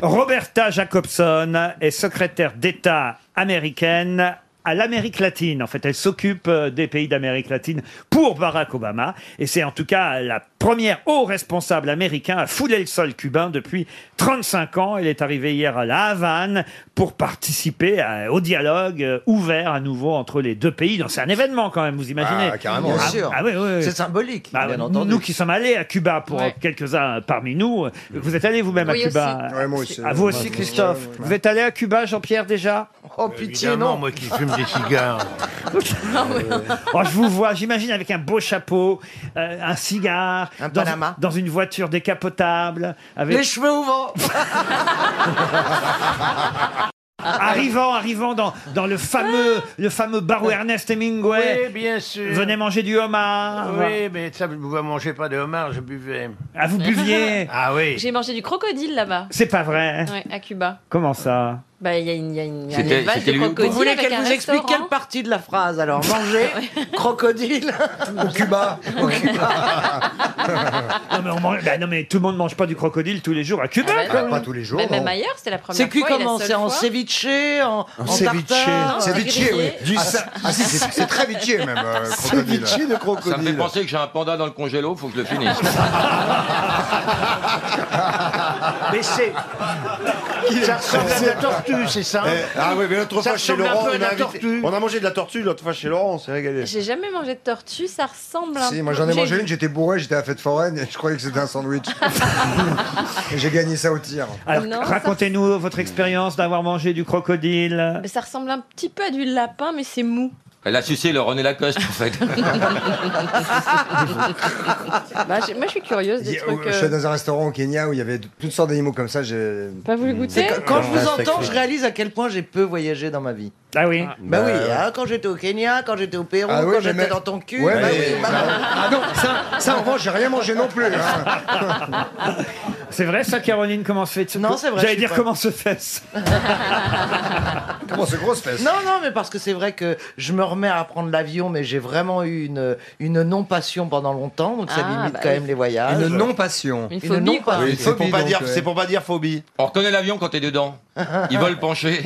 S1: Roberta Jacobson est secrétaire d'État américaine à l'Amérique latine. En fait, elle s'occupe euh, des pays d'Amérique latine pour Barack Obama. Et c'est en tout cas la première haut responsable américain à fouler le sol cubain depuis 35 ans. Elle est arrivée hier à La Havane pour participer à- au dialogue euh, ouvert à nouveau entre les deux pays. Donc, C'est un événement quand même, vous imaginez
S27: Ah, carrément. Bien sûr. C'est symbolique,
S1: Bah,
S27: bien entendu.
S1: nous qui sommes allés à Cuba pour
S27: Ouais.
S1: euh, quelques-uns parmi nous, euh, vous êtes allés vous-même
S27: Oui,
S1: à Cuba
S27: aussi. Ouais, moi aussi.
S1: À vous
S27: Ouais,
S1: aussi,
S27: ouais,
S1: Christophe. Vous êtes allé à Cuba, Jean-Pierre, déjà
S14: Oh
S27: pitié, non. moi qui fume des cigares.
S1: Oh, je vous vois, j'imagine avec un beau chapeau, euh, un cigare, dans,
S14: Panama.
S1: dans une voiture décapotable, avec
S14: Les cheveux au vent.
S1: arrivant, arrivant dans, dans le fameux le fameux bar où Ernest Hemingway
S32: Oui, bien sûr.
S1: venait manger du homard.
S32: Oui, mais ça, vous ne mangez pas de homard, je buvais.
S1: Ah, vous buviez
S32: Ah oui.
S20: J'ai mangé du crocodile là-bas.
S1: C'est pas vrai.
S20: Ouais, à Cuba.
S1: Comment ça
S20: Bah, il y a une, il y a une, il y a un
S1: C'était-
S20: élevage
S1: c'était
S20: de
S1: lui.
S20: crocodiles
S14: Vous voulez
S20: avec
S14: qu'elle
S20: un
S14: nous explique
S20: restaurant.
S14: quelle partie de la phrase Alors, manger, crocodile ou Cuba.
S1: non, mais on mange- bah non, mais tout le monde mange pas du crocodile tous les jours à Cuba.
S20: Ah, bah,
S1: quand
S20: non.
S1: même.
S27: Pas tous les jours.
S20: Mais même ailleurs, c'était la première
S14: C'est
S20: fois.
S14: cuit
S20: et la
S14: comment
S20: seule
S14: C'est en
S20: fois.
S14: ceviche, en, en
S27: ceviche.
S14: tartare
S27: Ceviche,
S14: grillé.
S27: oui. Du
S14: Ah,
S27: sa-
S14: ça-
S27: ah, si, c'est- c'est très vicieux, même, euh, crocodile. Ceviche de crocodile.
S2: Ça me fait penser que j'ai un panda dans le congélo, faut que je le finisse.
S27: Mais c'est.
S32: Ça ressemble à de la tortue, c'est ça hein
S10: Eh, ah oui, mais l'autre
S32: Ça
S10: fois chez
S32: ressemble un
S10: Laurent,
S32: peu à
S10: on
S32: la
S10: a, invité-
S32: tortue.
S10: on a mangé de la tortue l'autre fois chez Laurent, on s'est régalé.
S20: J'ai jamais mangé de tortue, ça ressemble un
S27: Si, moi j'en ai
S20: peu-
S27: mangé une, j'étais bourré, j'étais à la fête foraine et je croyais que c'était un sandwich. Et J'ai gagné ça au tir.
S1: Alors,
S20: Non, ça-
S1: racontez-nous votre expérience d'avoir mangé du crocodile.
S20: Mais ça ressemble un petit peu à du lapin, mais c'est mou.
S2: Elle a sucé le René Lacoste, en fait.
S20: Bah, j'ai- moi, je suis curieuse des
S27: Il-
S20: trucs.
S27: Je suis
S20: euh,
S27: dans un restaurant au Kenya où il y avait toutes sortes d'animaux comme ça. J'ai
S20: Pas voulu goûter
S27: C'est
S14: Quand je
S27: Ouais,
S14: vous
S27: Mm. c'est
S14: entends,
S27: cool.
S14: je réalise à quel point j'ai peu voyagé dans ma vie.
S1: Ah oui
S14: Bah oui,
S27: ouais.
S14: hein, quand j'étais au Kenya, quand j'étais au Pérou,
S27: euh. Ah oui,
S14: quand
S27: mais
S14: j'étais
S27: mais-
S14: dans ton cul.
S27: Ouais,
S14: bah
S27: mais-
S14: oui, bah non.
S27: Ah non, ça, ça en revanche, j'ai rien mangé non plus. hein.
S1: C'est vrai ça, Caroline Comment se fait
S14: Non, c'est vrai,
S1: J'allais
S14: je suis
S1: dire
S14: pas-
S1: comment se fait
S27: Comment c'est grosse fesse
S14: Non, non, mais parce que c'est vrai que je me remets à prendre l'avion, mais j'ai vraiment eu une, une non-passion pendant longtemps, donc ça
S27: Ah,
S14: limite
S27: bah
S14: quand
S27: oui.
S14: même les voyages.
S27: Une non-passion.
S14: Une phobie, quoi.
S27: Oui,
S2: c'est pour pas dire-
S10: euh,
S2: c'est
S27: pour
S2: pas dire phobie. On reconnaît l'avion quand t'es dedans. Il vole penché.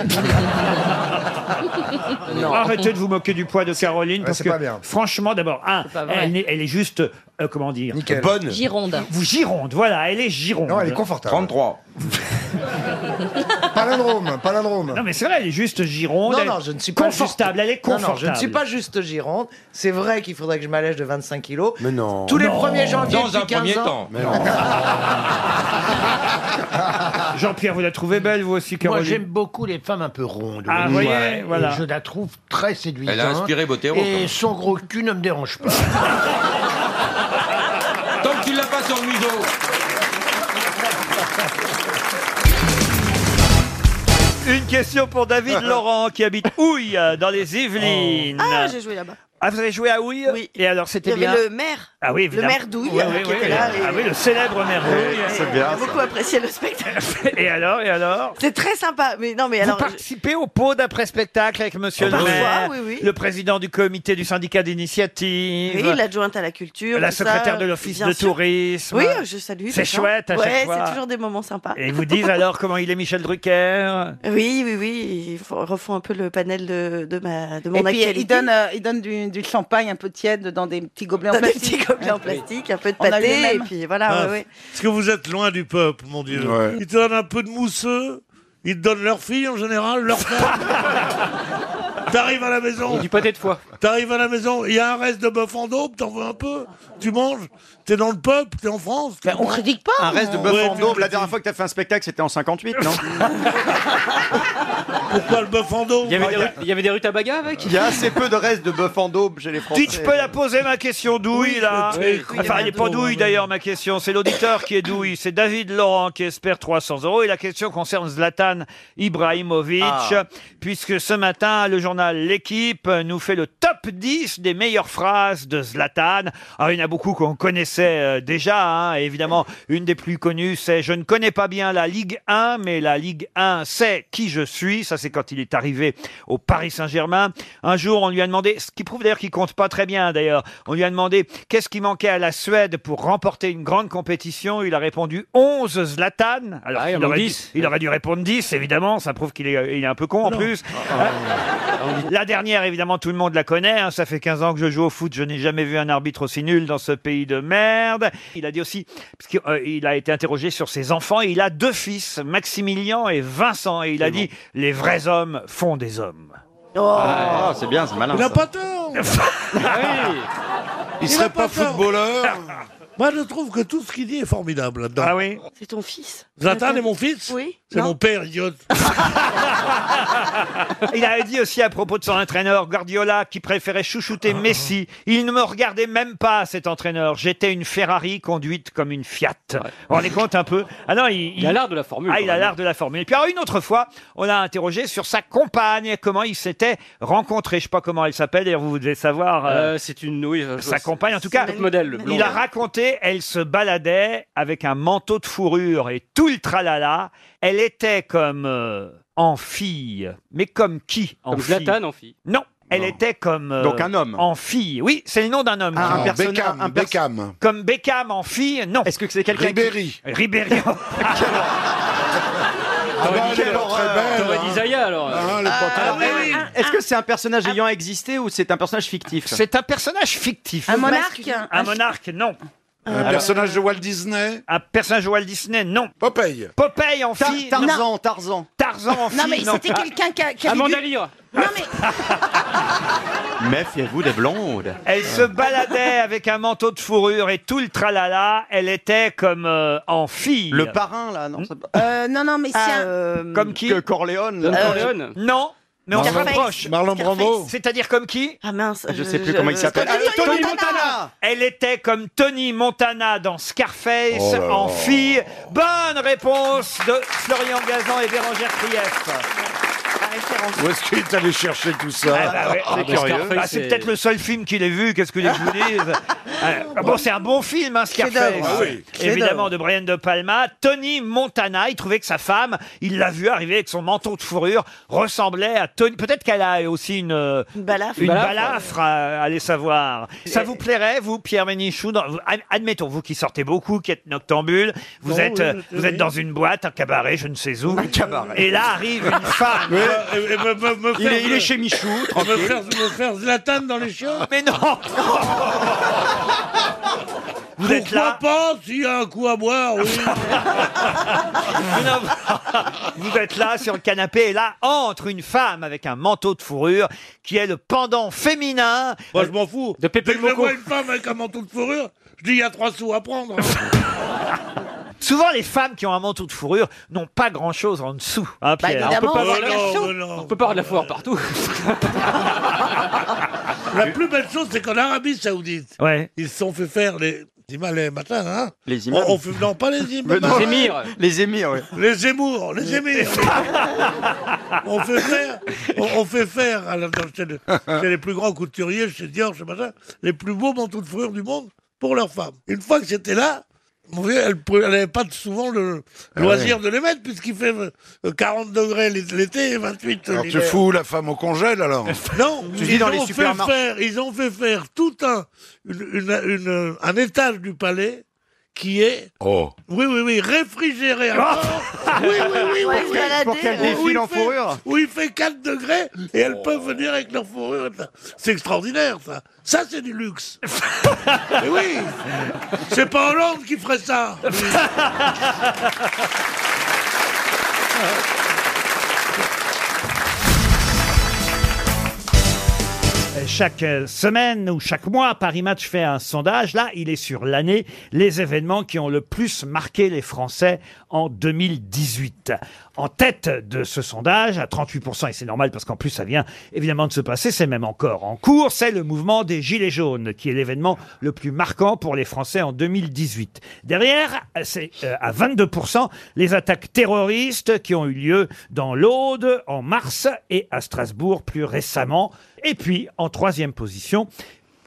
S1: Non. Arrêtez de vous moquer du poids de Caroline parce
S27: c'est
S1: que
S27: pas bien.
S1: franchement, d'abord, un,
S27: C'est pas vrai.
S1: elle, est- elle est juste, euh, comment dire,
S27: Nickel.
S1: bonne.
S27: Gironde.
S1: Vous gironde, voilà, elle est gironde.
S27: Non, elle est confortable.
S2: 33.
S1: Palindrome, palindrome. Non, mais c'est vrai, elle est juste Gironde.
S14: Non,
S1: elle-
S14: non, je ne suis pas
S1: confortable.
S14: juste-
S1: Elle est
S14: Non, non,
S1: confortable.
S14: je ne suis pas juste Gironde. C'est vrai qu'il faudrait que je m'allège de 25 kilos. Mais non. Tous les
S1: Non.
S14: 1er janvier,
S1: Dans
S14: depuis
S1: un
S14: 15
S1: premier
S14: ans.
S1: temps. Mais non. Jean-Pierre, vous la trouvez belle, vous aussi,
S32: Moi,
S1: Caroline
S32: j'aime beaucoup les femmes un peu rondes.
S1: Ah,
S32: Oui.
S1: vous voyez,
S32: Ouais.
S1: voilà.
S32: Je la trouve très séduisante.
S2: Elle a inspiré Bottero, quand
S32: Et
S2: même.
S32: son gros cul ne me dérange pas.
S2: Tant que tu l'as pas sur le museau.
S1: Une question pour David Laurent, qui habite Houille, euh, dans les Yvelines.
S5: Ah, j'ai joué là-bas.
S1: Ah, vous avez joué à Houille Oui. Et alors, c'était
S5: Il y
S1: bien
S5: avait le maire.
S1: Ah oui,
S5: le
S1: évidemment.
S5: maire d'Ouille
S1: Oui, oui,
S5: qui
S1: oui.
S5: était là. et-
S1: Ah oui, le célèbre maire d'Houille.
S5: et J'ai beaucoup apprécié le spectacle.
S1: Et alors, et alors
S5: C'est très sympa. Mais non, mais
S1: Vous
S5: alors. je-
S1: participez au pot d'après-spectacle avec monsieur le
S5: Parfois,
S1: maire,
S5: oui, oui.
S1: le président du comité du syndicat d'initiative,
S5: Oui, l'adjointe à la culture.
S1: la
S5: tout ça,
S1: secrétaire de l'office
S5: bien
S1: de
S5: sûr.
S1: tourisme.
S5: Oui, je salue.
S1: C'est
S5: les gens.
S1: chouette à
S5: ouais,
S1: chaque fois.
S5: c'est toujours des moments sympas.
S1: Et ils vous disent alors comment il est Michel Drucker
S5: Oui, oui, oui. Ils font- refont un peu le panel de, de, ma, de mon
S7: Et puis
S5: actualité.
S7: il donne, euh, il donne du, du champagne un peu tiède dans des petits gobelets en
S5: Dans des
S7: plastique.
S5: petits gobelets en plastique, un peu de pâté, et puis
S12: Ah,
S5: voilà. ouais, ouais.
S12: Parce que vous êtes loin du peuple, mon Dieu.
S7: Ouais.
S12: Ils te donnent un peu de mousseux, ils te donnent leur fille en général, leur femme. T'arrives à la maison.
S6: Et du pâté de foie.
S12: T'arrives à la maison, il y a un reste de bœuf en daube, t'en veux un peu, tu manges, t'es dans le peuple, t'es en France.
S4: Ben, on critique pas, Un reste de bœuf en daube, la dernière
S12: fois que t'as fait un spectacle, c'était en 58, non Pourquoi le bœuf en daube
S6: Il y avait des rues- il y avait des rues tabaga avec
S4: Il y a assez peu de restes de bœuf en daube chez les Français.
S1: Dites, je peux la poser ma question douille
S4: Oui,
S1: là
S4: oui, oui, oui,
S1: Enfin, elle n'est pas
S4: oui, oui,
S1: douille
S4: oui.
S1: d'ailleurs ma question, c'est l'auditeur qui est douille, c'est David Laurent qui espère 300 euros et la question concerne Zlatan Ibrahimovic
S4: Ah.
S1: puisque ce matin le journal L'équipe nous fait le top 10 des meilleures phrases de Zlatan. Alors il y en a beaucoup qu'on connaissait euh, déjà, hein. Et évidemment une des plus connues c'est « Je ne connais pas bien la Ligue 1, mais la Ligue 1 sait qui je suis ». Ça c'est quand il est arrivé au Paris Saint-Germain. Un jour, on lui a demandé, ce qui prouve d'ailleurs qu'il compte pas très bien d'ailleurs, on lui a demandé qu'est-ce qui manquait à la Suède pour remporter une grande compétition. Il a répondu 11 Zlatan. Alors,
S6: Ah, il en
S1: il, aurait
S6: manque
S1: dû,
S6: 10.
S1: il aurait dû répondre 10, évidemment. Ça prouve qu'il est, euh, il est un peu con en plus. La dernière, évidemment, tout le monde la connaît. hein. Ça fait 15 ans que je joue au foot. Je n'ai jamais vu un arbitre aussi nul dans ce pays de merde. Il a dit aussi, parce qu'il euh, il a été interrogé sur ses enfants, et il a deux fils, Maximilien et Vincent. Et il a dit, les vrais hommes font des hommes.
S4: Ah, c'est bien, c'est malin.
S12: Oh, Il n'a
S4: ça.
S12: pas
S4: Ah
S12: tort
S4: Il serait
S12: a
S4: pas
S12: tort.
S4: footballeur.
S12: Moi, je trouve que tout ce qu'il dit est formidable là-dedans.
S1: Ah oui
S5: C'est ton fils.
S12: Zlatan est mon fils Oui. C'est
S5: Non.
S12: mon père, idiote.
S1: Il a dit aussi à propos de son entraîneur Guardiola qui préférait chouchouter
S12: Ah.
S1: Messi. Il ne me regardait même pas, cet entraîneur. J'étais une Ferrari conduite comme une Fiat. On est compte un peu. Ah non, il,
S6: a l'art de la formule,
S1: Ah,
S6: quand
S1: il a
S6: même.
S1: l'art de la formule. Et puis alors, une autre fois, on l'a interrogé sur sa compagne, comment ils s'étaient rencontrés. Je sais pas comment elle s'appelle. D'ailleurs, vous devez savoir. euh,
S6: Euh, c'est une oui, je-
S1: sa
S6: c'est-
S1: compagne, en tout cas,
S6: c'est notre modèle, le blond.
S1: il a raconté, elle se baladait avec un manteau de fourrure et tout le tralala. Elle était comme euh, en fille, mais comme qui en
S6: Comme
S1: fille
S6: Zlatan en fille.
S1: Non, elle était comme euh,
S6: Donc un homme.
S1: en fille. Oui, c'est le nom d'un homme.
S17: Ah,
S1: ça.
S17: un personnage- Beckham, un perso- Beckham.
S1: Comme Beckham en fille, non. Est-ce que c'est
S17: quelqu'un qui- Ribéry.
S1: Ribéry.
S17: Ah bah, elle est pas très belle,
S6: T'aurais
S17: hein.
S6: dit Zaya alors.
S17: Ah, le pantalon.
S4: Alors, Est-ce que c'est un personnage ayant existé ou c'est un personnage fictif
S1: C'est un personnage fictif.
S4: Un monarque
S1: Masculin. Un monarque, non. Euh,
S17: Un personnage de Walt Disney
S1: Un personnage Walt Disney, non.
S17: Popeye.
S1: Popeye en fille.
S4: Tarzan,
S1: non.
S4: Tarzan.
S1: Tarzan en fille.
S4: Non, mais c'était
S1: Ah.
S4: quelqu'un qui a- qui avait Amanda lu- Lear. Méfiez-vous des blondes.
S1: Elle se baladait avec un manteau de fourrure et tout le tralala. Elle était comme euh, en fille. Euh,
S4: Le parrain, là, non ça-
S7: Euh, non, non, mais c'est un-
S1: Comme qui
S4: Que Corleone.
S1: Euh, Non. Mais on se
S4: Marlon-
S1: rapproche.
S4: Marlon Brando.
S1: C'est-à-dire comme qui
S5: Ah mince.
S4: Je sais plus comment il s'appelle. Ah, Tony Montana.
S1: Elle était comme Tony Montana dans Scarface
S4: Oh là là.
S1: en fille. Bonne réponse de Florian Gazan et Bérangère Krief.
S17: Où est-ce qu'il est allé chercher tout ça
S1: Ah, bah ouais.
S17: Ah,
S1: C'est
S17: bah,
S1: curieux.
S17: Scarface,
S1: Bah, c'est peut-être le seul film qu'il ait vu. Qu'est-ce que je vous dise Ah, Bon, c'est un bon film, hein, Scarface.
S4: Chef-d'œuvre. Ah oui.
S1: Évidemment,
S4: Chef-d'œuvre.
S1: de Brian De Palma. Tony Montana, il trouvait que sa femme, il l'a vu arriver avec son manteau de fourrure, ressemblait à Tony. Peut-être qu'elle a aussi une, euh,
S5: Une balafre.
S1: une balafre, à- allez savoir. Ça vous plairait, vous, Pierre Ménichou dans- vous- ad- Admettons, vous qui sortez beaucoup, qui êtes noctambule, vous
S12: Non,
S1: êtes,
S12: oui,
S1: euh,
S12: oui,
S1: vous
S12: oui.
S1: êtes dans une boîte, un cabaret, je ne sais où. Un cabaret. Et là arrive une femme.
S12: Euh, euh, me- me- me
S1: Il
S12: faire-
S1: est- il est chez Michou,
S12: me
S1: tranquille.
S12: faire- Me faire Zlatan dans les chiottes
S1: Mais non
S12: Vous
S1: vous êtes
S12: Pourquoi
S1: là.
S12: pas s'il y a un coup à boire, oui.
S1: Vous êtes là sur le canapé et là entre une femme avec un manteau de fourrure qui est le pendant féminin.
S12: Moi, je m'en fous.
S1: De Pépé
S12: Dès que je vois une femme avec un manteau de fourrure, je dis il y a trois sous à prendre. hein.
S1: Souvent, les femmes qui ont un manteau de fourrure n'ont pas grand-chose en dessous. hein,
S12: Bah,
S1: Pierre.
S12: Ah, Oh on peut pas avoir de la foire partout. la plus belle chose, c'est qu'en Arabie Saoudite,
S1: Ouais.
S12: ils se sont fait faire les imams les matins, hein
S4: Les imams.
S12: On, on fait- non, pas les imams.
S4: Les émirs. Les émirs, oui.
S12: Les émours, les émirs. on fait faire, on, on fait faire à la- dans- chez, le- chez les plus grands couturiers, chez Dior, chez machin, les plus beaux manteaux de fourrure du monde pour leurs femmes. Une fois que c'était là, mon vieux, elle n'avait pas souvent le
S17: Ah
S12: loisir
S17: ouais.
S12: de les mettre puisqu'il fait euh, 40 degrés l'é- l'été et 28
S17: Alors tu
S12: l'hiver.
S17: fous la femme au congèle alors
S12: Non,
S17: Tu
S12: ils,
S17: vis dans les
S12: ont fait
S17: supermarchés.
S12: faire, ils ont fait faire tout un, une- une- une- un étage du palais qui est
S17: Oh.
S12: oui, oui, oui, réfrigéré à mort. Oui, oui, oui,
S17: Pour
S12: oui.
S17: qu'elle-
S12: oui.
S17: pour qu'elle
S12: Où il
S17: défile en
S12: fait-
S17: fourrure.
S12: Où il fait 4 degrés et elles peuvent venir avec leur fourrure. C'est extraordinaire, ça. Ça, c'est du luxe. Mais oui, c'est pas Hollande qui ferait ça.
S1: Chaque euh, semaine ou chaque mois, Paris Match fait un sondage. Là, il est sur l'année, les événements qui ont le plus marqué les Français en 2018. En tête de ce sondage, à 38%, et c'est normal parce qu'en plus ça vient évidemment de se passer, c'est même encore en cours, c'est le mouvement des Gilets jaunes qui est l'événement le plus marquant pour les Français en 2018. Derrière, c'est euh, à 22% les attaques terroristes qui ont eu lieu dans l'Aude, en mars et à Strasbourg plus récemment. Et puis, en troisième position,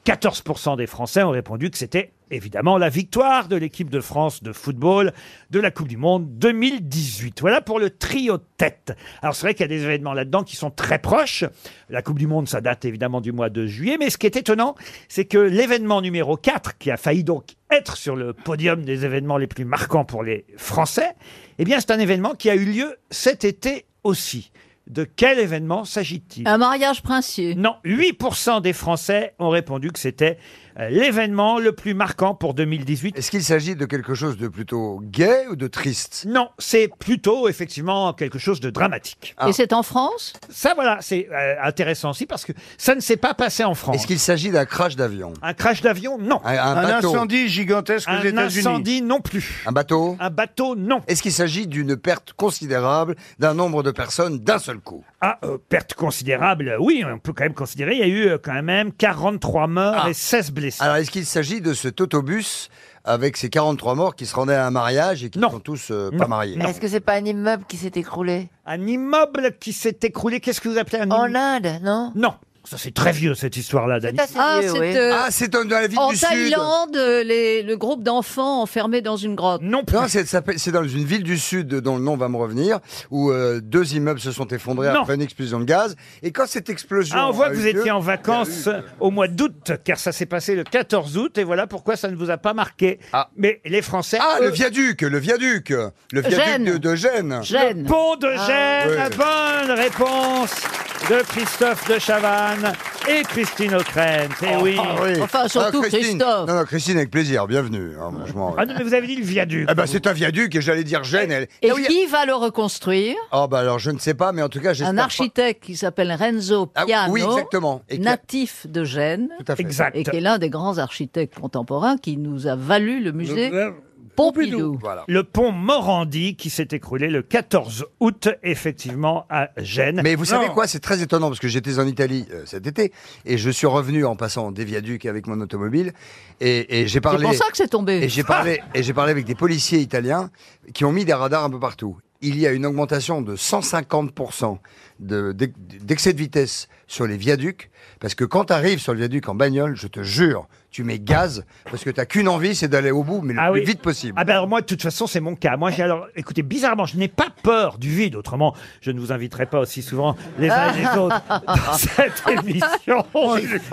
S1: 14% des Français ont répondu que c'était évidemment la victoire de l'équipe de France de football de la Coupe du Monde 2018. Voilà pour le trio de tête. Alors c'est vrai qu'il y a des événements là-dedans qui sont très proches. La Coupe du Monde, ça date évidemment du mois de juillet, mais ce qui est étonnant, c'est que l'événement numéro 4, qui a failli donc être sur le podium des événements les plus marquants pour les Français, eh bien c'est un événement qui a eu lieu cet été aussi. De quel événement s'agit-il
S20: Un mariage princier.
S1: Non, 8% des Français ont répondu que c'était euh, l'événement le plus marquant pour 2018.
S27: Est-ce qu'il s'agit de quelque chose de plutôt gay ou de triste
S1: Non, c'est plutôt effectivement quelque chose de dramatique.
S27: Ah.
S20: Et c'est en France
S1: Ça, voilà, c'est euh, intéressant aussi parce que ça ne s'est pas passé en France.
S27: Est-ce qu'il s'agit d'un crash d'avion
S1: Un crash d'avion Non.
S27: Un, un bateau
S1: gigantesque
S27: aux États-Unis.
S1: Un incendie non plus.
S27: Un bateau
S1: Un bateau, non.
S27: Est-ce qu'il s'agit d'une perte considérable d'un nombre de personnes d'un seul coup
S1: Ah, euh, perte considérable, oui, on peut quand même considérer. Il y a eu euh, quand même 43 morts
S27: Ah.
S1: et 16 blessés.
S27: Alors, est-ce qu'il s'agit de cet autobus avec ses 43 morts qui se rendaient à un mariage et qui sont tous euh, pas mariés
S3: Est-ce que c'est pas un immeuble qui s'est écroulé
S1: Un immeuble qui s'est écroulé, qu'est-ce que vous appelez un immeuble
S3: En Inde, non
S1: Non, ça c'est très vieux cette histoire-là, Dani.
S3: Ah, c'est, euh,
S27: Ah, c'est dans la ville
S20: en
S27: du Sud
S20: Thaïlande, euh, les- le groupe d'enfants enfermés dans une grotte.
S1: Non,
S27: Non, c'est ça s'appelle- c'est dans une ville du Sud dont le nom va me revenir, où euh, deux immeubles se sont effondrés
S1: Non.
S27: après une explosion de gaz. Et quand cette explosion.
S1: Ah, on voit
S27: a euh,
S1: que
S27: eu
S1: vous
S27: lieu,
S1: étiez en vacances au mois d'août, car ça s'est passé le 14 août, et voilà pourquoi ça ne vous a pas marqué. Mais les Français.
S27: Ah, le
S1: eux,
S27: viaduc, le viaduc, le viaduc
S1: Euh, Gênes.
S27: de, de Gênes.
S1: Le pont de Gênes, bonne réponse de Christophe de Chavannes et Christine O'Krent. Eh oui.
S27: Oh, Ah, Christine. Non, non, Christine, avec plaisir, bienvenue. hein, franchement.
S1: Ah non, mais vous avez dit le viaduc.
S27: Eh ben, c'est un viaduc et j'allais dire Gênes. elle-
S20: Et
S27: Là où il y a-
S20: qui va le reconstruire
S27: Ah bah alors je ne sais pas, mais en tout cas j'espère.
S20: Un
S27: pas-
S20: architecte qui s'appelle Renzo
S27: Ah,
S20: Piano,
S27: oui, exactement. Et qui-
S20: natif de Gênes,
S27: Tout à fait. Exact.
S20: et qui est l'un des grands architectes contemporains qui nous a valu le musée
S1: Le-
S20: Pompidou.
S1: Le pont Morandi qui s'est écroulé le 14 août, effectivement, à Gênes.
S27: Mais vous savez quoi, c'est très étonnant parce que j'étais en Italie euh, cet été et je suis revenu en passant des viaducs avec mon automobile et, et j'ai
S20: C'est
S27: parlé.
S20: pour ça que c'est tombé.
S27: Et j'ai parlé et j'ai parlé avec des policiers italiens qui ont mis des radars un peu partout. Il y a une augmentation de 150% de- d'ex- d'excès de, vitesse sur les viaducs, parce que quand tu arrives sur le viaduc en bagnole, je te jure, tu mets gaz, parce que t'as qu'une envie, c'est d'aller au bout, mais le
S1: Ah
S27: plus
S1: oui.
S27: vite possible.
S1: Ah ben alors moi, de toute façon, c'est mon cas. Moi, j'ai alors, écoutez, bizarrement, je n'ai pas peur du vide. Autrement, je ne vous inviterai pas aussi souvent les uns et les autres dans cette
S27: Oh,
S1: émission.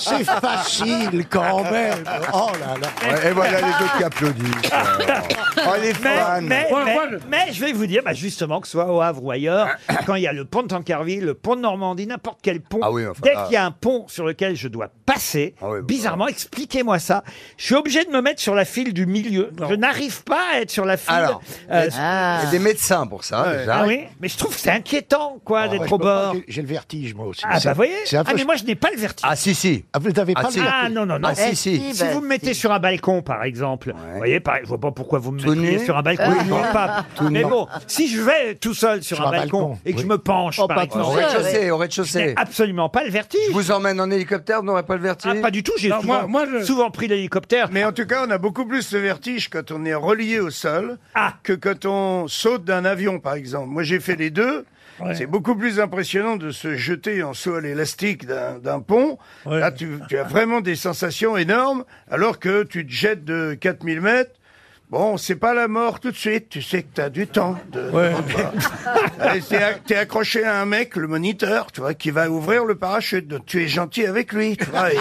S32: C'est facile
S1: Ah,
S32: quand même. Oh là là.
S27: Ouais, et voilà les autres qui applaudissent. Oh, les fans.
S1: mais, mais, mais- mais je vais vous dire, bah, justement, que ce soit au Havre ou ailleurs, quand il y a le pont de Tancarville, le pont de Normandie, n'importe quel pont,
S27: Ah oui, enfin,
S1: dès
S27: ah.
S1: qu'il y a un pont sur lequel je dois passer,
S27: Ah oui, bah,
S1: bizarrement, expliquez-moi ça. Je suis obligé de me mettre sur la file du milieu. Je n'arrive pas à être sur la file.
S27: Alors,
S1: euh,
S27: il y a des médecins pour ça,
S1: Ah
S27: déjà.
S1: oui, mais je trouve que c'est inquiétant, quoi,
S27: Ah, ouais,
S1: d'être
S27: je
S1: au
S27: peux pas,
S1: bord.
S27: j'ai-
S1: J'ai le vertige, moi aussi.
S27: C'est-
S1: Ah, bah, vous voyez
S27: c'est un peu-
S1: Ah, mais moi, je n'ai pas le vertige.
S27: Ah, si, si.
S1: Ah, vous n'avez
S27: pas Ah, le si. vertige.
S1: Ah, non, non, non.
S27: Ah, si, si.
S1: Si,
S27: Si, bah,
S1: vous me mettez sur un balcon, par exemple, vous voyez, par- je vois pas pourquoi vous me
S27: Tout
S1: mettriez
S27: nu
S1: sur un balcon,
S27: Oui,
S1: je vois
S27: non.
S1: pas.
S27: Tout
S1: mais
S27: nu.
S1: bon, si je vais tout seul sur, un, balcon, et que je me penche,
S27: Oh,
S1: par
S27: pas
S1: exemple,
S27: au rez-de-chaussée, au
S1: je
S27: rez-de-chaussée.
S1: n'ai absolument pas le vertige.
S27: Je vous emmène en hélicoptère, vous n'aurez pas le vertige
S1: Ah, Pas du tout, j'ai souvent, souvent pris l'hélicoptère.
S13: Mais en tout cas, on a beaucoup plus le vertige quand on est relié au sol que quand on saute d'un avion, par exemple. Moi, j'ai fait les deux.
S12: Ouais.
S13: C'est beaucoup plus impressionnant de se jeter en saut à l'élastique d'un d'un pont. Là, tu, tu as vraiment des sensations énormes, alors que tu te jettes de 4000 mètres. Bon, c'est pas la mort tout de suite, tu sais que t'as du temps. De... Allez, T'es a- t'es accroché à un mec, le moniteur, tu vois, qui va ouvrir le parachute. Donc, tu es gentil avec lui, tu vois. et-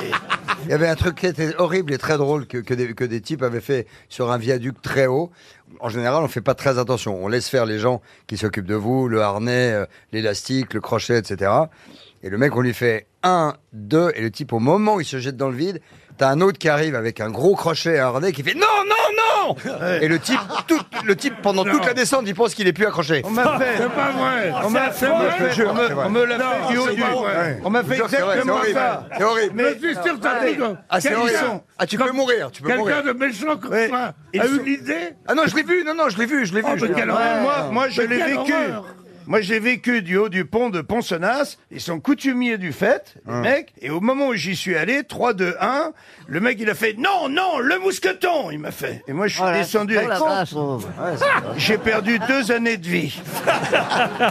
S27: Il y avait un truc qui était horrible et très drôle que, que des, que des types avaient fait sur un viaduc très haut. En général, on fait pas très attention. On laisse faire les gens qui s'occupent de vous, le harnais, euh, l'élastique, le crochet, etc. Et le mec, on lui fait un, deux, et le type, au moment où il se jette dans le vide, t'as un autre qui arrive avec un gros crochet à harnais qui fait non, non, non Et le type, tout- le type pendant toute la descente, il pense qu'il est plus accroché.
S13: On m'a fait. On m'a fait. On me- on me l'a fait du haut du- ouais. On m'a fait exactement ça.
S27: C'est horrible.
S13: Mais-
S12: Je suis sûr que t'as
S27: Ouais.
S12: dit que-
S27: Ah, c'est
S12: quelqu'un-
S27: horrible. Ah, tu peux
S12: comme-
S27: mourir, tu peux
S12: Quelqu'un
S27: mourir.
S12: de méchant comme
S27: Ouais.
S12: toi
S27: Ils
S12: a eu
S27: sont-
S12: l'idée Oh,
S27: Ah non, je l'ai vu, non, non, je l'ai vu, je l'ai
S32: vu, je l'ai vu.
S13: horreur.
S32: Ouais.
S13: Moi, moi, je
S32: Mais
S13: l'ai
S32: quelle
S13: vécu.
S32: horreur.
S13: Moi, j'ai vécu du haut du pont de Pont-Senas. Ils sont coutumiers du fait, les mecs. Et au moment où j'y suis allé, 3, 2, 1, le mec, il a fait non, non, le mousqueton, il m'a fait. Et moi, je suis descendu avec ça. J'ai perdu deux années de vie.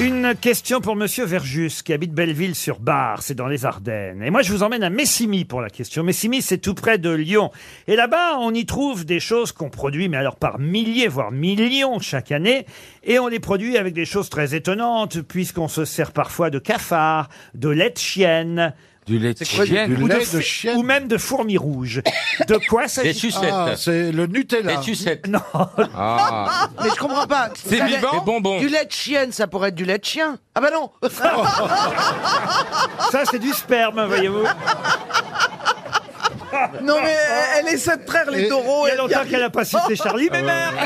S1: Une question pour Monsieur Verjus, qui habite Belleville sur Bar, c'est dans les Ardennes. Et moi, je vous emmène à Messimy pour la question. Messimy, c'est tout près de Lyon. Et là-bas, on y trouve des choses qu'on produit, mais alors par milliers, voire millions chaque année. Et on les produit avec des choses très étonnantes, puisqu'on se sert parfois de cafards, de lait de chienne. Du lait
S17: de chienne. Du
S1: ou,
S17: lait
S1: fi-
S17: de chienne.
S1: ou même de fourmis rouges. De quoi ça
S17: Des sucettes. Ah,
S1: c'est le Nutella.
S17: Des sucettes.
S1: Non. Ah.
S14: Mais je comprends pas.
S17: C'est
S14: Ça,
S17: vivant
S14: la-
S17: C'est bonbon.
S14: Du lait de chienne, ça pourrait être du lait de chien. Ah bah non
S1: Ça, c'est du sperme, voyez-vous.
S14: Non mais elle essaie de traire les taureaux.
S1: Il y a longtemps qu'elle a pas cité Charlie, mais
S17: Ah
S1: merde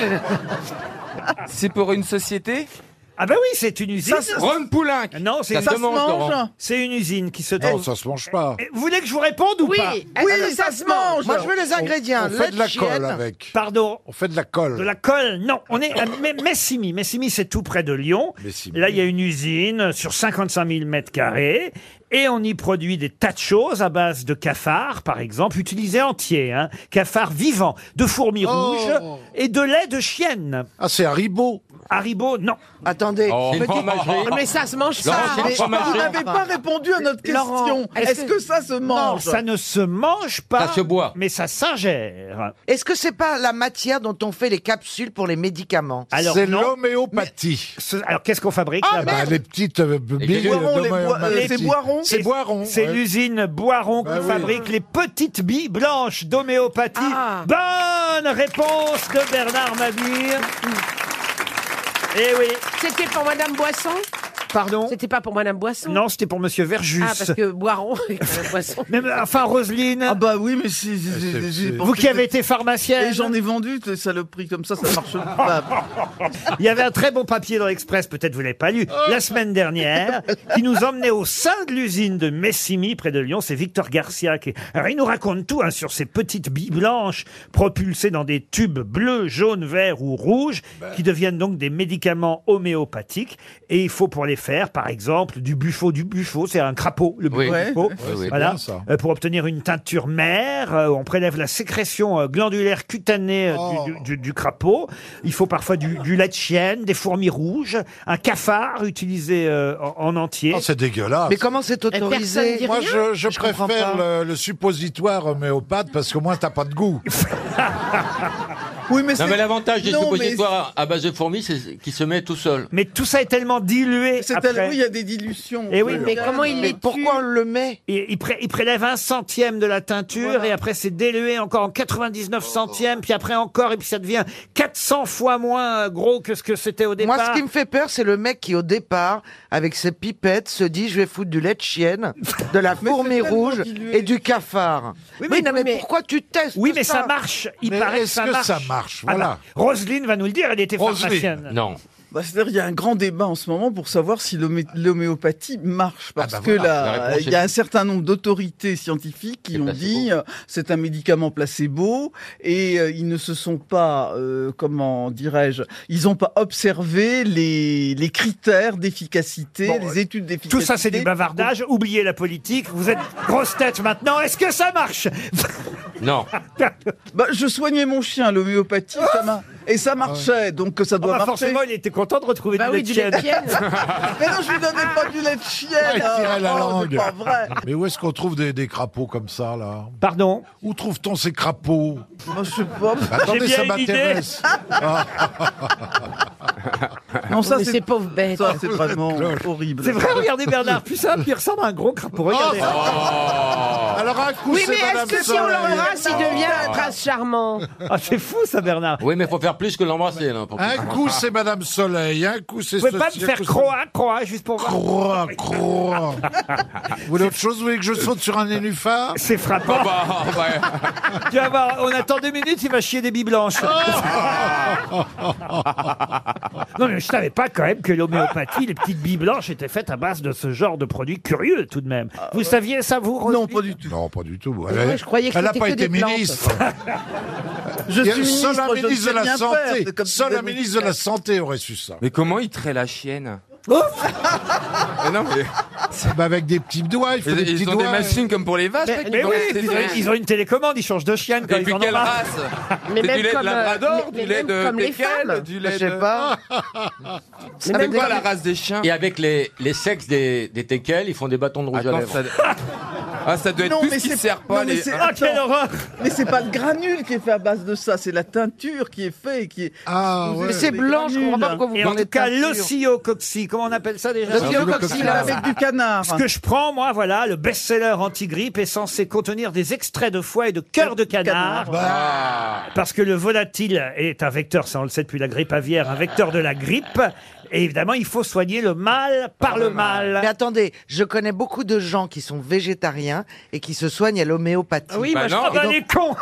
S19: C'est pour une société
S1: Ah ben oui, c'est une usine.
S19: Ça se- Rome
S1: Poulenc. Non, c'est
S19: Ça
S1: une...
S19: se Ça se mange, mange, Laurent.
S1: C'est une usine qui se
S17: Non,
S1: trouve.
S17: ça se mange pas.
S1: Vous voulez que je vous réponde ou
S14: Oui,
S1: pas
S24: Euh,
S14: elle- Oui, elle- ça ça se se mange. mange. Moi, je veux les
S17: On-
S14: ingrédients.
S17: On,
S14: Lait
S17: fait
S14: de
S17: de la
S14: chienne.
S17: colle avec.
S1: Pardon.
S17: On fait de la colle.
S1: De la colle, non. On est à Me- Messimy. Messimy, c'est tout près de Lyon. Là, il y a une usine sur 55 000 mètres carrés. Et on y produit des tas de choses à base de cafards, par exemple, utilisés entiers. Hein. Cafards vivants, de fourmis
S17: Oh.
S1: rouges et de lait de chienne.
S17: Ah, c'est Haribo.
S1: Haribo, non.
S14: Attendez.
S17: Oh, une fromagerie.
S1: Ah,
S14: Mais ça se mange
S17: Laurent,
S14: ça.
S1: hein.
S17: c'est une
S14: Mais
S17: fromagerie.
S14: vous n'avez pas répondu à notre question. Est-ce que... ça se
S1: Non,
S14: mange
S1: ça ne se mange pas.
S14: Ça se
S1: boit. Mais ça s'ingère.
S14: Est-ce que c'est pas la matière dont on fait les capsules pour les médicaments
S1: Alors, C'est non.
S17: l'homéopathie.
S1: Alors, qu'est-ce qu'on fabrique
S17: ah, bah, Les petites euh, billes
S14: boirons, les boi-
S17: d'homéopathie.
S14: euh, c'est Boiron
S1: C'est C'est
S17: ouais.
S1: l'usine Boiron qui
S17: Bah oui.
S1: fabrique les petites billes blanches d'homéopathie. Bonne réponse de Bernard Mabir.
S20: Ah.
S1: Eh oui.
S23: C'était pour Madame Boisson
S1: Pardon
S23: C'était pas pour Madame Boisson
S1: Non, c'était pour Monsieur Verjus.
S23: Ah, parce que Boiron et Madame Boisson.
S1: Mais, mais, enfin, Roselyne. Ah
S24: bah oui, mais si. si, si, si, j'ai
S1: Vous
S24: porté-
S1: qui avez été pharmacienne.
S24: Et j'en ai vendu des saloperies comme ça, ça marche pas.
S1: Il y avait un très bon papier dans l'Express, peut-être vous l'avez pas lu, la semaine dernière, qui nous emmenait au sein de l'usine de Messimy, près de Lyon. C'est Victor Garcia qui. Alors, il nous raconte tout hein, sur ces petites billes blanches propulsées dans des tubes bleus, jaunes, verts ou rouges, qui deviennent donc des médicaments homéopathiques. Et il faut pour les faire, par exemple, du buffo, du buffo, c'est un crapaud, le
S23: Oui.
S1: buffo.
S23: Ouais.
S1: buffo.
S23: Ouais, c'est
S1: voilà.
S23: bien, ça.
S1: Euh, pour obtenir une teinture mère, euh, on prélève la sécrétion euh, glandulaire cutanée euh, du- du, du- du crapaud. Il faut parfois du, du lait de chienne, des fourmis rouges, un cafard utilisé euh, en, en entier.
S17: Oh, c'est dégueulasse.
S14: Mais comment c'est autorisé
S17: Moi, je, je préfère le, le suppositoire homéopathe parce qu'au moins, t'as pas de goût.
S10: Oui, mais non,
S1: c'est-
S10: mais l'avantage des
S1: Non,
S10: suppositoires à base de fourmis, c'est qu'il se met tout seul.
S1: Mais tout ça est tellement dilué.
S24: C'est
S1: après.
S24: tellement- il y a des dilutions.
S1: Et oui,
S24: Mais comment il les Mais
S1: Pourquoi on le met il, il pré- il prélève un centième de la teinture et après c'est dilué encore en 99 centièmes, puis après encore, et puis ça devient 400 fois moins euh, gros que ce que c'était au départ.
S14: Moi, ce qui me fait peur, c'est le mec qui, au départ, avec ses pipettes, se dit je vais foutre du lait de chienne, de la fourmi rouge et du cafard. Oui, mais, non, mais, pourquoi tu testes
S1: Oui, mais ça, marche. Il paraît que ça marche. Ah bah, Roselyne va nous le dire, elle était pharmacienne.
S10: Non.
S24: Bah, C'est-à-dire qu'il y a un grand débat en ce moment pour savoir si l'homé- l'homéopathie marche. Parce
S10: bah
S24: que
S10: voilà,
S24: là,
S10: la réponse
S24: il y a
S10: est-
S24: un certain nombre d'autorités scientifiques qui ont dit euh, c'est un médicament placebo et euh, ils ne se sont pas, euh, comment dirais-je, ils n'ont pas observé les, les critères d'efficacité, les études d'efficacité.
S1: Tout ça, c'est du bavardage. Oubliez la politique. Vous êtes grosse tête maintenant. Est-ce que ça marche
S10: Non.
S24: Bah, je soignais mon chien, à l'homéopathie, ça m'a- et ça marchait, donc ça doit
S1: Ah bah,
S24: marcher.
S1: forcément, il était content de retrouver
S24: Bah
S1: du
S24: oui,
S1: lait de
S24: du lait de
S1: chienne.
S24: chienne. Mais non, je lui donnais pas du lait de chienne.
S17: il tirait la
S24: Oh,
S17: langue.
S24: C'est pas vrai.
S17: Mais où est-ce qu'on trouve des, des crapauds comme ça, là
S1: Pardon
S17: Où trouve-t-on ces crapauds
S24: Moi, je sais pas.
S1: Bah,
S17: Attendez,
S24: J'ai bien
S17: ça
S24: une Ah.
S17: m'intéresse.
S24: Non, ça,
S8: Mais
S24: c'est-
S8: ces pauvres bêtes.
S24: Ça, c'est vraiment horrible.
S1: C'est vrai, regardez Bernard Puissat, il ressemble à un gros crapaud. Regardez.
S17: Alors, un coup,
S8: Oui,
S17: c'est
S8: mais
S17: Madame
S8: est-ce que si on
S17: Soleil.
S8: l'embrasse, il devient un prince charmant
S1: Ah, c'est fou ça, Bernard.
S10: Oui, mais faut faire plus que l'embrasser. Là, pour
S17: Un coup, c'est Madame Soleil, un coup, c'est
S1: Vous pouvez pas
S17: ceci,
S1: me
S17: un
S1: faire
S17: coup, c'est-
S1: croire, croire, Ah, juste pour voir.
S17: Croix, croix. Vous voulez autre chose Vous voulez que Oh. je saute sur un nénuphar
S1: C'est frappant. Tu vas voir, on attend deux minutes, il va chier des billes blanches. non, mais je savais pas quand même que l'homéopathie, les petites billes blanches étaient faites à base de ce genre de produits curieux tout de même. Vous saviez ça, vous Non, pas
S24: du tout.
S17: Ah, Non, pas du tout.
S24: Ouais,
S17: Elle-
S24: je croyais que
S17: Elle n'a
S24: c'était
S17: pas
S24: que
S17: été
S24: des plantes.
S17: ministre.
S24: Je
S17: Il y a
S24: suis
S17: seul
S24: ministre,
S17: un
S24: je ne
S17: ministre
S24: sais
S17: de la
S24: rien faire,
S17: Santé.
S24: c'est comme
S17: Seul
S24: des
S17: un ministre de la Santé aurait su ça.
S10: Mais comment il traite la chienne
S17: Mais non, Ah bah avec des petits doigts, il faut
S10: Ils-
S17: des
S10: ils
S17: petits
S10: ont des
S17: doigts.
S10: machines comme pour les vaches, là, qui
S1: Mais
S10: vont
S1: oui,
S10: rester
S1: ils ont,
S10: direct.
S1: ils ont une télécommande, ils changent de chienne quand
S10: Et
S1: ils
S10: puis
S1: en ont
S10: quelle
S1: marre.
S10: race C'est du lait de
S1: euh,
S10: labrador, du lait de teckel, du
S14: Bah,
S10: lait de... Ah, C'est même pas la race des chiens. Et avec les, les sexes des, des teckels, ils font des bâtons de rouge à Attends, lèvres. ça- ah, ça doit être tout ce qui
S24: c'est-
S10: sert pas.
S24: non, mais
S10: les...
S24: c'est-
S10: Ah,
S24: attends. Mais c'est pas le granule qui est fait à base de ça, c'est la teinture qui est faite, qui est.
S17: Ah
S1: ouais. Mais c'est blanc, je comprends pas pourquoi vous Et en parlez de tout cas, teinture. l'ocyococci, comment on appelle ça déjà
S24: avec du canard.
S1: Ce que je prends, moi, voilà, le best-seller anti-grippe est censé contenir des extraits de foie et de cœur de canard.
S17: Bah,
S1: Parce que le volatile est un vecteur, ça on le sait depuis la grippe aviaire, un vecteur de la grippe. Et évidemment, il faut soigner le mal par, le mal.
S14: Mais attendez, je connais beaucoup de gens qui sont végétariens et qui se soignent à l'homéopathie.
S1: oui, Bah moi, je- non. Ah bah, les cons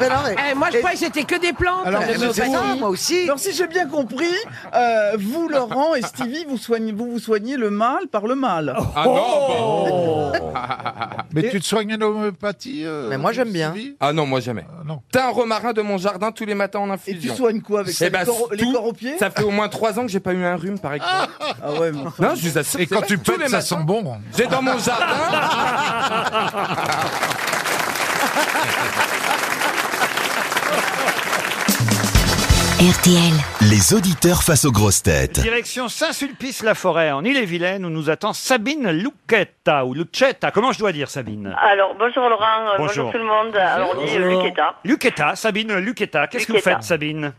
S8: Eh, Moi, je croyais que c'était que des plantes.
S24: Alors,
S8: l'homéopathie.
S24: Ah, Eh, mais c'est ça, moi
S14: aussi.
S24: Alors, si j'ai bien compris, euh, vous, Laurent et Stevie, vous, soignez, vous vous soignez le mal par le mal.
S10: Ah non, bah.
S17: Mais tu te soignes une homéopathie euh,
S14: Mais moi, j'aime bien.
S17: Sylvie
S10: Ah non, moi jamais. T'as un romarin de mon jardin tous les matins en infusion.
S24: tu soignes quoi avec ça,
S10: Eh
S24: les
S10: ben,
S24: corps- les
S10: tout.
S24: corps aux pieds
S10: Ça fait au moins trois ans que j'ai pas eu un rhume, par exemple.
S24: Ah ouais, mais enfin-
S10: Non, je vous assure.
S17: Et
S10: c'est
S17: quand
S10: vrai,
S17: tu
S10: tous
S17: pètes,
S10: les
S17: ça
S10: matins,
S17: sent bon.
S10: J'ai dans mon jardin. bah.
S6: RTL.
S33: Les auditeurs face aux grosses têtes.
S1: Direction Saint-Sulpice-la-Forêt, en Ille-et-Vilaine, où nous attend Sabine Lucchetta, ou Lucchetta, comment je dois dire Sabine
S10: Ah,
S16: Alors, bonjour Laurent, euh, bonjour,
S1: Bonjour.
S16: tout le monde. Alors, on dit euh, Luqueta.
S1: Lucchetta, Sabine Lucchetta, qu'est-ce que vous
S16: Lucchetta.
S1: faites Sabine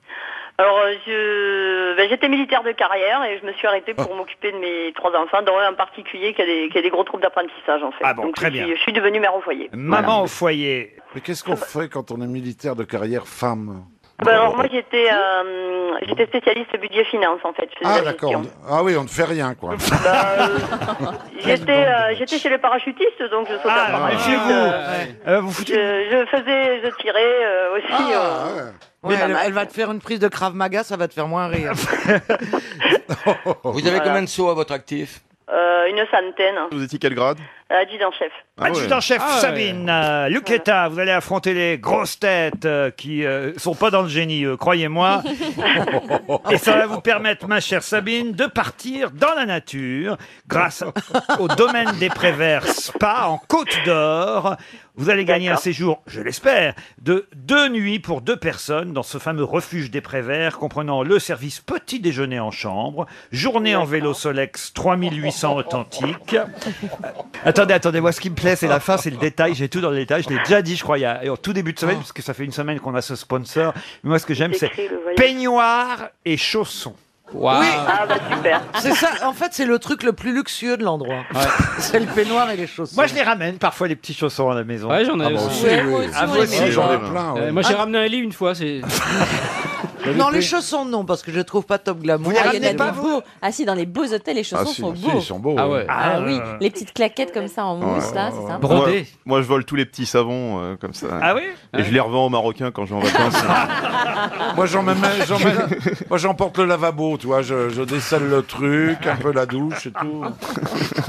S16: Alors, euh, je- ben, j'étais militaire de carrière et je me suis arrêtée
S1: Oh.
S16: pour m'occuper de mes trois enfants, dont un en particulier qui a des, qui a des gros troubles d'apprentissage, en fait.
S1: Ah bon,
S16: Donc,
S1: très
S16: je suis,
S1: bien.
S16: je suis devenue mère au foyer.
S1: Maman au foyer.
S34: Mais qu'est-ce qu'on fait quand on est militaire de carrière femme
S16: Ben, alors, moi, j'étais euh, j'étais spécialiste budget finance, en fait. Je faisais
S34: Ah
S16: la
S34: d'accord.
S16: gestion.
S34: on- Ah oui, on ne fait rien quoi.
S16: J'étais euh, j'étais chez les parachutistes, donc je sautais en parachute.
S1: chez Ah, vous. Euh, vous Ah,
S16: je, je faisais, je tirais euh, aussi. euh,
S14: Ah. Ouais,
S16: des
S14: elle,
S16: mamelles.
S14: elle va te faire une prise de Krav Maga, ça va te faire moins rire.
S10: Vous avez
S16: Voilà.
S10: combien de sauts à votre actif
S16: euh, une centaine, Euh,
S10: Vous étiez quel grade
S16: adjudant-chef.
S1: Adjudant-chef
S10: Ah ouais.
S1: Sabine euh, Lucchetta, vous allez affronter les grosses têtes euh, qui euh, sont pas dans le génie, euh, croyez-moi. Et ça va vous permettre, ma chère Sabine, de partir dans la nature grâce au domaine des Préverts Spa en Côte d'Or. Vous allez gagner un séjour, je l'espère, de deux nuits pour deux personnes dans ce fameux refuge des Préverts comprenant le service petit déjeuner en chambre, journée en vélo Solex 3800 authentique. Attendez, attendez, moi ce qui me plaît, c'est la fin, c'est le détail, j'ai tout dans le détail, je l'ai déjà dit, je crois, il y a- au tout début de semaine, parce que ça fait une semaine qu'on a ce sponsor. Mais moi ce que j'aime, c'est peignoir et chaussons. Bah.
S14: Oui. Ah,
S1: Ah,
S14: bah. C'est ça, en fait, c'est le truc le plus luxueux de l'endroit. C'est le peignoir et les chaussons.
S1: Moi, je les ramène parfois, les petits chaussons à la maison.
S6: Ouais, j'en ai
S1: Ah, moi
S6: bah, aussi.
S1: aussi, oui. Ah, moi aussi, j'en ai
S14: plein, ouais.
S6: Euh, moi, j'ai
S14: Ah.
S6: ramené un lit une fois. C'est.
S14: Non, les chaussons, non, parce que je trouve pas top glamour.
S10: Ah, il y en a des beaux. Ah si, dans les beaux hôtels, les chaussons
S18: Ah, si,
S10: sont
S18: si,
S10: beaux.
S18: ils sont beaux,
S10: Ah,
S18: ouais.
S10: ouais.
S18: Ah,
S10: Ah oui,
S18: ouais, ouais.
S10: les petites claquettes comme ça en mousse, là, c'est ça.
S18: Moi, moi, je vole tous les petits savons euh, comme ça.
S1: Ah oui
S18: Et je les revends aux Marocains quand je vais en vacances.
S17: Moi, j'en mets- j'en mets- moi, j'emporte le lavabo, tu vois. Je, je desselle le truc, un peu la douche et tout.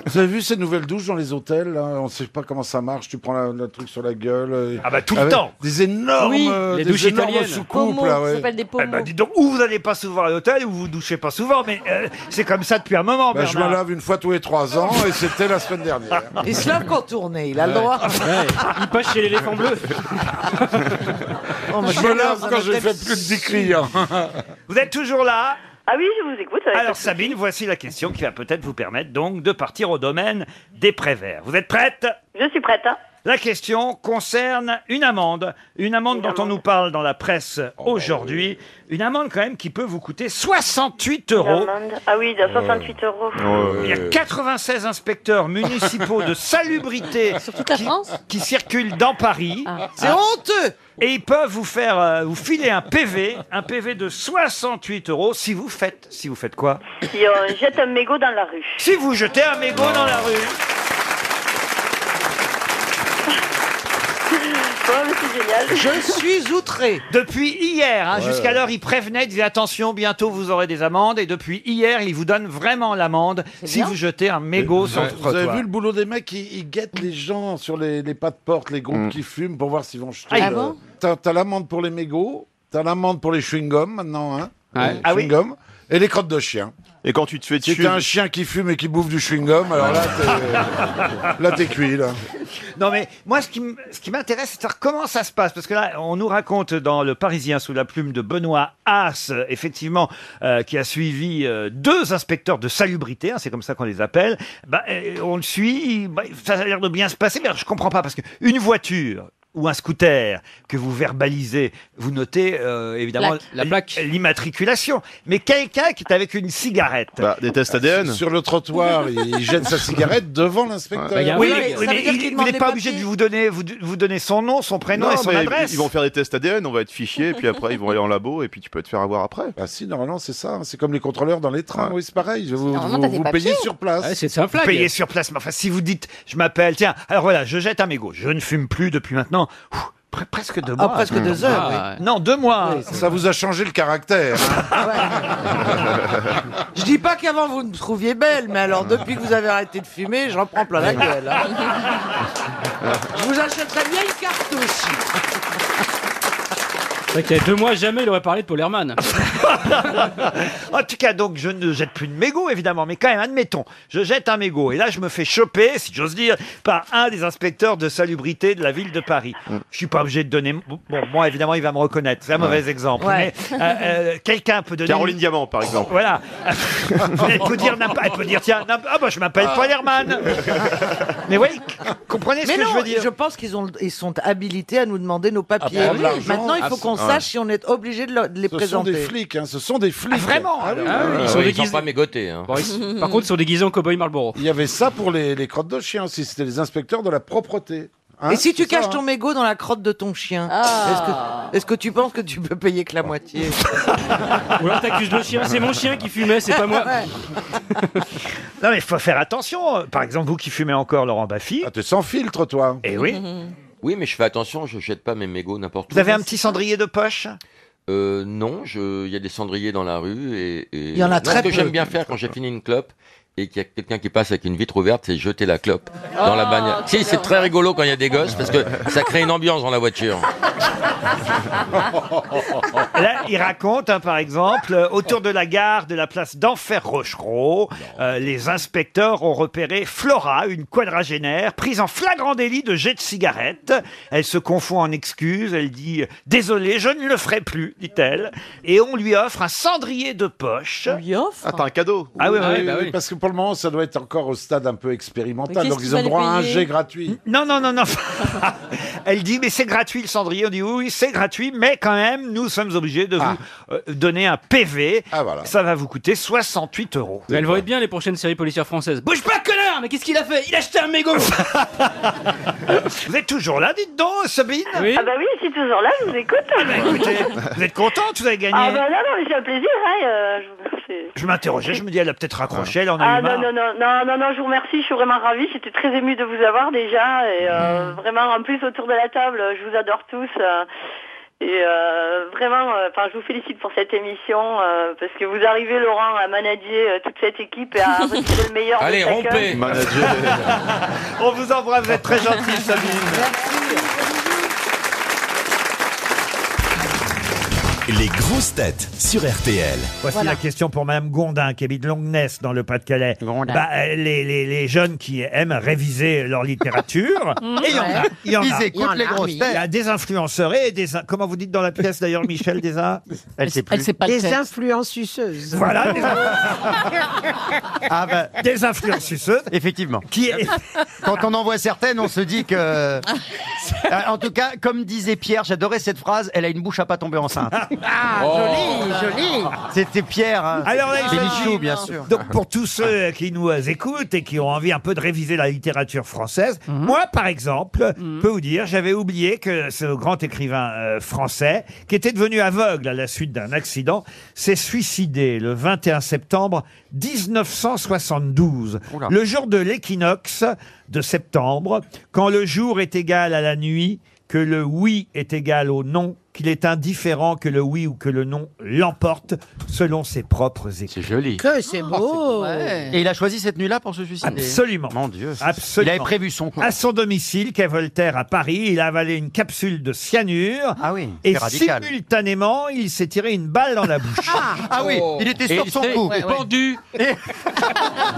S17: Vous avez vu ces nouvelles douches dans les hôtels là On sait pas comment ça marche. Tu prends la- le truc sur la gueule.
S1: Ah bah tout
S17: Avec
S1: le temps.
S17: Des énormes,
S1: Oui,
S17: euh,
S1: les
S17: des
S1: douches
S17: énormes
S1: italiennes.
S17: soucoupes.
S10: Pommeau,
S17: là,
S10: ça
S17: ouais.
S10: s'appelle des pommeaux.
S1: Eh ben, dis donc, ou vous n'allez pas souvent à l'hôtel, ou vous vous douchez pas souvent, mais euh, c'est comme ça depuis un moment,
S17: Bah, je me
S1: Bernard.
S17: lave une fois tous les trois ans et c'était la semaine dernière.
S14: Il se lave qu'en tournée, il a le droit.
S6: Il passe chez l'éléphant bleu.
S14: Oh, mais
S17: je
S14: c'est
S17: me lave
S14: dans un
S17: quand j'ai
S14: hôtel
S17: fait plus de 10 clients.
S1: Vous êtes toujours là
S16: Ah oui, je vous écoute. avec
S1: Alors
S16: pas de souci.
S1: Sabine, voici la question qui va peut-être vous permettre donc de partir au domaine des préverts. Vous êtes prête
S16: Je suis prête. hein.
S1: La question concerne une amende, une amende dont on nous parle dans la
S17: Oh,
S1: presse aujourd'hui, une amende quand même qui peut vous coûter 68 euros.
S16: L'amende. Ah oui, de 68 euros.
S1: Il y
S14: Euh.
S1: a 96 inspecteurs municipaux de salubrité qui, qui circulent dans Paris. Ah.
S14: C'est honteux
S1: Et ils peuvent vous faire, euh, vous filer un PV, un PV de 68 euros si vous faites, si vous faites quoi
S16: Si on euh, jette un mégot dans la rue.
S1: Si vous jetez un mégot dans la rue.
S16: Oh,
S14: Je suis outré.
S1: Depuis hier, hein,
S14: Ouais,
S1: jusqu'à
S14: ouais.
S1: l'heure, il prévenait, il disait attention, bientôt vous aurez des amendes. Et depuis hier, il vous donne vraiment l'amende si
S17: bien.
S1: vous jetez un mégot
S17: Vous
S1: sur le
S17: avez- vous avez
S1: trottoir.
S17: vu le boulot des mecs ils, ils guettent les gens sur les, les pas de porte, les
S18: Mm.
S17: groupes qui fument pour voir s'ils vont jeter.
S1: Ah,
S17: le-
S1: bon
S17: t'as, t'as l'amende pour les mégots, t'as l'amende pour les chewing-gums maintenant, hein
S18: Ouais.
S17: les
S18: Ah oui.
S17: chewing-gums, Et les crottes de chien.
S18: Et quand tu te fais
S17: Si
S18: dessus.
S17: t'as un chien qui fume et qui bouffe du chewing-gum, alors là, t'es, là, t'es cuit. Là.
S1: Non mais moi ce qui m- ce qui m'intéresse c'est de savoir comment ça se passe parce que là on nous raconte dans le Parisien sous la plume de Benoît Haas euh, effectivement euh, qui a suivi euh, deux inspecteurs de salubrité hein, c'est comme ça qu'on les appelle bah, euh, on le suit bah, ça a l'air de bien se passer mais alors, je comprends pas parce que une voiture ou un scooter que vous verbalisez, vous notez euh, évidemment
S6: Plaque.
S1: l- l'immatriculation. Mais quelqu'un qui est avec une cigarette,
S18: Bah, des tests ADN.
S17: Sur le trottoir, il, il jette sa cigarette devant l'inspecteur.
S18: Ouais, bah, y a un
S1: oui,
S18: flag.
S1: mais,
S18: Ça veut dire
S1: il-
S18: qu'il
S1: vous
S18: demande
S1: n'êtes
S18: les
S1: pas obligé de vous donner, vous, vous donner son nom, son prénom Eh et son
S18: mais
S1: adresse.
S18: Ils vont faire des tests ADN, on va être fichier, puis après ils vont aller en labo, et puis tu peux te faire avoir après.
S17: Ah si, normalement c'est ça, hein. c'est comme les contrôleurs dans les trains, oui c'est pareil, vous,
S18: Normalement,
S17: vous-
S18: t'as des
S17: vous
S18: papiers.
S17: payez sur place.
S18: Ouais, c'est-
S1: Vous Payez sur place. Mais enfin, si vous dites, je m'appelle, tiens, alors voilà, je jette un mégot. Je ne fume plus depuis maintenant ouf, pre- presque
S17: Ah,
S1: deux mois.
S14: Ah, presque deux heures, Ah, oui.
S1: Non, deux mois.
S17: ça vous a changé le caractère. hein.
S14: Je dis pas qu'avant vous me trouviez belle, mais alors depuis que vous avez arrêté de fumer, j'en prends plein la gueule. hein. Je vous achèterai bien une cartouche.
S6: C'est vrai qu'il y a deux mois, jamais il aurait parlé de Paul Herman.
S1: en tout cas, donc, je ne jette plus de mégot, évidemment, mais quand même, admettons, je jette un mégot et là, je me fais choper, si j'ose dire, par un des inspecteurs de salubrité de la ville de Paris. Je suis pas obligé de donner. Bon, moi, évidemment, il va me reconnaître. C'est un mauvais
S18: Ouais.
S1: exemple.
S18: Ouais.
S1: Mais euh, euh, quelqu'un peut donner.
S18: Caroline Diamant, par exemple.
S1: Voilà. elle, peut dire, n'importe- elle peut dire, tiens, n'importe- ah bah, je m'appelle Paul Herman. Mais oui, comprenez ce
S14: mais
S1: que
S14: non,
S1: je veux dire.
S14: Je pense qu'ils ont, ils sont habilités à nous demander nos papiers.
S17: prendre l'argent.
S14: Maintenant, il faut
S17: Ah,
S14: qu'on
S17: c'est-
S14: sache si on est obligé de, le- de les
S17: Ce sont
S14: présenter.
S17: des flics, hein, ce sont des flics.
S14: vraiment
S17: Ah oui.
S6: Ah,
S2: Ils
S6: sont
S2: sont,
S6: déguisés.
S2: pas mégotés. Hein.
S6: Bon, ils- Par contre, ils sont déguisés en cow-boy Marlboro.
S17: Il y avait ça pour les, les crottes de chien aussi, c'était les inspecteurs de la propreté. hein,
S14: Et si tu
S17: c'est ça,
S14: caches
S17: hein.
S14: ton mégot dans la crotte de ton chien,
S17: Ah.
S14: est-ce que, est-ce que tu penses que tu peux payer que la moitié
S6: Ou alors t'accuses le chien, c'est mon chien qui fumait, c'est pas moi.
S1: Non, mais il faut faire attention. Par exemple, vous qui fumez encore Laurent Baffy.
S17: Ah, t'es sans filtre, toi.
S1: Eh oui.
S2: Oui, mais je fais attention, je jette pas mes mégots n'importe où.
S1: Vous avez un petit cendrier de poche
S2: Euh, non, je- il y a des cendriers dans la rue et, et-
S14: Il y en a
S2: Non,
S14: très
S2: Ce que
S14: peu.
S2: j'aime bien faire quand j'ai fini une clope et qu'il y a quelqu'un qui passe avec une vitre ouverte, c'est jeter la clope
S14: Ah,
S2: dans la bagnole. Si, c'est très rigolo quand il y a des gosses parce que ça crée une ambiance dans la voiture.
S22: Ah,
S1: Là, il raconte, hein, par exemple, euh, autour de la gare de la place d'Enfer Rochereau, euh, les inspecteurs ont repéré Flora, une quadragénaire, prise en flagrant délit de jet de cigarette. Elle se confond en excuses, elle dit euh, « Désolé, je ne le ferai plus », dit-elle. Et on lui offre un cendrier de poche. On lui offre Attends, un cadeau Ah oui, oui, oui, oui.
S17: Parce que pour le moment, ça doit être encore au stade un peu expérimental.
S1: Mais
S17: Donc
S1: qu'est-ce
S17: ils ont
S1: qu'il
S17: droit à
S1: va
S17: un
S1: lui
S17: jet
S1: payer
S17: gratuit.
S1: Non, non, non, non. Elle dit, mais c'est gratuit le cendrier. On dit, oui, oui, c'est gratuit, mais quand même, nous sommes obligés de
S17: Ah.
S1: vous euh, donner un PV. Ça va vous coûter 68 euros.
S6: Mais elle voit bien les prochaines séries policières françaises. Bouge pas, connard Mais qu'est-ce qu'il a fait Il a acheté un mégot
S1: Vous êtes toujours là, dites donc, Sabine Ah, bah,
S16: Ah bah oui, je suis toujours là, je vous écoute.
S1: Écoutez, vous êtes contente, vous avez gagné.
S16: Ah bah non, non, mais c'est un plaisir. hein, euh, je- c'est-
S1: Je m'interrogeais, je me dis, elle a peut-être raccroché, elle en a
S16: Ah
S1: eu marre.
S16: non, non, non, non, non, non, je vous remercie, je suis vraiment ravie, j'étais très émue de vous avoir déjà, et euh,
S1: Mm.
S16: vraiment, en plus, autour de la table, euh, je vous adore tous, euh, et euh, vraiment, euh, enfin, je vous félicite pour cette émission, euh, parce que vous arrivez, Laurent, à manager euh, toute cette équipe et à retirer le meilleur
S1: Allez,
S16: de chacun.
S1: rompez. Manager. On vous embrasse, vous êtes très gentils, Sabine.
S35: Les grosses têtes sur RTL.
S1: Voici la question pour Madame Gondin, qui habite Longnes dans le Pas-de-Calais. Bah, euh, les, les- les jeunes qui aiment réviser leur littérature,
S36: Mmh.
S1: et il y en a,
S36: Ouais.
S1: il y en
S36: Ils
S1: a.
S36: écoutent Il y en a, les grosses oui.
S1: Il y a des influenceurs et des... in- Comment vous dites dans la pièce d'ailleurs, Michel, des... in-
S22: Des influences suceuses.
S1: Voilà, des- Ah
S22: Ah,
S1: ben,
S22: bah,
S1: Des influenceuses.
S14: Effectivement.
S1: Qui
S14: Quand on en voit certaines, on se dit que. Euh, En tout cas, comme disait Pierre, j'adorais cette phrase elle a une bouche à pas tomber enceinte.
S22: Ah, joli, joli.
S14: C'était Pierre. hein.
S1: Alors là, il
S14: C'est
S1: s'agit-
S14: Michaud, bien sûr.
S1: Donc pour tous ceux qui nous euh, écoutent et qui ont envie un peu de réviser la littérature française, moi par exemple, peux vous dire, j'avais oublié que ce grand écrivain euh, français, qui était devenu aveugle à la suite d'un accident, s'est suicidé le 21 septembre 1972, le jour de l'équinoxe de septembre, quand le jour est égal à la nuit, que le oui est égal au non, qu'il est indifférent que le oui ou que le non l'emporte selon ses propres écrits. C'est joli.
S22: Que
S6: Oh,
S22: c'est beau.
S14: Et il a choisi cette nuit-là pour se suicider.
S1: Absolument.
S14: Mon Dieu.
S1: Absolument.
S14: Il avait prévu son coup.
S1: À son domicile, qu'est Voltaire à Paris, il a avalé une capsule de cyanure.
S14: Ah oui,
S1: Et
S14: c'est radical.
S1: simultanément, il s'est tiré une balle dans la bouche.
S14: Ah oui, il était sur son coup.
S10: pendu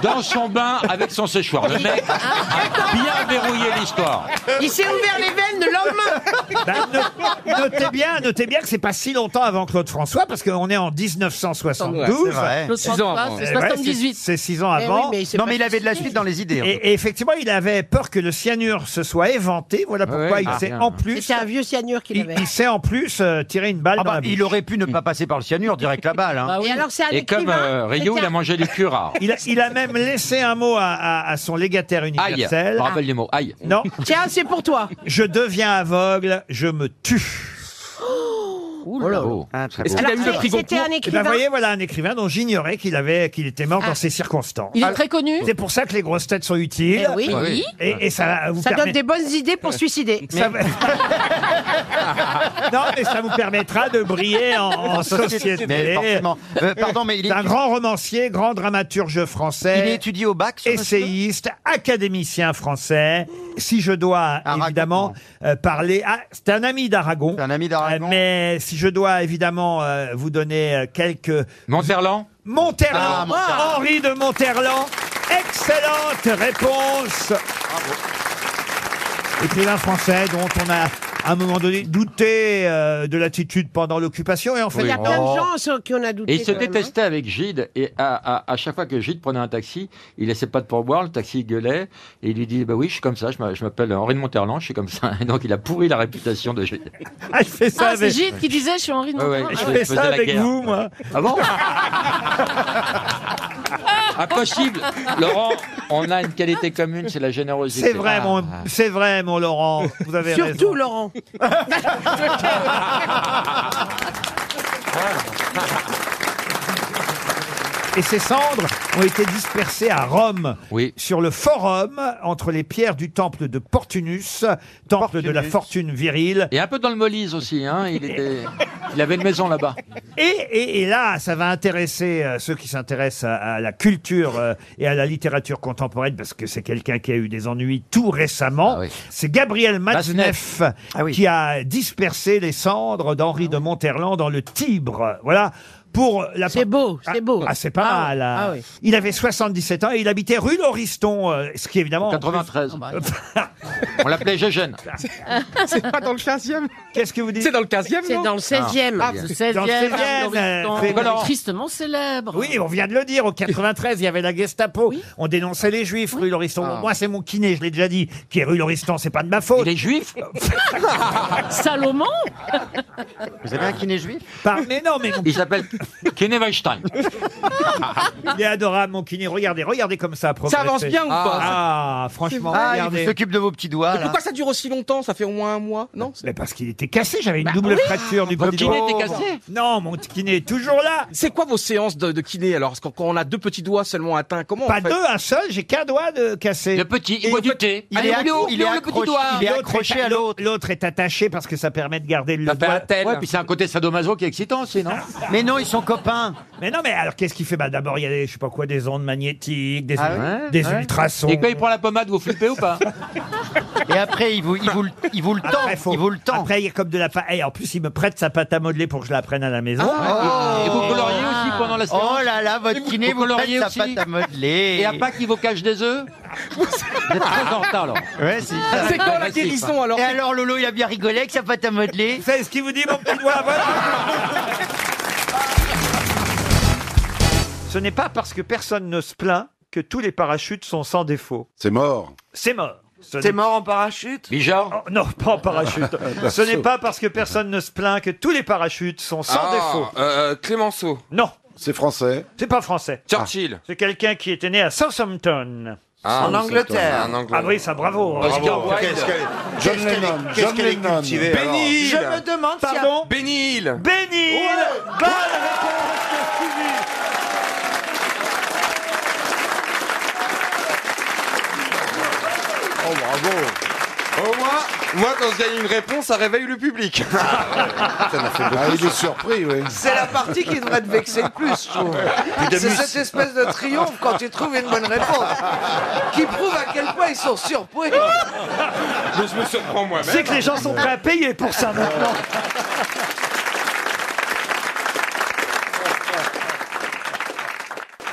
S10: dans son bain avec son séchoir. Le mec a bien verrouillé l'histoire.
S22: Il s'est ouvert les veines le lendemain.
S1: Bah, no- notez bien, notez bien que c'est pas si longtemps avant Claude François, parce qu'on est en 1972.
S14: Ouais, c'est vrai. Claude Six ans François, avant. c'est
S1: Eh ouais,
S14: 78.
S1: C'est 6 ans
S14: Eh oui,
S1: avant.
S14: mais il s'est Non, pas mais il avait de la suicidé. suite dans les idées, en
S1: Et,
S14: tout
S1: et effectivement, il avait peur que le cyanure se soit éventé. Voilà pourquoi
S14: ouais,
S1: il
S14: ah,
S1: s'est
S14: bien.
S1: en plus.
S22: C'était un vieux cyanure qu'il
S1: Il,
S22: avait.
S1: il s'est en plus euh, tiré une balle
S14: Ah
S1: dans
S14: bah,
S1: la bouche. Mm.
S14: il aurait pu ne pas passer par le cyanure, direct la balle. hein.
S22: Et alors, Bah c'est un
S10: Et comme
S22: écrivain,
S10: euh, Rio,
S22: c'était
S10: il
S22: un-
S10: a mangé du curare.
S1: Il a, il a même laissé un mot à, à- à son légataire
S10: Aïe,
S1: universel. Ah.
S10: je rappelle les mots. Aïe.
S1: Non,
S22: Tiens, c'est pour toi.
S1: je deviens aveugle, je me tue.
S10: Oh Ah,
S22: Est-ce qu'il a Alors, eu le c'est- prix c'était Goncourt un
S1: Eh ben,
S22: écrivain Ah.
S1: voyez, voilà un écrivain dont j'ignorais qu'il avait, qu'il était mort dans ces circonstances.
S22: Il est très
S1: connu. C'est pour ça que les grosses têtes sont utiles.
S22: Eh
S10: Ah
S22: oui. Oui.
S1: Et, et ça va vous
S22: Ça
S1: permet-
S22: donne des bonnes idées pour se suicider.
S1: Ça va-
S37: Ah,
S1: non, mais ça vous permettra de briller en, en
S14: En société,
S1: société.
S14: mais forcément. Euh, pardon, mais il est-
S1: C'est un grand romancier, grand dramaturge français.
S14: Il est étudié au bac, ce monsieur
S1: Essayiste, académicien français. Si je dois évidemment euh, parler, ah, c'est un ami d'Aragon. Un ami d'Aragon. mais si je dois évidemment euh, vous donner euh, quelques
S10: Monterland
S1: Monterland,
S10: Ah, Monterland.
S1: Henri de Monterland. Excellente réponse. Écrivain français dont on a à un moment donné douté euh, de l'attitude pendant l'occupation et en fait
S22: Il y a plein de
S10: Oh.
S22: gens sur qui on a douté.
S10: Et il se
S22: quand même, hein.
S10: détestait avec Gide. Et à, à- à chaque fois que Gide prenait un taxi, il laissait pas de pourboire. Le taxi gueulait. Et il lui dit Bah oui, je suis comme ça. Je m'a- je m'appelle Henri de Monterland. Je suis comme ça. Et donc il a pourri la réputation de Gide.
S1: Ah, je fais ça
S37: Ah, c'est
S1: avec...
S37: Gilles qui disait, je suis Henri de
S10: Ouais, ouais,
S37: Monterland.
S10: je
S1: je
S37: Ah
S1: fais
S10: faisais
S1: ça
S10: la
S1: avec
S10: guerre.
S1: vous, moi.
S10: Ah bon Impossible Laurent, on a une qualité commune, c'est la générosité.
S1: C'est vrai,
S2: Ah.
S1: mon, c'est vrai, mon Laurent. Vous avez
S22: Surtout
S1: raison.
S22: Laurent.
S1: Et ses cendres ont été dispersées à Rome, sur le forum, entre les pierres du temple de Portunus, temple de la fortune virile.
S2: Et un peu dans le Molise aussi, hein. Il, était... il avait une maison là-bas.
S1: Et, et- et là, ça va intéresser euh, ceux qui s'intéressent à, à la culture euh, et à la littérature contemporaine, parce que c'est quelqu'un qui a eu des ennuis tout récemment. C'est Gabriel Matzneff qui a dispersé les cendres d'Henri de Monterland dans le Tibre. Voilà. Pour la... C'est beau, c'est beau. Ah, c'est pas
S4: Ah oui,
S1: mal. hein.
S4: ah oui.
S1: Il avait 77 ans et il habitait rue Lauriston, euh, ce qui évidemment... Ah, 93.
S2: On l'appelait Gégène.
S1: bah.
S24: C'est pas dans le 15e
S1: Qu'est-ce que vous dites
S24: C'est dans le 15e
S4: C'est dans le 16e.
S1: Ah, dans le 16e, euh, c'est Valorant.
S4: tristement célèbre.
S1: Oui, on vient de le dire, au 93, il y avait la Gestapo. On dénonçait les juifs, rue Lauriston. Moi, c'est mon kiné, je l'ai déjà dit, qui est rue Lauriston, c'est pas de ma faute. Les juifs
S4: Salomon
S1: Vous avez un kiné juif Mais non, mais... Il s'appelle Kiné Weinstein. il est adorable, mon kiné. Regardez, regardez comme ça, progresser.
S19: avance bien ou pas
S1: Ah, franchement,
S19: Ah, il
S1: regardez.
S19: s'occupe
S1: de vos petits doigts,
S19: Mais pourquoi ça dure aussi longtemps Ça fait au moins un mois, non
S1: Mais parce qu'il était cassé, j'avais une
S22: Bah
S1: double
S19: Bah oui.
S1: fracture du
S19: Votre
S1: petit
S19: kiné
S1: doigt.
S19: était cassé
S1: Non, mon kiné est toujours là.
S19: C'est quoi vos séances de, de kiné alors Parce que quand on a deux petits doigts seulement atteints, comment
S1: Pas
S19: on fait
S1: deux, un seul, j'ai qu'un doigt de cassé. Le
S2: petit, il boit du thé.
S19: Il est accro- il est accroché- il est
S2: accroché à
S1: l'autre. L'autre est attaché parce que ça permet de garder le doigt.
S2: Ouais, puis c'est un côté sadomaso qui est excitant aussi, non
S1: Mais non, ils sont copains. Mais non, mais alors qu'est-ce qu'il fait bah, D'abord, il y a des, je sais pas quoi, des ondes magnétiques, des,
S2: Ah ouais
S1: des
S2: Ouais.
S1: ultrasons.
S2: Et quand il prend la pommade, vous flippez ou pas
S1: Et après, il vous, il vous, il vous le tend. Après, Ah, il vous le Après, il y a comme de la paille. En plus, il me prête sa pâte à modeler pour que je la prenne à la maison. Ah,
S2: Et vous coloriez aussi pendant la séance
S5: Ah, Oh là là, votre kiné vous
S2: coloriez
S5: prête
S2: aussi
S5: sa pâte à modeler.
S2: Et à Pâques, il vous cache des œufs Vous êtes très en retard, Laurent.
S5: Ouais, c'est ça.
S14: Ah,
S2: C'est quand
S14: bah,
S2: la guérison, alors
S5: Et alors Lolo, il a bien rigolé avec sa pâte à modeler.
S1: C'est ce qu'il vous dit, mon petit doigt, Ce n'est pas parce que personne ne se plaint que tous les parachutes sont sans défaut.
S17: C'est mort.
S1: C'est mort. Ce
S17: T'es
S1: n'est-
S17: mort en parachute
S2: Bijard
S1: Oh, Non, pas en parachute.
S17: bah,
S1: Ce n'est
S17: saut.
S1: pas parce que personne ne se plaint que tous les parachutes sont sans défaut.
S2: Euh,
S17: Clémenceau.
S1: Non.
S17: Ah. C'est français.
S1: C'est pas français.
S17: Churchill.
S1: C'est quelqu'un qui était né à Southampton.
S17: Ah, En Angleterre. en Angleterre.
S1: Ah oui, ça, bravo.
S17: Oscar Bravo. Wilde. Qu'est-ce qu'elle- John Qu'est-ce qu'elle est- Lennon. qu'est-ce John qu'elle est Lennon. cultivée, alors Benny Hill.
S12: Je me
S1: demande Pardon
S12: Benny Hill.
S1: Benny Hill. Bonne réponse de Stevie.
S12: Oh, bravo. Au moins, moi, quand je gagne une réponse, ça réveille le public.
S17: Ah, il est surpris, oui.
S14: C'est la partie qui devrait te vexer le plus, je trouve.
S17: Puis de
S14: C'est
S17: mus-
S14: cette espèce de triomphe quand tu trouves une bonne réponse, qui prouve à quel point ils sont surpris.
S12: je me surprends moi-même.
S1: C'est que les gens sont prêts à payer pour ça maintenant.